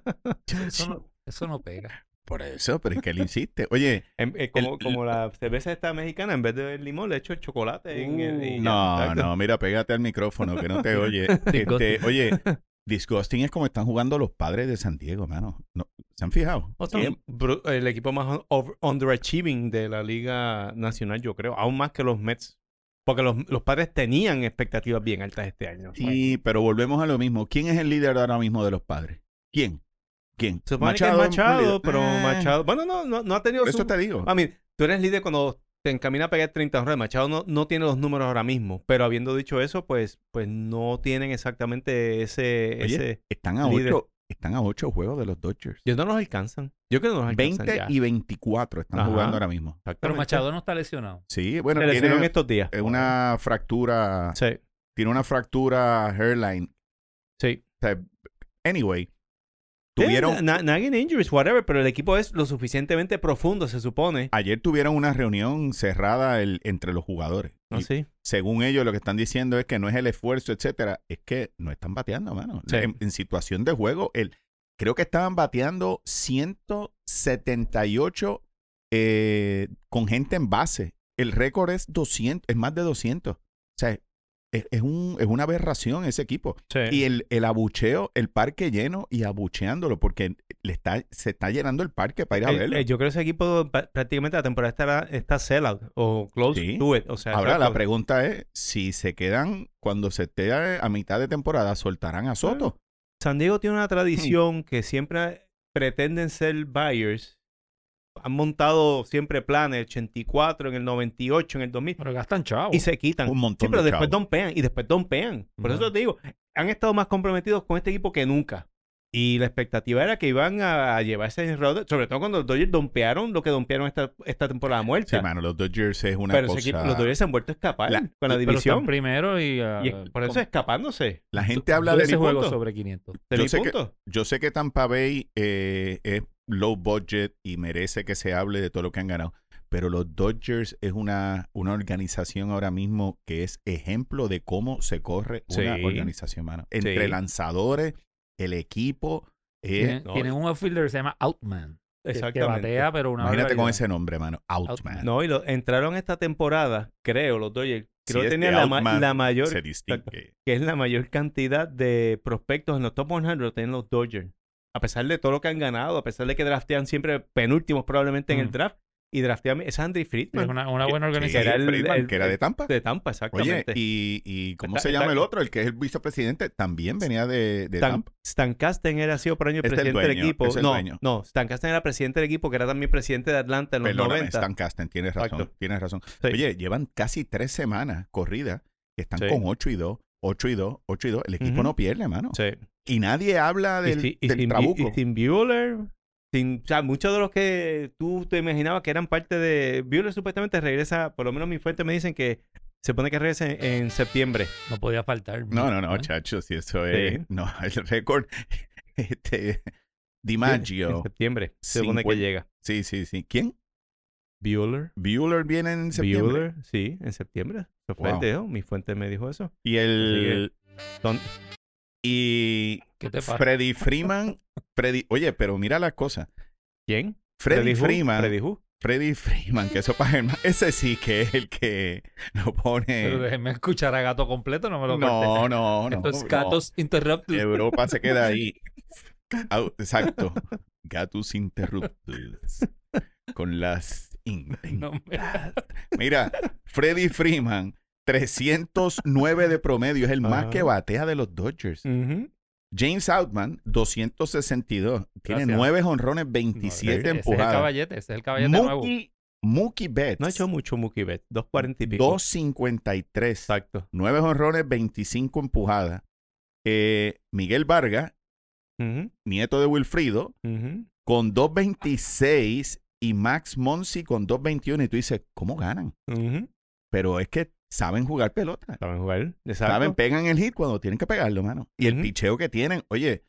[SPEAKER 3] Eso no, eso no pega.
[SPEAKER 2] Por eso, pero es que él insiste. Oye,
[SPEAKER 1] En- eh, como, como la cerveza esta mexicana, en vez de limón, le echo el chocolate. en el- y ya,
[SPEAKER 2] Uh, No,
[SPEAKER 1] exacto.
[SPEAKER 2] no, mira, pégate al micrófono que no
[SPEAKER 1] [laughs]
[SPEAKER 2] te oye. Este,
[SPEAKER 3] Disgusting.
[SPEAKER 2] oye, disgusting es como están jugando los padres de San Diego, mano. No, ¿Se han fijado?
[SPEAKER 1] Son bru- el equipo más un- over- underachieving de la Liga Nacional, yo creo. Aún más que los Mets. Porque los, los padres tenían expectativas bien altas este año.
[SPEAKER 2] Sí, pero volvemos a lo mismo. ¿Quién es el líder ahora mismo de los padres? ¿Quién? ¿Quién?
[SPEAKER 1] Se supone que es Machado, pero
[SPEAKER 2] Eh,
[SPEAKER 1] Machado. Bueno, no, no, no ha tenido.
[SPEAKER 2] por Eso
[SPEAKER 1] su-
[SPEAKER 2] te digo.
[SPEAKER 1] Ah, mira, tú eres líder cuando te encamina a pegar 30 horas. Machado no, no tiene los números ahora mismo. Pero habiendo dicho eso, pues, pues no tienen exactamente ese.
[SPEAKER 2] Oye,
[SPEAKER 1] ese...
[SPEAKER 2] Están a
[SPEAKER 1] líder.
[SPEAKER 2] ocho, están a ocho juegos de los Dodgers.
[SPEAKER 1] Ellos no nos alcanzan. Yo creo que no nos alcanzan.
[SPEAKER 2] 20
[SPEAKER 1] ya.
[SPEAKER 2] y 24 están
[SPEAKER 1] Ajá.
[SPEAKER 2] jugando ahora mismo.
[SPEAKER 3] Pero
[SPEAKER 1] Exactamente.
[SPEAKER 3] Machado no está lesionado.
[SPEAKER 2] Sí, bueno,
[SPEAKER 1] Se este lesionó en
[SPEAKER 2] tiene
[SPEAKER 1] estos días.
[SPEAKER 2] eh, una fractura,
[SPEAKER 1] Sí,
[SPEAKER 2] tiene una fractura hairline.
[SPEAKER 1] sí.
[SPEAKER 2] O sea, anyway, tuvieron
[SPEAKER 1] Eh, na- nagging injuries, whatever, pero el equipo es lo suficientemente profundo, se supone.
[SPEAKER 2] Ayer tuvieron una reunión cerrada el- entre los jugadores.
[SPEAKER 1] No
[SPEAKER 2] Y
[SPEAKER 1] Ah, sí.
[SPEAKER 2] Según ellos, lo que están diciendo es que no es el esfuerzo, etcétera, es que no están bateando, mano.
[SPEAKER 1] Sí.
[SPEAKER 2] En, en situación de juego, el, creo que estaban bateando 178 eh, con gente en base. El récord es 200, es más de 200. O sea, es, es un, es una aberración ese equipo. Y
[SPEAKER 1] eh,
[SPEAKER 2] el, el abucheo, el parque lleno y abucheándolo, porque le está, se está llenando el parque para ir a
[SPEAKER 1] El-
[SPEAKER 2] verlo.
[SPEAKER 1] eh, yo creo que ese equipo pa- prácticamente la temporada estará, está sellout o close
[SPEAKER 2] Sí.
[SPEAKER 1] to it. O sea,
[SPEAKER 2] Ahora
[SPEAKER 1] está-
[SPEAKER 2] la pregunta es si se quedan cuando se esté a, a mitad de temporada, soltarán a Soto.
[SPEAKER 1] San Diego tiene una
[SPEAKER 2] Mm.
[SPEAKER 1] tradición que siempre pretenden ser buyers. Han montado siempre planes, 84, en el 98, en el 2000,
[SPEAKER 3] Pero gastan chavo.
[SPEAKER 1] y se quitan.
[SPEAKER 2] Un montón
[SPEAKER 1] Sí, pero
[SPEAKER 2] de
[SPEAKER 1] después
[SPEAKER 2] chavos.
[SPEAKER 1] dompean y después dompean. Por
[SPEAKER 3] Ajá.
[SPEAKER 1] eso te digo, han estado más comprometidos con este equipo que nunca. Y la expectativa era que iban a, a llevarse el round, sobre todo cuando los Dodgers dompearon lo que dompearon esta, esta temporada muerta.
[SPEAKER 2] Sí, mano, los Dodgers es una
[SPEAKER 1] pero ese
[SPEAKER 2] cosa.
[SPEAKER 1] equipo- los Dodgers se han vuelto a escapar
[SPEAKER 2] La-
[SPEAKER 1] con la
[SPEAKER 3] Pero están
[SPEAKER 1] división.
[SPEAKER 3] primero y, ah,
[SPEAKER 1] Y es- por eso
[SPEAKER 3] con-
[SPEAKER 1] escapándose
[SPEAKER 2] La gente habla de
[SPEAKER 3] ese
[SPEAKER 2] mi
[SPEAKER 3] juego
[SPEAKER 2] punto.
[SPEAKER 3] sobre 500.
[SPEAKER 1] de
[SPEAKER 2] Yo
[SPEAKER 1] mi
[SPEAKER 2] sé que-
[SPEAKER 1] punto.
[SPEAKER 2] Yo sé que Tampa Bay eh, es low budget y merece que se hable de todo lo que han ganado. Pero los Dodgers es una, una organización ahora mismo que es ejemplo de cómo se corre una
[SPEAKER 1] Sí.
[SPEAKER 2] organización, mano. Entre
[SPEAKER 1] Sí.
[SPEAKER 2] lanzadores, el equipo. eh,
[SPEAKER 3] Tienen,
[SPEAKER 1] no.
[SPEAKER 3] tienen un outfielder que se llama Outman. que-
[SPEAKER 1] Exactamente.
[SPEAKER 3] Que batea, pero una
[SPEAKER 2] imagínate con
[SPEAKER 3] barbaridad.
[SPEAKER 2] ese nombre, mano. Outman.
[SPEAKER 1] No, y lo, entraron esta temporada, creo, los Dodgers, Creo que
[SPEAKER 2] este
[SPEAKER 1] tenía la, ma-
[SPEAKER 2] Outman
[SPEAKER 1] la mayor,
[SPEAKER 2] se distingue.
[SPEAKER 1] que es la mayor cantidad de prospectos en los top 100, lo tienen los Dodgers. A pesar de todo lo que han ganado, a pesar de que draftean siempre penúltimos probablemente en el
[SPEAKER 3] Mm.
[SPEAKER 1] draft, y draftean, es Andy
[SPEAKER 3] Es
[SPEAKER 1] Friedman
[SPEAKER 3] una, una
[SPEAKER 2] Que-
[SPEAKER 3] buena
[SPEAKER 2] sí,
[SPEAKER 1] será
[SPEAKER 3] organización.
[SPEAKER 1] el-
[SPEAKER 2] Friedman,
[SPEAKER 1] el-
[SPEAKER 2] que era de Tampa.
[SPEAKER 1] de Tampa,
[SPEAKER 2] Oye,
[SPEAKER 1] exactamente.
[SPEAKER 2] y, y ¿cómo
[SPEAKER 1] Está-
[SPEAKER 2] se llama
[SPEAKER 1] está-
[SPEAKER 2] el otro? El que es el vicepresidente también venía de, de
[SPEAKER 1] Stan,
[SPEAKER 2] Tampa.
[SPEAKER 1] Stan Kasten era sido por año el
[SPEAKER 2] Es el
[SPEAKER 1] presidente del
[SPEAKER 2] dueño,
[SPEAKER 1] equipo.
[SPEAKER 2] es el
[SPEAKER 1] no,
[SPEAKER 2] dueño.
[SPEAKER 1] no, Stan Kasten era presidente del equipo, que era también presidente de Atlanta en los
[SPEAKER 2] Perdóname,
[SPEAKER 1] 90.
[SPEAKER 2] Stan Kasten, tienes razón,
[SPEAKER 1] Exacto.
[SPEAKER 2] tienes razón.
[SPEAKER 1] Sí.
[SPEAKER 2] Oye, llevan casi tres semanas corridas que están
[SPEAKER 1] Sí.
[SPEAKER 2] con 8 y 2, 8 y 2, 8 y 2. El equipo
[SPEAKER 1] Ujú.
[SPEAKER 2] no pierde, mano.
[SPEAKER 1] Sí.
[SPEAKER 2] Y nadie habla
[SPEAKER 1] Y
[SPEAKER 2] del,
[SPEAKER 1] si- y
[SPEAKER 2] del
[SPEAKER 1] sin Bu-
[SPEAKER 2] trabuco.
[SPEAKER 1] y sin Bueller, sin- o sea, muchos de los que tú te imaginabas que eran parte de... Bueller supuestamente regresa, por lo menos mis fuentes me dicen que se pone que regresa en, en septiembre.
[SPEAKER 3] No podía faltar.
[SPEAKER 2] No, no, no,
[SPEAKER 3] ¿Eh?
[SPEAKER 2] chacho, si eso es...
[SPEAKER 1] ¿Ah? Sí.
[SPEAKER 2] No, [laughs] el récord... Este, DiMaggio.
[SPEAKER 1] En septiembre se supone que
[SPEAKER 2] Cincuenta.
[SPEAKER 1] llega. [laughs]
[SPEAKER 2] Sí, sí, sí. ¿Quién?
[SPEAKER 1] Bueller.
[SPEAKER 2] Bueller viene en septiembre.
[SPEAKER 1] Bueller, sí, en septiembre. Eso fue
[SPEAKER 2] Wow.
[SPEAKER 1] el dedo, mi fuente me dijo eso.
[SPEAKER 2] Y el...
[SPEAKER 1] Son-
[SPEAKER 2] Y
[SPEAKER 3] ¿Qué te pasa?
[SPEAKER 2] Freddy Freeman... Freddy, oye, pero mira las cosas.
[SPEAKER 1] ¿Quién?
[SPEAKER 2] Freddy,
[SPEAKER 1] Who,
[SPEAKER 2] Freeman...
[SPEAKER 1] Freddy Who.
[SPEAKER 2] Freddy Freeman, que eso para el... Ese sí que es el que lo
[SPEAKER 3] Pero
[SPEAKER 2] pone...
[SPEAKER 3] déjeme escuchar a gato completo, no me lo cortes.
[SPEAKER 2] No, no, no.
[SPEAKER 3] [laughs] Estos
[SPEAKER 2] no.
[SPEAKER 3] gatos interruptus.
[SPEAKER 2] Europa se queda
[SPEAKER 3] [laughs]
[SPEAKER 2] ahí. Au- Exacto. Gatus interruptus. Con las... in- in-
[SPEAKER 3] [laughs] No me-
[SPEAKER 2] Mira, Freddy Freeman, 309 de promedio, es el más
[SPEAKER 1] Ajá.
[SPEAKER 3] Ah.
[SPEAKER 2] que batea de los Dodgers.
[SPEAKER 3] Mm.
[SPEAKER 1] Ujú.
[SPEAKER 2] James Outman, 262. Tiene
[SPEAKER 3] Gracias.
[SPEAKER 2] 9 jonrones, 27
[SPEAKER 3] Ese es el
[SPEAKER 2] empujadas.
[SPEAKER 3] caballete, ese es el caballete nuevo.
[SPEAKER 2] Mookie, Mookie Betts,
[SPEAKER 1] No ha hecho mucho Mookie Bet. 2.40 y pico.
[SPEAKER 2] 253.
[SPEAKER 1] Exacto.
[SPEAKER 2] 9 jonrones, 25 empujadas. Eh, Miguel Vargas,
[SPEAKER 1] Ujú,
[SPEAKER 2] nieto de Wilfrido,
[SPEAKER 1] ujú.
[SPEAKER 2] con 226 y Max Monsi con 221. Y tú dices, ¿cómo ganan?
[SPEAKER 1] Ujú.
[SPEAKER 2] Pero es que saben jugar pelota.
[SPEAKER 1] Saben jugar. Exacto.
[SPEAKER 2] Saben, pegan el hit cuando tienen que pegarlo, mano. Y el
[SPEAKER 1] Ujú.
[SPEAKER 2] picheo que tienen, oye,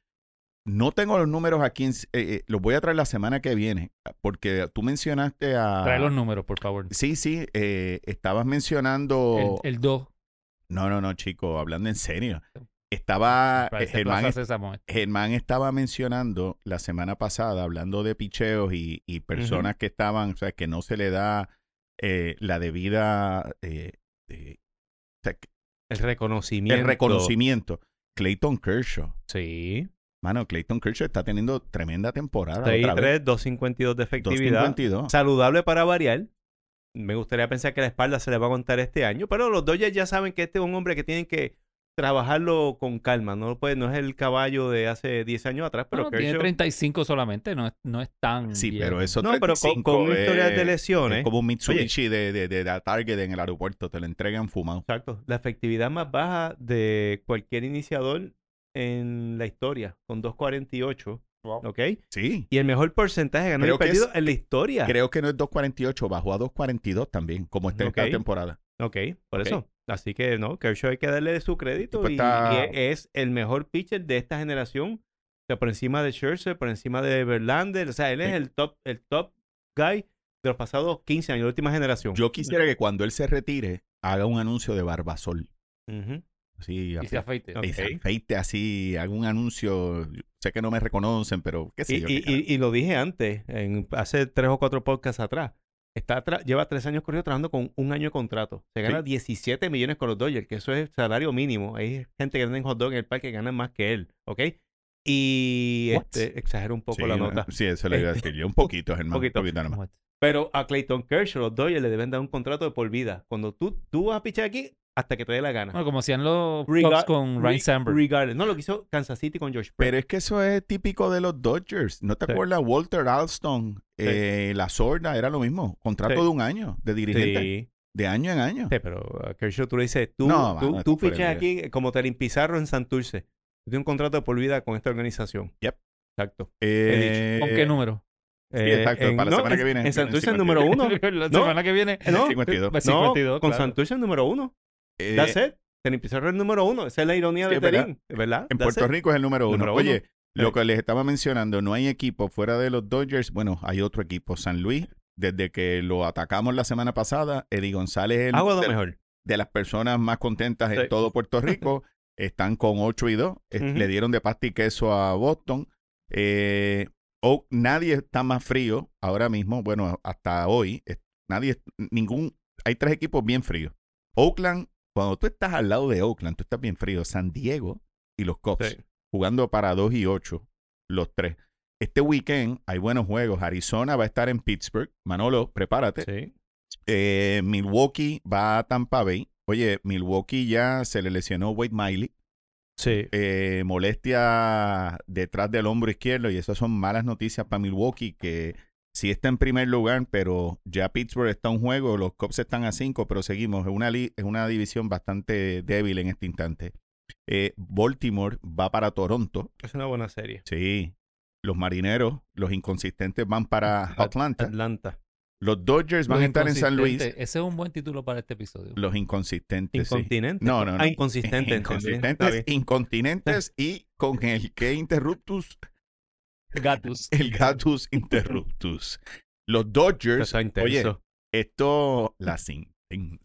[SPEAKER 2] no tengo los números aquí, en- eh, eh, los voy a traer la semana que viene, porque tú mencionaste a...
[SPEAKER 3] Trae los números, por favor.
[SPEAKER 2] Sí, sí, eh, estabas mencionando...
[SPEAKER 3] El 2.
[SPEAKER 2] No, no, no, chico, hablando en serio. Estaba... eh, Germán,
[SPEAKER 3] Este
[SPEAKER 2] Germán estaba mencionando la semana pasada, hablando de picheos y, y personas que estaban, o sea, que no se le da eh, la debida... eh, eh, o sea,
[SPEAKER 1] El reconocimiento.
[SPEAKER 2] el reconocimiento. Clayton Kershaw.
[SPEAKER 1] Sí.
[SPEAKER 2] Mano, Clayton Kershaw está teniendo tremenda temporada. otra vez.
[SPEAKER 1] 6-3, 2.52 de efectividad.
[SPEAKER 2] 2.52.
[SPEAKER 1] Saludable para variar. Me gustaría pensar que la espalda se le va a contar este año. Pero los Dodgers ya saben que este es un hombre que tienen que trabajarlo con calma. No, lo puede- no es el caballo de hace 10 años atrás, pero
[SPEAKER 3] Bueno, tiene
[SPEAKER 1] Kershaw-
[SPEAKER 3] 35 solamente, no es, no es tan.
[SPEAKER 2] Sí,
[SPEAKER 3] viejo.
[SPEAKER 2] pero eso
[SPEAKER 1] No, pero con,
[SPEAKER 2] 35
[SPEAKER 1] con historias
[SPEAKER 2] es-
[SPEAKER 1] de lesiones.
[SPEAKER 2] eh, Es como un Mitsubishi de, de, de la Target en el aeropuerto. Te lo entregan fumado.
[SPEAKER 1] Exacto. La efectividad más baja de cualquier iniciador en la historia, con 2.48. ¿Ok?
[SPEAKER 2] Sí.
[SPEAKER 1] Y el mejor porcentaje ganó
[SPEAKER 2] Creo
[SPEAKER 1] y
[SPEAKER 2] que
[SPEAKER 1] perdido
[SPEAKER 2] es-
[SPEAKER 1] en la historia.
[SPEAKER 2] Creo que no es 2.48, bajó a 2.42 también, como está en esta
[SPEAKER 1] Ok.
[SPEAKER 2] temporada.
[SPEAKER 1] Ok, por
[SPEAKER 2] Ok.
[SPEAKER 1] eso. Así que no, Kershaw hay que darle su crédito
[SPEAKER 2] tipo
[SPEAKER 1] y,
[SPEAKER 2] está-
[SPEAKER 1] y e- es el mejor pitcher de esta generación. O sea, por encima de Scherzer, por encima de Verlander. O sea, él es
[SPEAKER 2] Sí.
[SPEAKER 1] el top, el top guy de los pasados 15 años, la última generación.
[SPEAKER 2] Yo quisiera que cuando él se retire, haga un anuncio de Barbasol.
[SPEAKER 1] Ujú.
[SPEAKER 2] Así,
[SPEAKER 3] Y se afeite.
[SPEAKER 1] Ok.
[SPEAKER 2] y se afeite así, haga un anuncio. Yo Sé que no me reconocen, pero qué sé
[SPEAKER 1] Y,
[SPEAKER 2] yo.
[SPEAKER 1] y-
[SPEAKER 2] qué
[SPEAKER 1] y- y lo dije antes, en, hace tres o cuatro podcasts atrás. Está tra- lleva tres años corrido trabajando con un año de contrato. Se gana
[SPEAKER 2] Sí.
[SPEAKER 1] 17 millones con los Dodgers, que eso es salario mínimo. Hay gente que vende en hot dog en el parque que gana más que él, ¿ok? Y
[SPEAKER 2] What?
[SPEAKER 1] este, exagero un poco
[SPEAKER 2] Sí,
[SPEAKER 1] la
[SPEAKER 2] una-
[SPEAKER 1] nota. Eh,
[SPEAKER 2] Sí, eso le iba a decir yo. Un poquito, Germán. Un
[SPEAKER 1] Poquito.
[SPEAKER 2] poquito, nada más.
[SPEAKER 1] Pero a Clayton Kershaw, los Dodgers le deben dar un contrato de por vida. Cuando tú, tú vas a pichar aquí hasta que te dé la gana.
[SPEAKER 3] Bueno, como hacían los
[SPEAKER 1] Rega-
[SPEAKER 3] Cubs con Ryan
[SPEAKER 1] Re-
[SPEAKER 3] Sandberg.
[SPEAKER 1] regardless. No, lo que hizo Kansas City con George Brett.
[SPEAKER 2] Pero es que eso es típico de los Dodgers. ¿No te
[SPEAKER 1] Sí.
[SPEAKER 2] acuerdas? Walter Alston, eh, la sorda, era lo mismo. Contrato
[SPEAKER 1] Sí.
[SPEAKER 2] de un año, de dirigente,
[SPEAKER 1] Sí,
[SPEAKER 2] de año en año.
[SPEAKER 1] sí, pero a Kershaw tú le dices, tú, tú,
[SPEAKER 2] No, mano,
[SPEAKER 1] tú
[SPEAKER 2] esto fuera
[SPEAKER 1] pichas
[SPEAKER 2] de
[SPEAKER 1] aquí como Terín Pizarro en Santurce. Tú tienes un contrato de por vida con esta organización.
[SPEAKER 2] Yep.
[SPEAKER 1] Exacto. Eh,
[SPEAKER 2] Eh,
[SPEAKER 3] ¿Con qué número?
[SPEAKER 2] exacto, para la semana que viene,
[SPEAKER 1] En Santurce
[SPEAKER 2] viene
[SPEAKER 1] el
[SPEAKER 2] el
[SPEAKER 1] número
[SPEAKER 3] [laughs]
[SPEAKER 1] uno.
[SPEAKER 3] la
[SPEAKER 1] No.
[SPEAKER 3] semana que viene.
[SPEAKER 1] Eh, No,
[SPEAKER 2] 52.
[SPEAKER 3] Pues
[SPEAKER 1] no,
[SPEAKER 3] 52,
[SPEAKER 1] con
[SPEAKER 3] claro.
[SPEAKER 1] Santurce el número uno.
[SPEAKER 2] Eh,
[SPEAKER 1] That's it. Terín Pizarro es el número uno. Esa es la ironía
[SPEAKER 2] Sí,
[SPEAKER 1] de
[SPEAKER 2] es verdad.
[SPEAKER 1] Terín, ¿verdad?
[SPEAKER 2] en
[SPEAKER 1] That's
[SPEAKER 2] Puerto
[SPEAKER 1] it.
[SPEAKER 2] Rico es el número uno.
[SPEAKER 1] Número uno. Eh.
[SPEAKER 2] Oye, lo que les estaba mencionando, no hay equipo fuera de los Dodgers. Bueno, hay otro equipo, San Luis. Desde que lo atacamos la semana pasada, Eddie González es el-
[SPEAKER 1] Hago lo
[SPEAKER 2] de-
[SPEAKER 1] mejor.
[SPEAKER 2] de las personas más contentas en
[SPEAKER 1] Sí. [laughs]
[SPEAKER 2] todo Puerto Rico. Están con 8 y 2. Eh,
[SPEAKER 1] Ujú.
[SPEAKER 2] Le dieron de pasta y queso a Boston. Eh, Oak- nadie está más frío ahora mismo. Bueno, hasta hoy. eh, Nadie, ningún. Hay tres equipos bien fríos. Oakland, cuando tú estás al lado de Oakland, tú estás bien frío. San Diego y los Cubs
[SPEAKER 1] Sí.
[SPEAKER 2] jugando para 2 y 8, los tres. Este weekend hay buenos juegos. Arizona va a estar en Pittsburgh. Manolo, prepárate.
[SPEAKER 1] Sí.
[SPEAKER 2] Eh, Milwaukee va a Tampa Bay. Oye, Milwaukee ya se le lesionó Wade Miley.
[SPEAKER 1] Sí.
[SPEAKER 2] Eh, molestia detrás del hombro izquierdo y esas son malas noticias para Milwaukee que sí está en primer lugar, pero ya Pittsburgh está a un juego, los Cubs están a cinco, pero seguimos. Es una, li- es una división bastante débil en este instante. Eh, Baltimore va para Toronto.
[SPEAKER 1] Es una buena serie.
[SPEAKER 2] Sí. Los marineros, los inconsistentes van para Atlanta.
[SPEAKER 1] Atlanta.
[SPEAKER 2] Los Dodgers van
[SPEAKER 3] Los
[SPEAKER 2] a estar en San Luis.
[SPEAKER 3] inconsistentes. Ese es un buen título para
[SPEAKER 2] [laughs]
[SPEAKER 3] este episodio.
[SPEAKER 2] Los inconsistentes. sí.
[SPEAKER 1] Incontinente.
[SPEAKER 2] No, no, no.
[SPEAKER 1] Ah, inconsistente. entendí. Está
[SPEAKER 2] Inconsistentes,
[SPEAKER 1] bien.
[SPEAKER 2] incontinentes y con el que interruptus,
[SPEAKER 3] Gatus.
[SPEAKER 2] el gatus interruptus. Los Dodgers,
[SPEAKER 1] Está intenso.
[SPEAKER 2] esto, las intensas.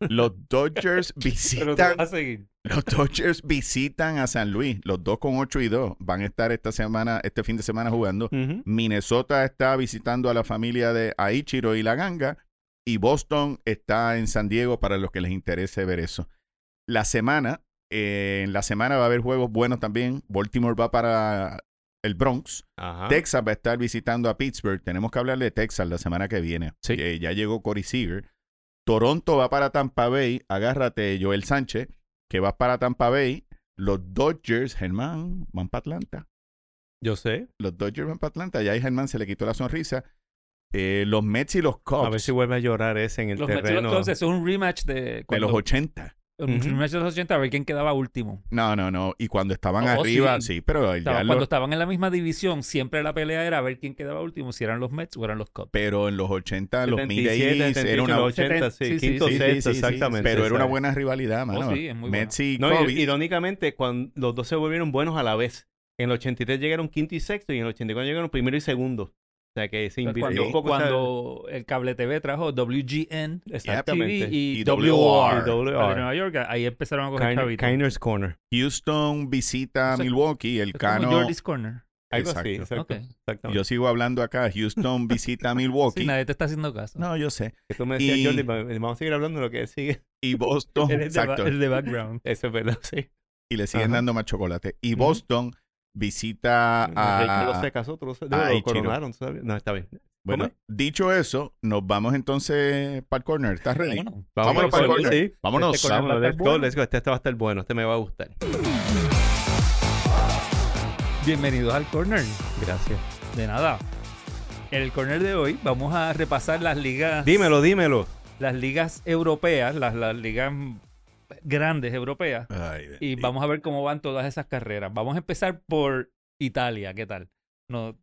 [SPEAKER 2] Los
[SPEAKER 1] [laughs]
[SPEAKER 2] Dodgers
[SPEAKER 3] Pero
[SPEAKER 2] visitan,
[SPEAKER 3] tú vas a seguir.
[SPEAKER 2] los Dodgers visitan a San Luis. Los dos con 8 y 2 van a estar esta semana, este fin de semana jugando.
[SPEAKER 1] Ujú.
[SPEAKER 2] Minnesota está visitando a la familia de Aichiro y la ganga. Y Boston está en San Diego para los que les interese ver eso. La semana, eh, en la semana va a haber juegos buenos también. Baltimore va para el Bronx.
[SPEAKER 1] Ajá.
[SPEAKER 2] Texas va a estar visitando a Pittsburgh. Tenemos que hablar de Texas la semana que viene.
[SPEAKER 1] Sí.
[SPEAKER 2] Eh, ya llegó Corey Seager. Toronto va para Tampa Bay. Agárrate, Joel Sánchez, que va para Tampa Bay. Los Dodgers, Germán, van para Atlanta
[SPEAKER 1] Yo sé.
[SPEAKER 2] los Dodgers van para Atlanta. Ya ahí Germán se le quitó la sonrisa. Eh, los Mets y los Cubs
[SPEAKER 1] A ver si vuelve a llorar ese en el
[SPEAKER 3] Los
[SPEAKER 1] terreno.
[SPEAKER 3] Mets es un rematch de.
[SPEAKER 2] de
[SPEAKER 3] cuando-
[SPEAKER 2] los 80.
[SPEAKER 1] Ujú.
[SPEAKER 3] Un rematch de los 80, a ver quién quedaba último.
[SPEAKER 2] No, no, no. Y cuando estaban
[SPEAKER 3] Oh,
[SPEAKER 2] arriba, sí,
[SPEAKER 3] sí.
[SPEAKER 2] pero
[SPEAKER 3] Estaba-
[SPEAKER 2] ya los-
[SPEAKER 3] Cuando estaban en la misma división, siempre la pelea era a ver quién quedaba último, si eran los Mets o eran los Cubs.
[SPEAKER 2] pero en los 80, los
[SPEAKER 1] 77,
[SPEAKER 2] Mid-Days, era
[SPEAKER 1] 78,
[SPEAKER 2] una...
[SPEAKER 1] los 80, sí,
[SPEAKER 3] Sí, sí,
[SPEAKER 1] quinto,
[SPEAKER 2] Sí, sí,
[SPEAKER 1] sexto,
[SPEAKER 2] sí, sí,
[SPEAKER 1] exactamente.
[SPEAKER 2] Pero era una
[SPEAKER 1] ¿sabes?
[SPEAKER 2] buena rivalidad, mano.
[SPEAKER 3] Oh, sí, es muy
[SPEAKER 2] Mets y
[SPEAKER 1] No, y-
[SPEAKER 2] Cubs.
[SPEAKER 1] irónicamente, cuando los dos se volvieron buenos a la vez. En el 83 llegaron quinto y sexto y en el 84 llegaron primero y segundo. O sea que se
[SPEAKER 3] Entonces,
[SPEAKER 1] invirtió
[SPEAKER 3] cuando,
[SPEAKER 1] un poco esa-
[SPEAKER 3] cuando el cable TV trajo WGN
[SPEAKER 1] Exactamente.
[SPEAKER 3] TV y,
[SPEAKER 2] Y
[SPEAKER 3] WR,
[SPEAKER 2] WR.
[SPEAKER 3] la de Nueva York, ahí empezaron a coger
[SPEAKER 1] Kiner-
[SPEAKER 3] chavitos.
[SPEAKER 1] Kiner's Corner.
[SPEAKER 2] Houston visita a
[SPEAKER 3] O sea,
[SPEAKER 2] Milwaukee, el
[SPEAKER 3] Es como
[SPEAKER 2] Cano...
[SPEAKER 3] Jordy's Corner.
[SPEAKER 1] Algo así,
[SPEAKER 2] Exacto.
[SPEAKER 1] exacto.
[SPEAKER 3] Ok.
[SPEAKER 1] exactamente.
[SPEAKER 2] Yo sigo hablando acá. Houston visita a
[SPEAKER 3] Sí,
[SPEAKER 2] Milwaukee.
[SPEAKER 3] nadie te está haciendo caso. [laughs]
[SPEAKER 2] No, yo sé.
[SPEAKER 1] Que tú me decías,
[SPEAKER 2] Y-
[SPEAKER 1] Jordi, va- vamos a seguir hablando de lo que sigue. [laughs]
[SPEAKER 2] Y Boston...
[SPEAKER 3] Él [laughs] es de,
[SPEAKER 2] Exacto.
[SPEAKER 3] ba- es de background.
[SPEAKER 1] Eso es verdad, sí.
[SPEAKER 2] Y le siguen
[SPEAKER 1] Ajá.
[SPEAKER 2] dando más chocolate. Y
[SPEAKER 1] Ujú.
[SPEAKER 2] Boston
[SPEAKER 1] Ah,
[SPEAKER 2] visita a...
[SPEAKER 1] Los se casó, otro se- digo,
[SPEAKER 2] Ay,
[SPEAKER 1] lo
[SPEAKER 2] Chiro.
[SPEAKER 1] coronaron, ¿sabes? No, está bien.
[SPEAKER 2] Bueno,
[SPEAKER 1] ¿Cómo?
[SPEAKER 2] dicho eso, nos vamos entonces para el corner. ¿Estás ready?
[SPEAKER 3] Bueno,
[SPEAKER 2] Vámonos para el
[SPEAKER 1] Jordi,
[SPEAKER 2] corner.
[SPEAKER 1] sí.
[SPEAKER 2] Vámonos.
[SPEAKER 3] Este corner
[SPEAKER 1] Vámonos,
[SPEAKER 3] va a estar
[SPEAKER 1] let's go,
[SPEAKER 3] bueno.
[SPEAKER 1] let's go. Este este va a estar bueno, este me va a gustar.
[SPEAKER 3] Bienvenidos al corner.
[SPEAKER 1] Gracias.
[SPEAKER 3] De nada. En el corner de hoy vamos a repasar las ligas.
[SPEAKER 1] Dímelo, dímelo.
[SPEAKER 3] Las ligas europeas, las, las ligas grandes europeas.
[SPEAKER 2] Ay,
[SPEAKER 3] Y
[SPEAKER 2] bendito.
[SPEAKER 3] vamos a ver cómo van todas esas carreras. Vamos a empezar por Italia, ¿qué tal? No,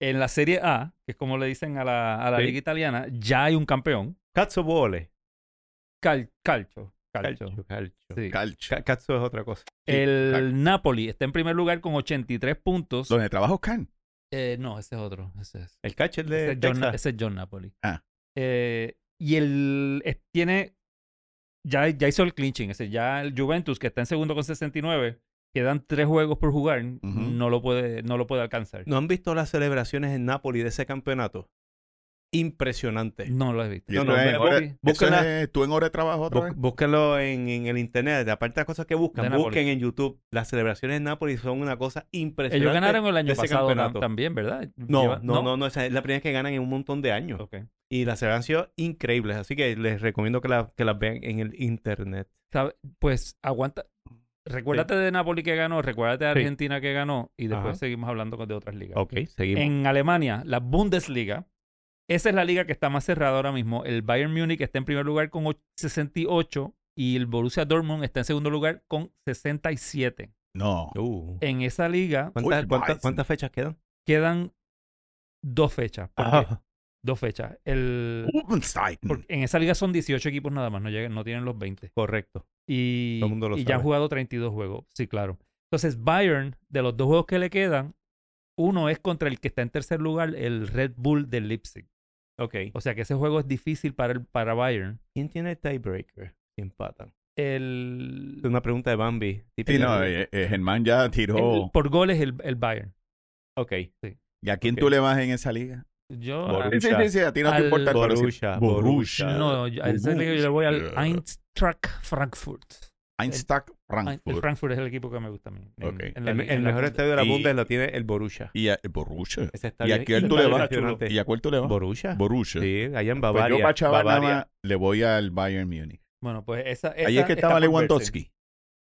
[SPEAKER 3] en la Serie A, que es como le dicen a la, a la
[SPEAKER 1] Sí.
[SPEAKER 3] liga italiana, ya hay un campeón.
[SPEAKER 1] Cazzo vole.
[SPEAKER 3] Cal- calcio. Calcio.
[SPEAKER 1] Calcio, calcio.
[SPEAKER 3] sí.
[SPEAKER 2] Calcho.
[SPEAKER 1] Ca- Cazzo es otra cosa.
[SPEAKER 3] El
[SPEAKER 2] calcio.
[SPEAKER 3] Napoli está en primer lugar con 83 puntos.
[SPEAKER 2] Donde trabajo Can.
[SPEAKER 3] Eh, no, ese es otro. Ese es,
[SPEAKER 1] El catch es
[SPEAKER 3] ese
[SPEAKER 1] de
[SPEAKER 3] es John, Na-
[SPEAKER 1] Texas.
[SPEAKER 3] ese es John Napoli.
[SPEAKER 2] Ah.
[SPEAKER 3] Eh, y el es- tiene. Ya, ya hizo el clinching. Ese, ya el Juventus, que está en segundo con 69, quedan tres juegos por jugar. no, lo puede, no lo puede alcanzar.
[SPEAKER 1] ¿No han visto las celebraciones en Nápoles de ese campeonato? Impresionante.
[SPEAKER 3] No lo he visto.
[SPEAKER 2] Yo
[SPEAKER 1] No, no,
[SPEAKER 2] estoy en
[SPEAKER 1] no,
[SPEAKER 2] hora-
[SPEAKER 1] Bobby,
[SPEAKER 2] eso
[SPEAKER 1] búscala.
[SPEAKER 2] es tú en hora de trabajo otra
[SPEAKER 1] Bú-
[SPEAKER 2] vez.
[SPEAKER 1] búsquenlo en, en el internet. Aparte de las cosas que
[SPEAKER 3] De
[SPEAKER 1] buscan,
[SPEAKER 3] Nápoles.
[SPEAKER 1] busquen en YouTube. Las celebraciones en Nápoles son una cosa impresionante.
[SPEAKER 3] Ellos ganaron el año
[SPEAKER 1] ese
[SPEAKER 3] pasado tam-
[SPEAKER 1] campeonato.
[SPEAKER 3] también, ¿verdad?
[SPEAKER 1] No,
[SPEAKER 3] Lleva-
[SPEAKER 1] no, no, no, esa es la primera vez que ganan en un montón de años.
[SPEAKER 3] Ok.
[SPEAKER 1] Y las celebraciones han sido increíbles, así que les recomiendo que, la- que las vean en el internet.
[SPEAKER 3] ¿Sabe? Pues aguanta. Recuérdate de Napoli que ganó, recuérdate de
[SPEAKER 1] Sí.
[SPEAKER 3] Argentina que ganó y después
[SPEAKER 1] Ajá.
[SPEAKER 3] seguimos hablando con- de otras ligas.
[SPEAKER 1] Ok, seguimos.
[SPEAKER 3] En Alemania, la Bundesliga. Esa es la liga que está más cerrada ahora mismo. El Bayern Múnich está en primer lugar con och- 68 y el Borussia Dortmund está en segundo lugar con 67.
[SPEAKER 2] No.
[SPEAKER 1] Uh.
[SPEAKER 3] En esa liga
[SPEAKER 1] ¿Cuántas,
[SPEAKER 2] Uy,
[SPEAKER 1] cuántas-
[SPEAKER 2] Bison.
[SPEAKER 1] cuántas fechas quedan?
[SPEAKER 3] quedan dos fechas. porque-
[SPEAKER 1] Ajá. Mm.
[SPEAKER 3] Dos fechas. El,
[SPEAKER 2] Uppenstein.
[SPEAKER 3] Porque en esa liga son 18 equipos nada más, no, llegan, no tienen los 20.
[SPEAKER 1] Correcto.
[SPEAKER 3] Y,
[SPEAKER 1] Todo el mundo lo
[SPEAKER 3] y ya han
[SPEAKER 1] sabe.
[SPEAKER 3] jugado 32 juegos, sí, claro. Entonces, Bayern, de los dos juegos que le quedan, uno es contra el que está en tercer lugar, el Red Bull de Leipzig.
[SPEAKER 1] Ok.
[SPEAKER 3] O sea que ese juego es difícil para, el, para Bayern.
[SPEAKER 1] ¿Quién tiene el tiebreaker? Si empatan.
[SPEAKER 3] El,
[SPEAKER 1] Es una pregunta de Bambi.
[SPEAKER 2] Sí, no, eh, eh, Germán ya
[SPEAKER 3] el-
[SPEAKER 2] tiró.
[SPEAKER 3] por goles, el, el Bayern.
[SPEAKER 1] Ok.
[SPEAKER 2] ¿Y a quién
[SPEAKER 1] ok.
[SPEAKER 2] tú le vas en esa liga?
[SPEAKER 3] Yo. ah,
[SPEAKER 2] Borussia.
[SPEAKER 3] a-
[SPEAKER 2] Ah, Sí, sí, sí, a ti no te
[SPEAKER 3] Al-
[SPEAKER 2] importa el
[SPEAKER 1] Borussia,
[SPEAKER 2] parecido.
[SPEAKER 1] Borussia.
[SPEAKER 3] No, yo, a ese equipo yo le voy al Eintracht Frankfurt.
[SPEAKER 2] Eintrack
[SPEAKER 3] Ein- El
[SPEAKER 2] Frankfurt.
[SPEAKER 3] Frankfurt es el equipo que me gusta a mí. en-
[SPEAKER 2] Ok.
[SPEAKER 3] en la
[SPEAKER 1] El,
[SPEAKER 3] liga-
[SPEAKER 1] el
[SPEAKER 3] en la
[SPEAKER 1] mejor
[SPEAKER 3] punta.
[SPEAKER 1] estadio de la
[SPEAKER 2] Y-
[SPEAKER 1] Bundesliga lo tiene el Borussia.
[SPEAKER 2] Y a, eh, Borussia.
[SPEAKER 1] Ese
[SPEAKER 2] ¿Y
[SPEAKER 1] estadio
[SPEAKER 2] a quién
[SPEAKER 1] es
[SPEAKER 2] tú le vas?
[SPEAKER 1] impresionante.
[SPEAKER 2] ¿Y a cuál tú le vas?
[SPEAKER 1] Borussia.
[SPEAKER 2] Borussia.
[SPEAKER 1] Sí, allá en
[SPEAKER 2] Pues
[SPEAKER 1] Bavaria.
[SPEAKER 2] yo para Chaval nada
[SPEAKER 1] Bavaria.
[SPEAKER 2] más le voy al Bayern Múnich.
[SPEAKER 3] Bueno, pues esa.
[SPEAKER 2] Ahí
[SPEAKER 3] esa
[SPEAKER 2] es que
[SPEAKER 3] está
[SPEAKER 2] estaba
[SPEAKER 3] por verse.
[SPEAKER 2] Lewandowski.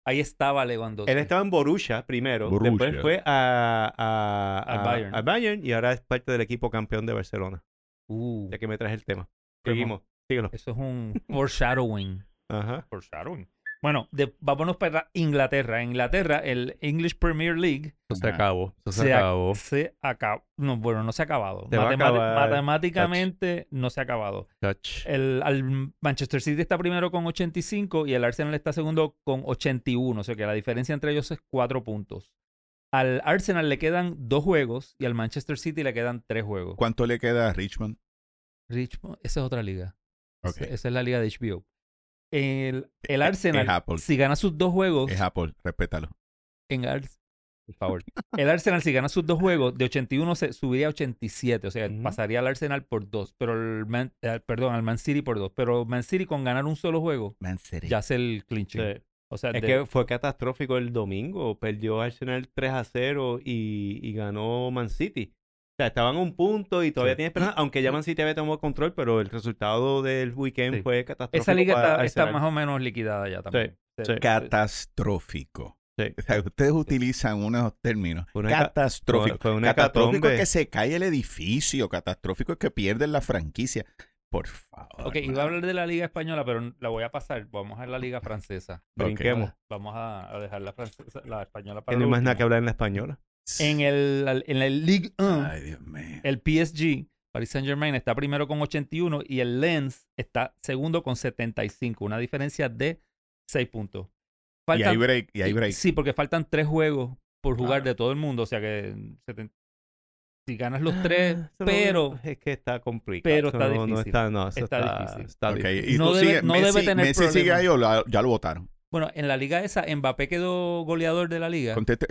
[SPEAKER 3] Ahí estaba Lewandowski.
[SPEAKER 1] Él estaba en Borussia primero,
[SPEAKER 2] Borussia.
[SPEAKER 1] después fue a, a-
[SPEAKER 3] Al
[SPEAKER 1] a-
[SPEAKER 3] Bayern.
[SPEAKER 1] al Bayern y ahora es parte del equipo campeón de Barcelona.
[SPEAKER 3] Uh,
[SPEAKER 1] Ya que me traes el tema.
[SPEAKER 3] Qué
[SPEAKER 1] Seguimos, síguelo.
[SPEAKER 3] eso
[SPEAKER 1] [laughs]
[SPEAKER 3] es un foreshadowing.
[SPEAKER 1] Ajá.
[SPEAKER 3] foreshadowing. Bueno, de- vámonos para Inglaterra. En Inglaterra, el English Premier League
[SPEAKER 2] se
[SPEAKER 1] se
[SPEAKER 2] Ajá.
[SPEAKER 1] acabó.
[SPEAKER 3] se,
[SPEAKER 1] se,
[SPEAKER 3] ac-
[SPEAKER 1] acabó.
[SPEAKER 3] se acabó. No, bueno, no se ha acabado.
[SPEAKER 1] Se va a
[SPEAKER 3] Matema-
[SPEAKER 1] acabar,
[SPEAKER 3] Matemáticamente no se ha acabado. El al Manchester City está primero con 85 y el Arsenal está segundo con 81. O sea que la diferencia entre ellos es 4 puntos. Al Arsenal le quedan dos juegos y al Manchester City le quedan tres juegos.
[SPEAKER 2] ¿Cuánto le queda a Richmond?
[SPEAKER 3] Richmond, esa es otra liga.
[SPEAKER 2] Ok.
[SPEAKER 3] Esa- Esa es la liga de HBO.
[SPEAKER 1] Eh,
[SPEAKER 3] El, el
[SPEAKER 2] Es-
[SPEAKER 3] Arsenal,
[SPEAKER 2] es Apple.
[SPEAKER 3] si gana sus dos juegos,
[SPEAKER 2] Es Apple, respétalo.
[SPEAKER 3] en Ars- por favor. El Arsenal, si gana sus dos juegos, de 81 se subiría a 87. O sea,
[SPEAKER 1] Ujú.
[SPEAKER 3] pasaría al Arsenal por dos. Pero el Man- eh, perdón, al Man City por dos. Pero Man City con ganar un solo juego
[SPEAKER 2] Man City.
[SPEAKER 3] ya hace el clinching. O sea,
[SPEAKER 1] Es
[SPEAKER 3] de-
[SPEAKER 1] que fue catastrófico el domingo. Perdió Arsenal 3 a 0 y, y ganó Man City. O sea, estaban a un punto y todavía
[SPEAKER 2] Sí.
[SPEAKER 1] tiene esperanza, aunque ya Man City había tomado control, pero el resultado del weekend
[SPEAKER 3] Sí.
[SPEAKER 1] fue catastrófico.
[SPEAKER 3] esa liga
[SPEAKER 1] para
[SPEAKER 3] está, está
[SPEAKER 1] Arsenal.
[SPEAKER 3] más o menos liquidada ya también.
[SPEAKER 1] sí.
[SPEAKER 2] Catastrófico.
[SPEAKER 1] Sí.
[SPEAKER 2] O sea, ustedes utilizan unos términos.
[SPEAKER 1] Una ca-
[SPEAKER 2] catastrófico.
[SPEAKER 1] fue una
[SPEAKER 2] catastrófico
[SPEAKER 1] hecatombe.
[SPEAKER 2] es que se cae el edificio. Catastrófico es que pierden la franquicia. Por favor.
[SPEAKER 3] Ok, iba a hablar de la liga española, pero la voy a pasar. Vamos a la liga francesa.
[SPEAKER 1] Brinquemos.
[SPEAKER 3] Vamos a, a dejar la francesa, la española
[SPEAKER 1] Que
[SPEAKER 3] para
[SPEAKER 1] no
[SPEAKER 3] lo
[SPEAKER 1] hay más nada que
[SPEAKER 3] último.
[SPEAKER 1] hablar en la española.
[SPEAKER 3] En el, Eh, al- en la Ligue 1,
[SPEAKER 2] Ay, Dios mío.
[SPEAKER 3] el PSG, Paris Saint Germain, está primero con 81 y el Lens está segundo con 75, una diferencia de 6 puntos.
[SPEAKER 2] y
[SPEAKER 3] Faltan-
[SPEAKER 2] hay break. Y hay break.
[SPEAKER 3] Sí, porque faltan 3 juegos por jugar
[SPEAKER 2] Ah.
[SPEAKER 3] de todo el mundo, o sea que seten- si ganas los 3,
[SPEAKER 1] Ah, eso no-
[SPEAKER 3] pero
[SPEAKER 1] es que está complicado.
[SPEAKER 3] pero
[SPEAKER 1] Eso
[SPEAKER 3] está
[SPEAKER 1] no- no
[SPEAKER 3] difícil.
[SPEAKER 1] está, no, eso
[SPEAKER 3] Está
[SPEAKER 1] está-
[SPEAKER 3] difícil.
[SPEAKER 1] está
[SPEAKER 2] Ok,
[SPEAKER 1] difícil.
[SPEAKER 2] y
[SPEAKER 3] No
[SPEAKER 2] tú
[SPEAKER 3] debe-
[SPEAKER 2] sigues-
[SPEAKER 3] no debe
[SPEAKER 2] Messi,
[SPEAKER 3] tener
[SPEAKER 2] Messi sigue
[SPEAKER 3] problema.
[SPEAKER 2] ahí o la- ya lo votaron.
[SPEAKER 3] bueno, en la liga esa Mbappé quedó goleador de la liga.
[SPEAKER 2] Conteste,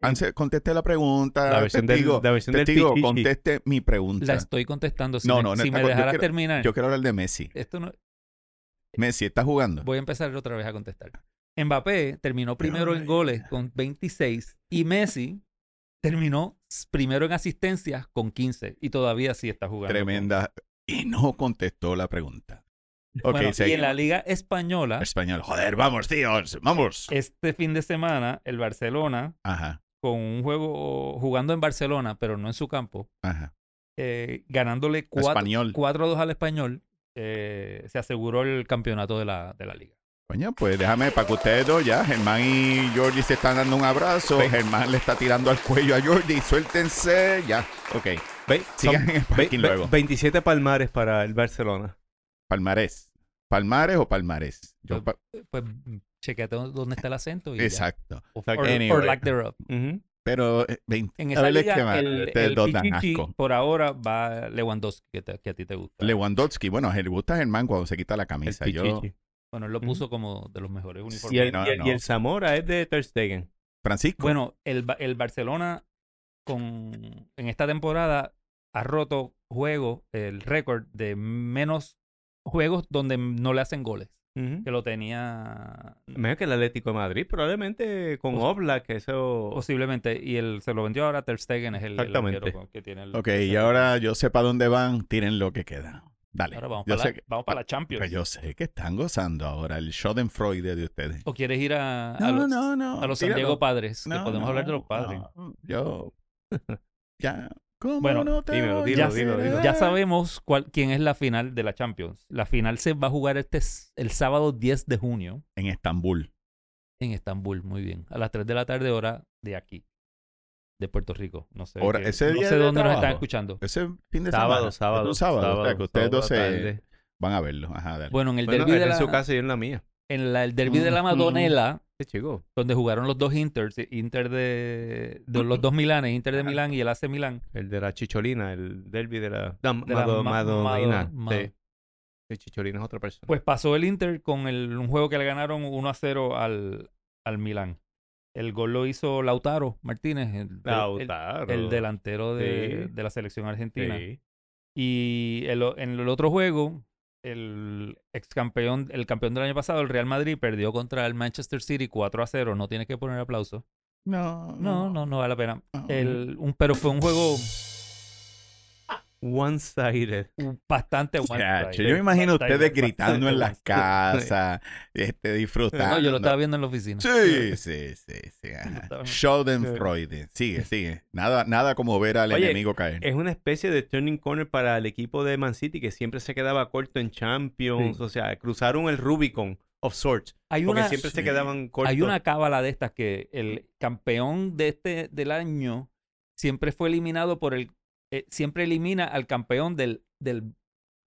[SPEAKER 2] Anse- conteste la pregunta.
[SPEAKER 1] La versión del-
[SPEAKER 2] Ah, testigo,
[SPEAKER 1] la versión del
[SPEAKER 2] testigo,
[SPEAKER 1] pichichi.
[SPEAKER 2] conteste mi pregunta.
[SPEAKER 3] La estoy contestando. Si
[SPEAKER 2] No,
[SPEAKER 3] me,
[SPEAKER 2] no, no
[SPEAKER 3] si
[SPEAKER 2] está
[SPEAKER 3] me
[SPEAKER 2] con- yo
[SPEAKER 3] dejaras
[SPEAKER 2] quiero-
[SPEAKER 3] terminar,
[SPEAKER 2] Yo quiero hablar de Messi.
[SPEAKER 3] esto no,
[SPEAKER 2] Messi está jugando.
[SPEAKER 3] Voy a empezar otra vez a contestar. Mbappé terminó
[SPEAKER 2] Pero,
[SPEAKER 3] primero en
[SPEAKER 2] ay.
[SPEAKER 3] goles con 26 y Messi terminó s- primero en asistencias con 15 y todavía sí está jugando.
[SPEAKER 2] Tremenda. Y no contestó la pregunta.
[SPEAKER 3] Con-
[SPEAKER 2] Ok,
[SPEAKER 3] Bueno, y en
[SPEAKER 2] seguimos.
[SPEAKER 3] la Liga Española,
[SPEAKER 2] [laughs] Español. Joder, vamos, tíos, vamos.
[SPEAKER 3] este fin de semana, el Barcelona,
[SPEAKER 2] Ajá,
[SPEAKER 3] con un juego jugando en Barcelona, pero no en su campo,
[SPEAKER 2] ajá.
[SPEAKER 3] eh, ganándole cuatro-
[SPEAKER 2] Español.
[SPEAKER 3] 4-2 al español, eh, se aseguró el campeonato de la, de la liga.
[SPEAKER 2] Coño, pues déjame para que ustedes dos ya. Germán y Jordi se están dando un abrazo. Germán le está tirando al cuello a Jordi. Suéltense. Ya. Ok.
[SPEAKER 1] Ve-
[SPEAKER 2] Sigan
[SPEAKER 1] son
[SPEAKER 2] en el
[SPEAKER 1] ve-
[SPEAKER 2] parking
[SPEAKER 1] ve-
[SPEAKER 2] luego.
[SPEAKER 1] 27 palmares para el Barcelona.
[SPEAKER 2] Palmarés. ¿Palmares o palmarés? Yo pa-
[SPEAKER 3] Pues mm, chequeate dónde está el acento. Y ya.
[SPEAKER 2] Exacto.
[SPEAKER 3] Or-
[SPEAKER 1] Exacto.
[SPEAKER 2] Anyway.
[SPEAKER 3] or lack thereof.
[SPEAKER 1] Ujú.
[SPEAKER 2] Pero eh, 20.
[SPEAKER 3] En
[SPEAKER 2] a
[SPEAKER 3] esa
[SPEAKER 2] ver, es
[SPEAKER 3] liga,
[SPEAKER 2] que, mano,
[SPEAKER 3] el,
[SPEAKER 2] ustedes
[SPEAKER 3] el
[SPEAKER 2] dos dan
[SPEAKER 3] Pichichi,
[SPEAKER 2] asco.
[SPEAKER 3] por ahora va Lewandowski, que, te- que a ti te gusta.
[SPEAKER 2] Lewandowski, bueno, le gusta Germán cuando se quita la
[SPEAKER 1] El
[SPEAKER 2] camisa. Yo,
[SPEAKER 1] Pichichi.
[SPEAKER 3] bueno, él lo
[SPEAKER 1] Ujú.
[SPEAKER 3] puso como de los mejores uniformes.
[SPEAKER 1] Y el,
[SPEAKER 2] no,
[SPEAKER 1] y el-
[SPEAKER 2] no.
[SPEAKER 1] y el Zamora es de Ter Stegen.
[SPEAKER 2] Francisco.
[SPEAKER 3] Bueno, el, Ba- el Barcelona con, en esta temporada ha roto juego, el récord de menos juegos donde no le hacen goles,
[SPEAKER 1] Ujú.
[SPEAKER 3] que lo tenía
[SPEAKER 1] Mejor que el Atlético de Madrid, probablemente con
[SPEAKER 3] Pos-
[SPEAKER 1] Oblak, eso...
[SPEAKER 3] posiblemente, y él se lo vendió ahora a Ter Stegen, es el, el
[SPEAKER 1] Exactamente.
[SPEAKER 3] arquero con- que tiene el...
[SPEAKER 2] Ok, y ahora yo sé para dónde van, tiren lo que queda. Dale.
[SPEAKER 3] Ahora vamos
[SPEAKER 2] yo,
[SPEAKER 3] para,
[SPEAKER 2] sé
[SPEAKER 3] la, vamos para
[SPEAKER 2] que,
[SPEAKER 3] la
[SPEAKER 2] pues
[SPEAKER 3] Champions.
[SPEAKER 2] yo sé que están gozando ahora el Schadenfreude de ustedes.
[SPEAKER 3] ¿O quieres ir a, a los,
[SPEAKER 2] no.
[SPEAKER 3] a los San
[SPEAKER 2] tíralo.
[SPEAKER 3] Diego Padres? que
[SPEAKER 2] No,
[SPEAKER 3] podemos
[SPEAKER 2] no,
[SPEAKER 3] hablar de los Padres.
[SPEAKER 2] no,
[SPEAKER 3] [laughs]
[SPEAKER 2] yo. ya. ¿Cómo
[SPEAKER 3] Bueno,
[SPEAKER 2] no te
[SPEAKER 1] dímelo,
[SPEAKER 2] voy
[SPEAKER 1] dilo,
[SPEAKER 2] a
[SPEAKER 1] dilo, dilo.
[SPEAKER 2] querer?
[SPEAKER 3] Ya sabemos cuál, quién es la final de la Champions. La final se va a jugar este s- el sábado 10 de junio
[SPEAKER 2] En Estambul.
[SPEAKER 3] en Estambul, muy bien, a las 3 de la tarde hora de aquí, de Puerto Rico. No sé,
[SPEAKER 2] Hora-
[SPEAKER 3] qué-
[SPEAKER 2] ese
[SPEAKER 3] no
[SPEAKER 2] día
[SPEAKER 3] sé
[SPEAKER 2] de
[SPEAKER 3] dónde nos
[SPEAKER 2] trabajo.
[SPEAKER 3] están escuchando.
[SPEAKER 2] Ese fin de
[SPEAKER 1] Sábado,
[SPEAKER 2] semana.
[SPEAKER 1] sábado.
[SPEAKER 2] Un sábado. o sea,
[SPEAKER 1] sábado,
[SPEAKER 2] que ustedes
[SPEAKER 1] sábado
[SPEAKER 2] dos se-
[SPEAKER 1] tarde.
[SPEAKER 2] van a verlo. Ajá, dale.
[SPEAKER 3] Bueno, en el
[SPEAKER 1] Bueno,
[SPEAKER 3] derby
[SPEAKER 1] él
[SPEAKER 3] de
[SPEAKER 1] en
[SPEAKER 3] la,
[SPEAKER 1] su casa y yo en la mía.
[SPEAKER 3] en la- el derby de la
[SPEAKER 2] Mm,
[SPEAKER 3] Madonela,
[SPEAKER 1] Sí, chico.
[SPEAKER 3] donde jugaron los dos Inters, Inter de, de los dos Milanes, Inter de
[SPEAKER 2] Ajá.
[SPEAKER 3] Milán y el AC Milán.
[SPEAKER 1] El de la chicholina, el derby de la... No,
[SPEAKER 3] De la
[SPEAKER 1] Mado-
[SPEAKER 3] Ma-
[SPEAKER 1] Madonina.
[SPEAKER 3] Mado-
[SPEAKER 1] Sí. Sí, chicholina es otra persona.
[SPEAKER 3] Pues pasó el Inter con el, un juego que le ganaron 1 a 0 al, al Milán. El gol lo hizo Lautaro Martínez, el, el- el-
[SPEAKER 1] Lautaro.
[SPEAKER 3] el delantero de,
[SPEAKER 1] Sí.
[SPEAKER 3] de la selección argentina.
[SPEAKER 1] Sí.
[SPEAKER 3] Y el o- en el otro juego, el ex campeón, el campeón del año pasado, el Real Madrid, perdió contra el Manchester City 4 a 0. No tienes que poner aplauso.
[SPEAKER 2] No,
[SPEAKER 3] No, no, no vale la pena.
[SPEAKER 2] Ah,
[SPEAKER 3] El, un, pero fue un juego
[SPEAKER 1] One-sided.
[SPEAKER 3] bastante bueno.
[SPEAKER 2] Chacho, yo me imagino ustedes gritando en
[SPEAKER 3] [laughs]
[SPEAKER 2] las casas, este, disfrutando.
[SPEAKER 3] No, yo lo estaba viendo en la oficina.
[SPEAKER 2] Sí, Eh, sí, sí, sí. ajá.
[SPEAKER 3] Estaba-
[SPEAKER 2] Schadenfreude. Sigue, sigue. Nada, nada como ver al
[SPEAKER 1] Oye,
[SPEAKER 2] enemigo caer.
[SPEAKER 1] Es una especie de turning corner para el equipo de Man City que siempre se quedaba corto en Champions. O sea, cruzaron el Rubicon of sorts.
[SPEAKER 3] Hay
[SPEAKER 1] Porque
[SPEAKER 3] una,
[SPEAKER 1] siempre se
[SPEAKER 2] Sí.
[SPEAKER 1] quedaban cortos.
[SPEAKER 3] hay una cábala de estas que el campeón de este del año siempre fue eliminado por el eh, siempre elimina al campeón del, del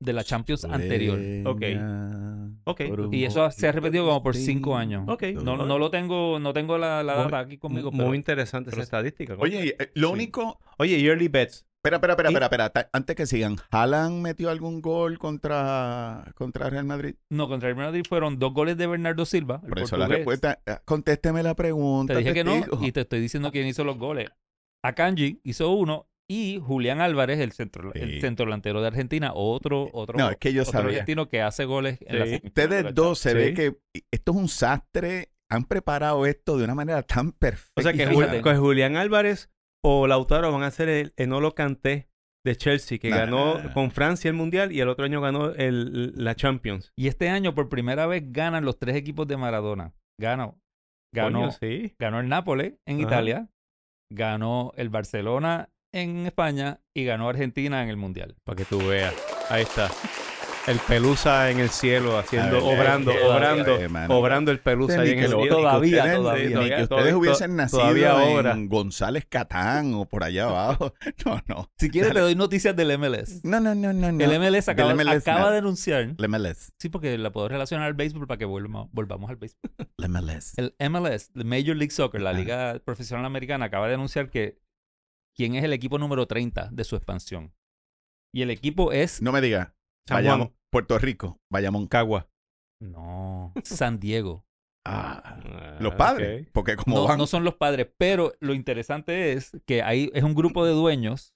[SPEAKER 3] de la Champions anterior.
[SPEAKER 1] Ok. Ok.
[SPEAKER 3] Y eso se ha repetido como por cinco años.
[SPEAKER 1] Ok.
[SPEAKER 3] No, no lo tengo, no tengo la, la
[SPEAKER 1] Muy-
[SPEAKER 3] data aquí conmigo.
[SPEAKER 1] Muy
[SPEAKER 3] pero-
[SPEAKER 1] interesante esa
[SPEAKER 3] pero-
[SPEAKER 1] estadística.
[SPEAKER 2] Oye, eh, lo
[SPEAKER 1] Sí.
[SPEAKER 2] único.
[SPEAKER 1] Oye, Yearly Bets.
[SPEAKER 2] Espera, espera, espera,
[SPEAKER 1] ¿Y?
[SPEAKER 2] espera, espera. Ta- Antes que sigan, ¿Haaland metió algún gol contra, contra Real Madrid?
[SPEAKER 3] No, contra el Real Madrid fueron dos goles de Bernardo Silva. el
[SPEAKER 2] Por eso la
[SPEAKER 3] portugués.
[SPEAKER 2] respuesta. eh, Contésteme la pregunta.
[SPEAKER 3] Te dije que no
[SPEAKER 2] testigo.
[SPEAKER 3] y te estoy diciendo quién hizo los goles. Akanji hizo uno y Julián Álvarez, el centro,
[SPEAKER 2] Sí.
[SPEAKER 3] el centro delantero de Argentina, otro,
[SPEAKER 2] [laughs]
[SPEAKER 3] otro,
[SPEAKER 2] No, es que yo
[SPEAKER 3] otro
[SPEAKER 2] sabía.
[SPEAKER 3] argentino que hace goles en la
[SPEAKER 1] Sí.
[SPEAKER 3] semifinal de la
[SPEAKER 2] Ustedes dos se ve
[SPEAKER 1] Sí.
[SPEAKER 2] que esto es un sastre. Han preparado esto de una manera tan perfecta.
[SPEAKER 1] O sea, que,
[SPEAKER 3] Y
[SPEAKER 1] Jul-
[SPEAKER 3] fíjate.
[SPEAKER 1] que Julián Álvarez o Lautaro van a ser el Enolo Canté de Chelsea, que
[SPEAKER 2] Nah.
[SPEAKER 1] ganó con Francia el Mundial y el otro año ganó el, la Champions.
[SPEAKER 3] Y este año por primera vez ganan los tres equipos de Maradona. Ganó. Ganó,
[SPEAKER 1] Coño, sí.
[SPEAKER 3] ganó el Nápoles en
[SPEAKER 1] Ajá.
[SPEAKER 3] Italia, ganó el Barcelona en España y ganó Argentina en el Mundial.
[SPEAKER 1] Para que tú veas. Ahí está. El pelusa en el cielo, haciendo,
[SPEAKER 2] A ver,
[SPEAKER 1] obrando,
[SPEAKER 2] eh,
[SPEAKER 1] obrando,
[SPEAKER 2] eh, mano.
[SPEAKER 1] obrando el pelusa
[SPEAKER 2] Ni
[SPEAKER 1] ahí en
[SPEAKER 2] que
[SPEAKER 1] el
[SPEAKER 2] lo-
[SPEAKER 1] cielo.
[SPEAKER 3] todavía,
[SPEAKER 2] ni que ustedes-
[SPEAKER 3] todavía,
[SPEAKER 2] ni
[SPEAKER 1] todavía,
[SPEAKER 2] que ustedes
[SPEAKER 1] todavía,
[SPEAKER 2] hubiesen nacido
[SPEAKER 1] todavía ahora.
[SPEAKER 2] en González Catán o por allá abajo. [laughs] No, no.
[SPEAKER 3] Si quieres te doy noticias del MLS.
[SPEAKER 2] No, no, no, no. no.
[SPEAKER 3] El MLS acaba,
[SPEAKER 2] Del MLS,
[SPEAKER 3] acaba
[SPEAKER 2] nada.
[SPEAKER 3] de anunciar.
[SPEAKER 2] El MLS.
[SPEAKER 3] Sí, porque la puedo relacionar al béisbol para que volvamos, volvamos al béisbol.
[SPEAKER 2] El MLS.
[SPEAKER 3] El MLS, la Major League Soccer, la
[SPEAKER 2] Ajá.
[SPEAKER 3] liga profesional americana, acaba de anunciar que quién es el equipo número 30 de su expansión. Y el equipo es...
[SPEAKER 2] No me diga.
[SPEAKER 1] San
[SPEAKER 2] Bayamón,
[SPEAKER 1] Juan,
[SPEAKER 2] Puerto Rico, Bayamón.
[SPEAKER 1] Cagua.
[SPEAKER 3] No, San Diego.
[SPEAKER 2] Ah,
[SPEAKER 1] Ah,
[SPEAKER 2] los padres.
[SPEAKER 1] ok.
[SPEAKER 2] Porque como
[SPEAKER 3] No,
[SPEAKER 2] van.
[SPEAKER 3] no son los padres, pero lo interesante es que ahí es un grupo de dueños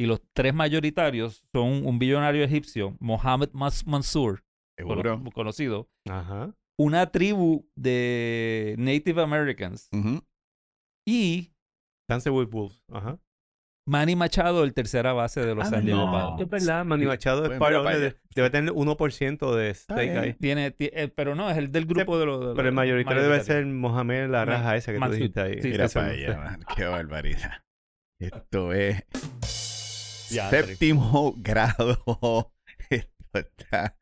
[SPEAKER 3] y los tres mayoritarios son un billonario egipcio, Mohamed Mas Mansour, cono-
[SPEAKER 2] seguro.
[SPEAKER 3] conocido,
[SPEAKER 1] Ajá.
[SPEAKER 3] una tribu de Native Americans
[SPEAKER 2] Ujú.
[SPEAKER 3] y
[SPEAKER 1] Dance with Wolves. Ajá.
[SPEAKER 3] Manny Machado, el tercera base de los
[SPEAKER 2] Ah,
[SPEAKER 3] San Diego
[SPEAKER 2] no.
[SPEAKER 3] Padres.
[SPEAKER 1] Es verdad, Manny Machado es
[SPEAKER 2] Pues
[SPEAKER 1] part
[SPEAKER 2] mira
[SPEAKER 1] owner
[SPEAKER 2] para
[SPEAKER 1] de- debe tener 1% de stake
[SPEAKER 2] bien.
[SPEAKER 1] ahí.
[SPEAKER 3] Tiene, ti- eh, pero no, es el del grupo de los. de los-
[SPEAKER 1] Pero el mayoritario debe
[SPEAKER 3] mayoritario.
[SPEAKER 1] ser Mohamed la
[SPEAKER 3] Ma-
[SPEAKER 1] raja esa que tú
[SPEAKER 3] Mansur.
[SPEAKER 1] dijiste ahí.
[SPEAKER 3] Sí,
[SPEAKER 2] Mira
[SPEAKER 1] Ese
[SPEAKER 2] para
[SPEAKER 1] no sé.
[SPEAKER 2] allá, man. Qué barbaridad. Esto es
[SPEAKER 3] Ya,
[SPEAKER 2] séptimo grado. [laughs] Esto está.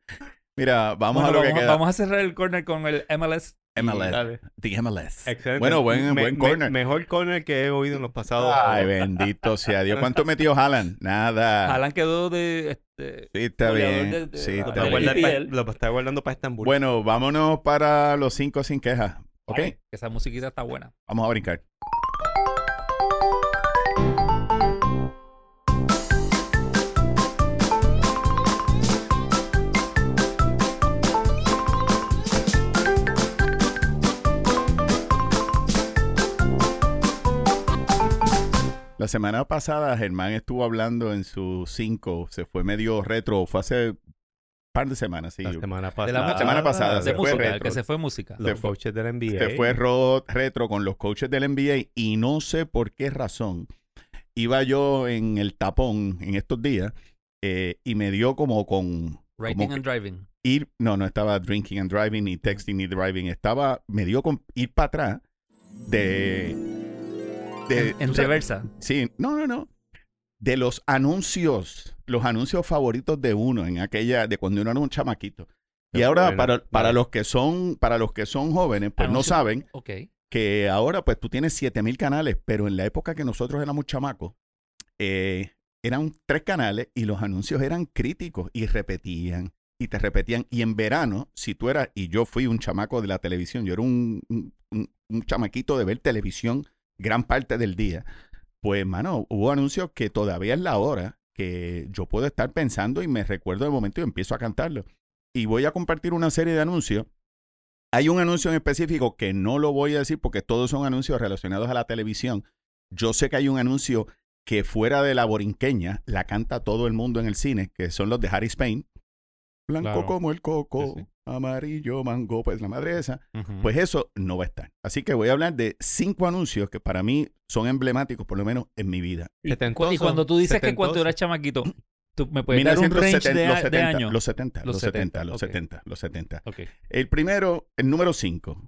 [SPEAKER 2] Mira, vamos
[SPEAKER 3] Bueno,
[SPEAKER 2] a lo que
[SPEAKER 3] vamos,
[SPEAKER 2] queda.
[SPEAKER 3] vamos a cerrar el corner con el MLS.
[SPEAKER 2] MLS.
[SPEAKER 1] Dale.
[SPEAKER 2] The MLS.
[SPEAKER 1] Excelente.
[SPEAKER 2] Bueno, buen,
[SPEAKER 1] Me-
[SPEAKER 2] buen
[SPEAKER 1] me-
[SPEAKER 2] corner.
[SPEAKER 1] mejor corner que he oído en los pasados.
[SPEAKER 2] Ay, bendito sea
[SPEAKER 1] [laughs]
[SPEAKER 2] Dios. ¿Cuánto metió Haaland? Nada.
[SPEAKER 3] Alan quedó de. este,
[SPEAKER 2] Sí, está
[SPEAKER 3] Goleador
[SPEAKER 2] bien.
[SPEAKER 3] de- de-
[SPEAKER 2] Sí,
[SPEAKER 3] de-
[SPEAKER 1] Lo
[SPEAKER 2] está
[SPEAKER 1] está
[SPEAKER 3] de-
[SPEAKER 2] bien.
[SPEAKER 1] guardando
[SPEAKER 3] Del
[SPEAKER 1] pa-
[SPEAKER 3] IPL.
[SPEAKER 1] lo está guardando para Estambul.
[SPEAKER 2] Bueno, vámonos para los cinco sin quejas. ¿Ok?
[SPEAKER 3] ay, esa musiquita está buena.
[SPEAKER 2] Vamos a brincar. La semana pasada Germán estuvo hablando en su 5, se fue medio retro, fue hace un par de semanas, sí.
[SPEAKER 1] la semana pasada.
[SPEAKER 3] De la
[SPEAKER 2] semana pasada Ah,
[SPEAKER 3] de
[SPEAKER 2] se fue
[SPEAKER 3] música, el
[SPEAKER 2] retro.
[SPEAKER 3] que se fue música.
[SPEAKER 1] Los
[SPEAKER 2] se fue-
[SPEAKER 1] coaches de la NBA.
[SPEAKER 2] Se este fue ro- retro con los coaches del NBA y no sé por qué razón. Iba yo en el tapón en estos días eh, y me dio como con
[SPEAKER 3] Writing
[SPEAKER 2] que-
[SPEAKER 3] and driving.
[SPEAKER 2] ir, no, no estaba drinking and driving, ni texting, ni driving, estaba, me dio con ir para atrás de... de
[SPEAKER 3] En, en
[SPEAKER 2] tú sabes-
[SPEAKER 3] reversa.
[SPEAKER 2] Sí, no, no, no. De los anuncios, los anuncios favoritos de uno en aquella, de cuando uno era un chamaquito. Y
[SPEAKER 1] Qué
[SPEAKER 2] ahora
[SPEAKER 1] bueno.
[SPEAKER 2] para, para
[SPEAKER 1] Vale.
[SPEAKER 2] los que son, para los que son jóvenes, pues no
[SPEAKER 3] Anuncio-
[SPEAKER 2] saben
[SPEAKER 3] Ok.
[SPEAKER 2] que ahora pues tú tienes 7000 canales, pero en la época que nosotros éramos chamacos, eh, eran tres canales y los anuncios eran críticos y repetían y te repetían. Y en verano, si tú eras, y yo fui un chamaco de la televisión, yo era un, un- un- un chamaquito de ver televisión gran parte del día, pues mano, hubo anuncios que todavía es la hora que yo puedo estar pensando y me recuerdo de momento y empiezo a cantarlo. Y voy a compartir una serie de anuncios hay un anuncio en específico que no lo voy a decir porque todos son anuncios relacionados a la televisión. Yo sé que hay un anuncio que fuera de la borinqueña la canta todo el mundo en el cine, que son los de Harry Spain. Blanco
[SPEAKER 3] Claro.
[SPEAKER 2] como el coco,
[SPEAKER 3] Sí, sí.
[SPEAKER 2] amarillo, mango, pues la madre esa.
[SPEAKER 3] Ujú.
[SPEAKER 2] Pues eso no va a estar. Así que voy a hablar de cinco anuncios que para mí son emblemáticos, por lo menos en mi vida.
[SPEAKER 3] Cu-
[SPEAKER 1] Setentoso,
[SPEAKER 3] y cuando tú dices que
[SPEAKER 1] setentoso.
[SPEAKER 3] cuando tú eras chamaquito, tú me puedes dar un range
[SPEAKER 2] 1970,
[SPEAKER 3] de,
[SPEAKER 2] los,
[SPEAKER 3] a- de
[SPEAKER 2] 70,
[SPEAKER 3] años.
[SPEAKER 2] los 70,
[SPEAKER 3] Los
[SPEAKER 2] los 70, los
[SPEAKER 3] 70,
[SPEAKER 2] 70, los 70.
[SPEAKER 3] Ok.
[SPEAKER 2] El primero, el número 5.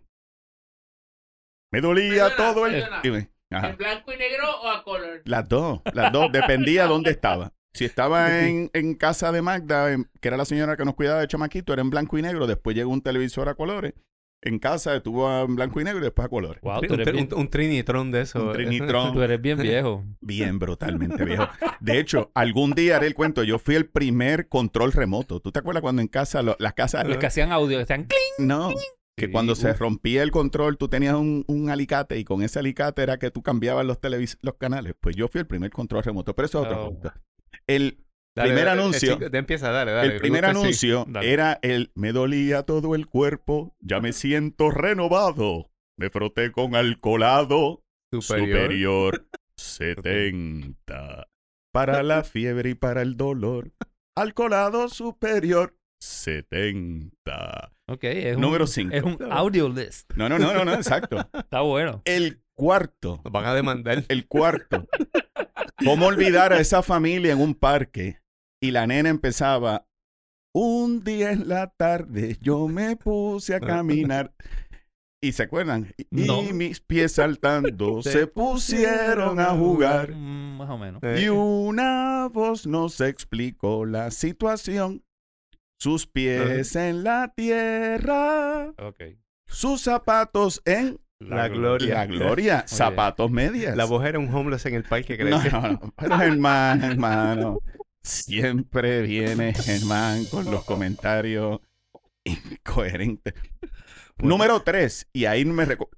[SPEAKER 2] Me dolía
[SPEAKER 4] Perdona,
[SPEAKER 2] todo el...
[SPEAKER 4] perdona.
[SPEAKER 2] Dime. Ajá.
[SPEAKER 4] blanco y negro o a color?
[SPEAKER 2] Las dos, las dos, dependía dónde estaba. Si
[SPEAKER 3] [laughs]
[SPEAKER 2] estaba en, en casa de Magda, en- que era la señora que nos cuidaba de chamaquito, era en blanco y negro, después llegó un televisor a colores. En casa estuvo a- en blanco y negro y después a colores.
[SPEAKER 3] Wow,
[SPEAKER 1] Sí,
[SPEAKER 3] tú
[SPEAKER 1] un,
[SPEAKER 3] eres,
[SPEAKER 1] tri-
[SPEAKER 3] bien,
[SPEAKER 1] un- un trinitrón de eso.
[SPEAKER 2] Un trinitrón.
[SPEAKER 3] tú eres
[SPEAKER 2] [laughs]
[SPEAKER 3] bien viejo.
[SPEAKER 2] Bien brutalmente viejo. De hecho, algún día haré el cuento. Yo fui el primer control remoto. ¿Tú te acuerdas cuando en casa, lo- las casas...
[SPEAKER 3] Los que hacían audio, que hacían clic.
[SPEAKER 2] No, que
[SPEAKER 3] Sí,
[SPEAKER 2] cuando se
[SPEAKER 3] uf.
[SPEAKER 2] rompía el control, tú tenías un, un alicate y con ese alicate era que tú cambiabas los, televis los canales. Pues yo fui el primer control remoto, pero eso es otra
[SPEAKER 3] Oh.
[SPEAKER 2] cosa. El
[SPEAKER 1] Dale,
[SPEAKER 2] primer
[SPEAKER 1] dale,
[SPEAKER 2] anuncio.
[SPEAKER 1] chico, te empieza, dale, dale.
[SPEAKER 2] el primer
[SPEAKER 1] Creo que sí.
[SPEAKER 2] anuncio
[SPEAKER 3] Dale.
[SPEAKER 2] era el me dolía todo el cuerpo, ya me siento renovado. Me froté con alcoholado superior, 70. Para la
[SPEAKER 3] [laughs]
[SPEAKER 2] fiebre y para el dolor. Alcoholado superior 70.
[SPEAKER 3] uh, Ok, es
[SPEAKER 2] Número
[SPEAKER 3] un,
[SPEAKER 2] 5.
[SPEAKER 3] es un audio list.
[SPEAKER 2] No, no, no, no, no,
[SPEAKER 3] [laughs]
[SPEAKER 2] exacto.
[SPEAKER 3] Está bueno.
[SPEAKER 2] El cuarto,
[SPEAKER 1] Nos van a demandar.
[SPEAKER 2] el cuarto. ¿Cómo olvidar a esa familia en un parque? Y la nena empezaba, un día en la tarde yo me puse a caminar. ¿Y se acuerdan? Y
[SPEAKER 3] No.
[SPEAKER 2] mis pies saltando
[SPEAKER 1] Se
[SPEAKER 2] se pusieron a jugar.
[SPEAKER 3] Mm, más o menos.
[SPEAKER 2] Y una voz nos explicó la situación. Sus pies en la tierra,
[SPEAKER 3] Ok.
[SPEAKER 2] sus zapatos en
[SPEAKER 1] La gloria. [laughs]
[SPEAKER 2] la gloria, zapatos medias.
[SPEAKER 1] La voz era un homeless en el parque, creo.
[SPEAKER 2] No,
[SPEAKER 1] que-
[SPEAKER 2] no, no. [laughs] Pero hermano, hermano, siempre viene Germán con los comentarios incoherentes. Número tres, y ahí me reco-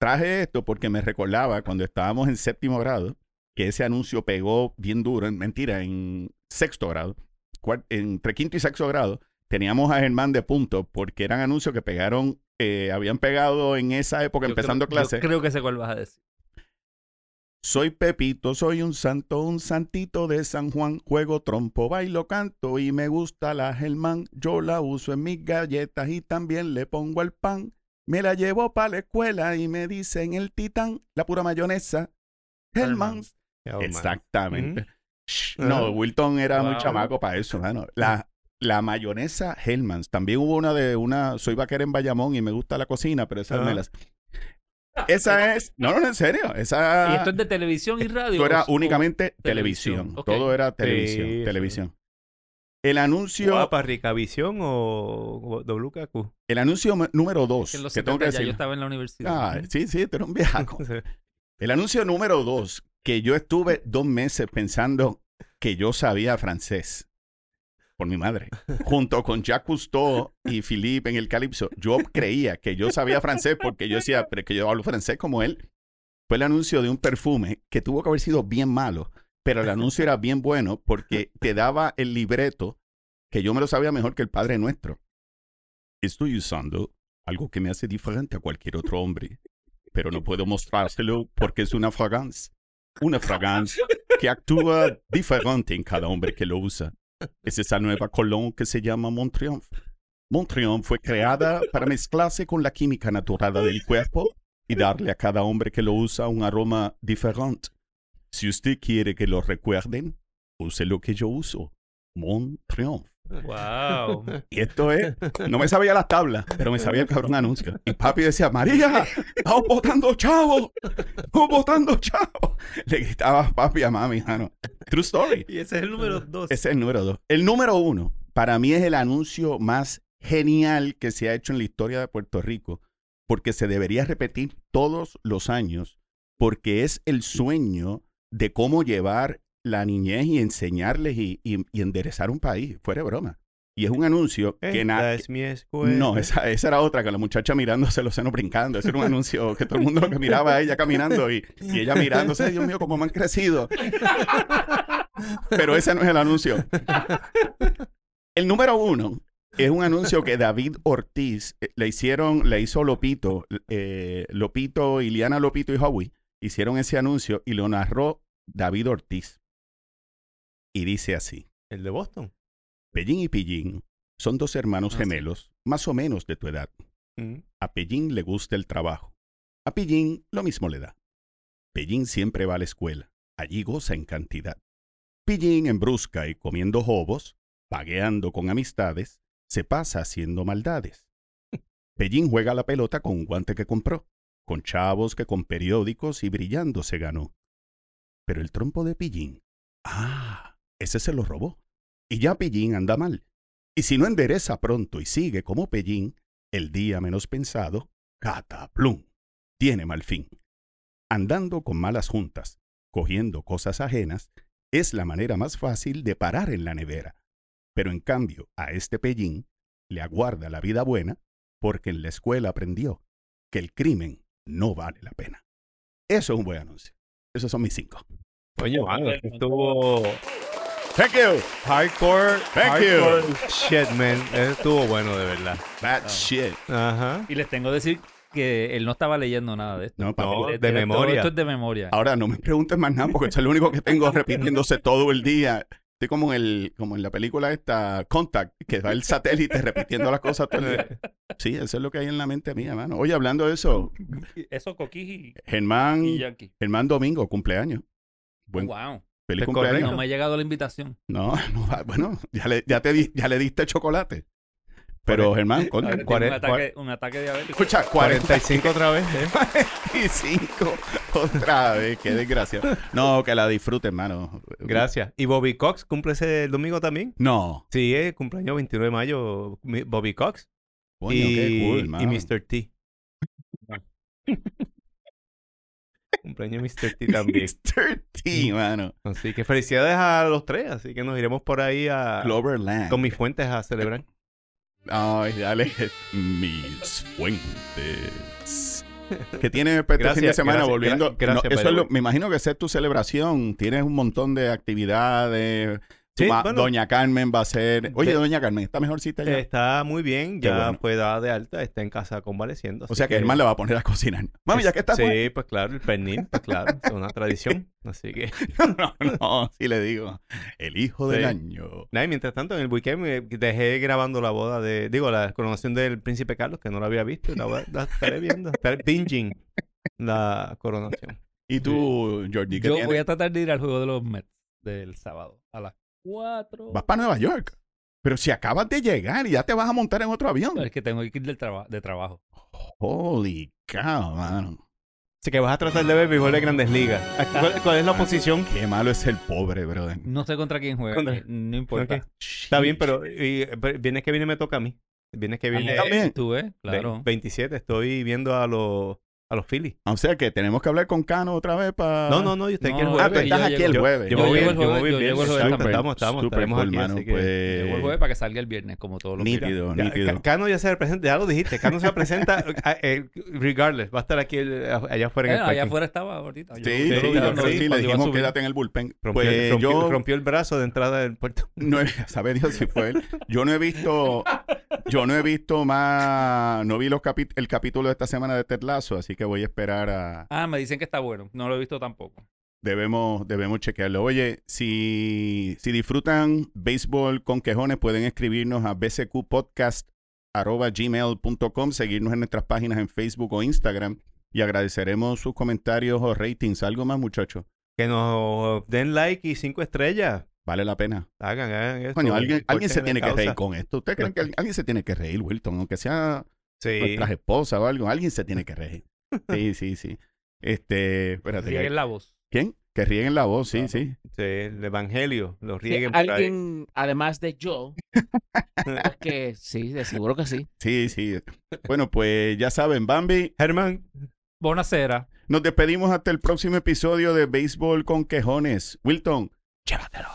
[SPEAKER 2] traje esto porque me recordaba cuando estábamos en séptimo grado, que ese anuncio pegó bien duro, en, mentira, en sexto grado, cuar- entre quinto y sexto grado, teníamos a Germán de punto porque eran anuncios que pegaron, eh, habían pegado en esa época,
[SPEAKER 3] Yo
[SPEAKER 2] empezando
[SPEAKER 3] creo- yo
[SPEAKER 2] clase.
[SPEAKER 3] creo que sé cuál vas a decir.
[SPEAKER 2] Soy Pepito, soy un santo, un santito de San Juan. Juego trompo, bailo, canto y me gusta la Germán. Yo la uso en mis galletas y también le pongo al pan. Me la llevo para la escuela y me dicen el titán, la pura mayonesa. Germán.
[SPEAKER 1] Oh, man.
[SPEAKER 2] Exactamente. Shh,
[SPEAKER 1] Ah.
[SPEAKER 2] No, Wilton era muy
[SPEAKER 3] Wow.
[SPEAKER 2] chamaco para eso, mano. La, la mayonesa Hellman's. También hubo una de una. Soy vaquera en Bayamón y me gusta la cocina, pero esas
[SPEAKER 1] Ah.
[SPEAKER 2] me las. Esa es. No, no, no, en serio. Esa.
[SPEAKER 3] y esto es de televisión y radio.
[SPEAKER 2] Ah, Esto era
[SPEAKER 3] ¿O-
[SPEAKER 2] únicamente televisión.
[SPEAKER 3] televisión, ok.
[SPEAKER 2] Todo era televisión.
[SPEAKER 1] Sí, sí.
[SPEAKER 2] televisión. El anuncio,
[SPEAKER 1] ¿Guapa, Ricavisión o o WKQ?
[SPEAKER 2] el anuncio m- número
[SPEAKER 3] o-
[SPEAKER 2] dos.
[SPEAKER 3] que en los
[SPEAKER 2] que tengo que
[SPEAKER 3] 70 ya
[SPEAKER 2] decir.
[SPEAKER 3] yo estaba en la universidad.
[SPEAKER 2] Ah, sí, sí, tú eres
[SPEAKER 1] [laughs]
[SPEAKER 2] un
[SPEAKER 3] [laughs]
[SPEAKER 2] viejaco. El anuncio número dos, que yo estuve dos meses pensando que yo sabía francés. Por mi madre. Junto con Jacques Cousteau y Philippe en el Calipso, yo creía que yo sabía francés porque yo decía, pero es que yo hablo francés como él. Fue el anuncio de un perfume que tuvo que haber sido bien malo, pero el anuncio era bien bueno porque te daba el libreto que yo me lo sabía mejor que el Padre Nuestro. Estoy usando algo que me hace diferente a cualquier otro hombre, pero no puedo mostrárselo porque es una fragancia. Una fragancia que actúa diferente en cada hombre que lo usa. Es esa nueva colón que se llama Montrión. Montrión fue creada para mezclarse con la química natural del cuerpo y darle a cada hombre que lo usa un aroma diferente. Si usted quiere que lo recuerden, use lo que yo uso. Montrión.
[SPEAKER 1] [laughs]
[SPEAKER 3] Wow.
[SPEAKER 2] Y esto es, no me sabía las tablas, pero me sabía el cabrón anuncio. Y papi decía, María, estamos votando chavo, estamos votando chavo. Le gritaba papi a mami, mano. True story.
[SPEAKER 3] y ese es el número 2.
[SPEAKER 2] Ese es el número dos. El número uno, para mí es el anuncio más genial que se ha hecho en la historia de Puerto Rico, porque se debería repetir todos los años, porque es el sueño de cómo llevar la niñez y enseñarles y, y- y enderezar un país. Fuera de broma. Y es un anuncio que,
[SPEAKER 1] Esta
[SPEAKER 2] nada
[SPEAKER 1] Eh, es mi escuela.
[SPEAKER 2] no,
[SPEAKER 3] Pues, eh,
[SPEAKER 2] esa, esa era otra, que la muchacha mirándose los senos brincando. Ese era un anuncio que todo el mundo lo que miraba a ella caminando y, y ella mirándose, Dios mío, cómo me han crecido. Pero ese no es el anuncio. El número uno es un anuncio que David Ortiz eh, le hicieron, le hizo Lopito, eh, Lopito, Iliana Lopito y Howie hicieron ese anuncio y lo narró David Ortiz. Y dice así:
[SPEAKER 1] El de Boston.
[SPEAKER 2] Pellín y Pillín son dos hermanos
[SPEAKER 3] Ah, sí.
[SPEAKER 2] gemelos, más o menos de tu edad.
[SPEAKER 1] Mm.
[SPEAKER 2] A Pellín le gusta el trabajo. A Pillín lo mismo le da. Pellín siempre va a la escuela. Allí goza en cantidad. Pillín embrusca y comiendo jobos, vagueando con amistades, se pasa haciendo maldades. Pellín juega a la pelota con un guante que compró, con chavos que con periódicos y brillando se ganó. Pero el trompo de Pillín, ah, ese se lo robó. Y ya Pillín anda mal. Y si no endereza pronto y sigue como Pellín, el día menos pensado, cataplum, tiene mal fin. Andando con malas juntas, cogiendo cosas ajenas, es la manera más fácil de parar en la nevera. Pero en cambio, a este pellín le aguarda la vida buena porque en la escuela aprendió que el crimen no vale la pena. Eso es un buen anuncio. Esos son mis cinco.
[SPEAKER 1] Coño, mano, este estuvo
[SPEAKER 2] Thank you.
[SPEAKER 1] hardcore.
[SPEAKER 2] Thank you.
[SPEAKER 1] hardcore Shit, man. Este Estuvo bueno, de verdad.
[SPEAKER 2] Bad shit.
[SPEAKER 1] Ajá.
[SPEAKER 3] Y les tengo que decir que él no estaba leyendo nada de esto.
[SPEAKER 2] No, papi,
[SPEAKER 1] No,
[SPEAKER 3] Él-
[SPEAKER 1] de
[SPEAKER 3] él- Todo
[SPEAKER 1] memoria.
[SPEAKER 3] esto es de memoria.
[SPEAKER 2] Ahora no me preguntes más nada porque eso es lo único que tengo repitiéndose todo el día. Estoy como en, el, como en la película esta, Contact, que va el satélite repitiendo las cosas todo el
[SPEAKER 1] [laughs] Eh,
[SPEAKER 2] día. Sí, eso es lo que hay en la mente mía, mano. Oye, hablando de eso,
[SPEAKER 3] Eso Coquí
[SPEAKER 2] Germán,
[SPEAKER 3] y, y Yankee. Oh,
[SPEAKER 2] Germán Domingo, cumpleaños. Buen,
[SPEAKER 3] wow.
[SPEAKER 2] feliz
[SPEAKER 1] es
[SPEAKER 2] cumpleaños.
[SPEAKER 1] correcto.
[SPEAKER 3] No me ha llegado la invitación.
[SPEAKER 2] No, no, [laughs] ah, bueno, ya le, ya te di- ya le diste chocolate. Pero
[SPEAKER 1] Cuarenta-
[SPEAKER 2] Germán, coño,
[SPEAKER 3] Ahora tiene
[SPEAKER 1] cuare-
[SPEAKER 3] un, ataque, un ataque diabético.
[SPEAKER 2] escucha, 40
[SPEAKER 1] 45 otra vez.
[SPEAKER 2] [laughs]
[SPEAKER 1] ¿eh?
[SPEAKER 2] 45 [laughs] otra vez, qué desgracia. No, que la disfruten, hermano.
[SPEAKER 1] Gracias. ¿Y Bobby Cox cumple ese domingo también?
[SPEAKER 2] No,
[SPEAKER 1] Sí, eh, cumpleaños 29 de mayo, mi- Bobby Cox
[SPEAKER 2] coño,
[SPEAKER 1] y,
[SPEAKER 2] qué cool,
[SPEAKER 1] y
[SPEAKER 2] hermano.
[SPEAKER 1] Mr. T. [laughs] cumpleaños de Mr. T
[SPEAKER 2] [laughs]
[SPEAKER 1] también. Mm.
[SPEAKER 2] Mr. T, mano.
[SPEAKER 1] Así que felicidades a los tres, así que nos iremos por ahí a,
[SPEAKER 2] Cloverland.
[SPEAKER 1] Ah. con mis fuentes a celebrar.
[SPEAKER 2] Ay,
[SPEAKER 1] [laughs]
[SPEAKER 2] dale. Mis
[SPEAKER 1] [laughs]
[SPEAKER 2] fuentes. Que tiene para este
[SPEAKER 1] Gracias,
[SPEAKER 2] fin de semana
[SPEAKER 1] gracias,
[SPEAKER 2] volviendo.
[SPEAKER 1] gra- gracias,
[SPEAKER 2] no,
[SPEAKER 1] by
[SPEAKER 2] eso
[SPEAKER 1] the
[SPEAKER 2] es lo-
[SPEAKER 1] way.
[SPEAKER 2] me imagino que esa es tu celebración. Tienes un montón de actividades. Tu
[SPEAKER 1] Sí,
[SPEAKER 2] ma-
[SPEAKER 1] bueno. Eh,
[SPEAKER 2] Doña Carmen va a ser. Oye,
[SPEAKER 1] De-
[SPEAKER 2] Doña Carmen, está mejorcita ya.
[SPEAKER 1] Está muy bien, ya
[SPEAKER 2] Qué bueno.
[SPEAKER 1] fue dada de alta, está en casa convaleciendo.
[SPEAKER 2] o
[SPEAKER 1] así
[SPEAKER 2] sea que Germán la va a poner a cocinar.
[SPEAKER 1] [laughs]
[SPEAKER 2] Mami, ya que estás.
[SPEAKER 1] Sí, pues claro, el pernil, pues claro, es una tradición. Así que,
[SPEAKER 2] [laughs]
[SPEAKER 1] [laughs]
[SPEAKER 2] No, no, no, sí le digo. El hijo del
[SPEAKER 1] Sí.
[SPEAKER 2] año.
[SPEAKER 1] nada, y mientras tanto, en el weekend me dejé grabando la boda de, digo, la coronación del príncipe Carlos, que no la había visto, y la, voy a- la estaré viendo, estaré binging la coronación.
[SPEAKER 2] ¿Y tú, Jordi, qué
[SPEAKER 3] Yo
[SPEAKER 2] tienes?
[SPEAKER 3] voy a tratar de ir al juego de los Mets del sábado a las 4.
[SPEAKER 2] Vas para Nueva York. Pero si acabas de llegar y ya te vas a montar en otro avión.
[SPEAKER 3] Es que tengo que ir del traba- de trabajo.
[SPEAKER 2] Holy cow, mano.
[SPEAKER 1] Así que vas a tratar de ver béisbol de grandes ligas. ¿Cuál, cuál es la oposición?
[SPEAKER 2] Qué malo es el pobre, brother.
[SPEAKER 3] No sé contra quién juega.
[SPEAKER 1] Contra-
[SPEAKER 3] eh, No importa.
[SPEAKER 1] Ok. Está bien, pero y, eh, pero vienes que viene me toca a mí. Vienes que viene
[SPEAKER 2] Ah, También.
[SPEAKER 3] Tú ves,
[SPEAKER 1] ve-
[SPEAKER 3] pues, claro.
[SPEAKER 1] 27, estoy viendo a los a los Phillies.
[SPEAKER 2] O sea que tenemos que hablar con Cano otra vez para.
[SPEAKER 1] No, no, no, yo estoy aquí el
[SPEAKER 3] No,
[SPEAKER 2] Ah, tú
[SPEAKER 1] jueves.
[SPEAKER 3] y
[SPEAKER 2] estás
[SPEAKER 3] yo
[SPEAKER 2] aquí
[SPEAKER 3] llego.
[SPEAKER 2] el
[SPEAKER 1] Yo-
[SPEAKER 2] jueves.
[SPEAKER 1] Yo,
[SPEAKER 3] Yo
[SPEAKER 1] me voy
[SPEAKER 3] llego
[SPEAKER 1] bien,
[SPEAKER 3] el
[SPEAKER 1] yo me
[SPEAKER 3] jueves,
[SPEAKER 1] voy
[SPEAKER 3] yo
[SPEAKER 1] bien.
[SPEAKER 3] llego el
[SPEAKER 1] Estamos,
[SPEAKER 3] jueves
[SPEAKER 1] estamos,
[SPEAKER 3] también.
[SPEAKER 1] estamos,
[SPEAKER 2] Super
[SPEAKER 1] estaremos
[SPEAKER 2] cool,
[SPEAKER 1] aquí,
[SPEAKER 2] mano,
[SPEAKER 1] así que-
[SPEAKER 2] pues,
[SPEAKER 3] Llego el jueves para que salga el viernes, como todos los viernes.
[SPEAKER 2] Nítido,
[SPEAKER 1] Ya,
[SPEAKER 2] nítido.
[SPEAKER 1] Ca- Cano ya se presenta, ya lo dijiste. Cano se presenta, [laughs] eh, eh, regardless. Va a estar aquí el- allá afuera en el
[SPEAKER 3] Bueno, allá
[SPEAKER 1] parking.
[SPEAKER 3] Eh, afuera estaba ahorita.
[SPEAKER 2] Sí,
[SPEAKER 3] Yo- yo
[SPEAKER 2] sí,
[SPEAKER 3] lo vi
[SPEAKER 1] claro,
[SPEAKER 3] cuando-
[SPEAKER 2] sí,
[SPEAKER 1] sí,
[SPEAKER 2] le
[SPEAKER 3] cuando iba a
[SPEAKER 2] dijimos
[SPEAKER 3] subir.
[SPEAKER 2] quédate en el bullpen.
[SPEAKER 1] Rompió,
[SPEAKER 2] pues
[SPEAKER 1] rompió-
[SPEAKER 2] yo
[SPEAKER 1] rompió el brazo de entrada del puerto. [laughs]
[SPEAKER 2] no he, [laughs] sabe Dios si fue él. Yo no he visto, yo no he visto más, no vi los capi- el capítulo de esta semana de Ted Lasso, así que voy a esperar a,
[SPEAKER 3] Ah, me dicen que está bueno. No lo he visto tampoco.
[SPEAKER 2] debemos, debemos chequearlo. Oye, si, si disfrutan béisbol con quejones, pueden escribirnos a bcqpodcast.gmail.com, seguirnos en nuestras páginas en Facebook o Instagram y agradeceremos sus comentarios o ratings. Algo más, muchachos.
[SPEAKER 1] Que nos den like y cinco estrellas.
[SPEAKER 2] Vale la pena.
[SPEAKER 1] Hagan, hagan eso.
[SPEAKER 2] Coño, alguien, alguien se
[SPEAKER 1] Corten
[SPEAKER 2] tiene
[SPEAKER 1] la
[SPEAKER 2] que reír
[SPEAKER 1] causa.
[SPEAKER 2] con esto. ¿Ustedes creen que alguien, alguien se tiene que reír, Wilton? Aunque sea
[SPEAKER 1] Sí.
[SPEAKER 2] nuestras esposas o algo, alguien se tiene que reír. Sí, sí, sí. Este, espérate.
[SPEAKER 3] Sigue la voz.
[SPEAKER 2] ¿Quién? Que ríen la voz, sí,
[SPEAKER 3] Claro.
[SPEAKER 2] sí.
[SPEAKER 1] Sí, el evangelio, los
[SPEAKER 4] Sí,
[SPEAKER 1] rieguen. por ahí.
[SPEAKER 4] alguien, además de yo, que sí, de seguro que sí.
[SPEAKER 2] Sí, sí. Bueno, pues ya saben, Bambi,
[SPEAKER 1] Germán,
[SPEAKER 3] Bonacera.
[SPEAKER 2] nos despedimos hasta el próximo episodio de Béisbol con Quejones. Wilton, llévatelo.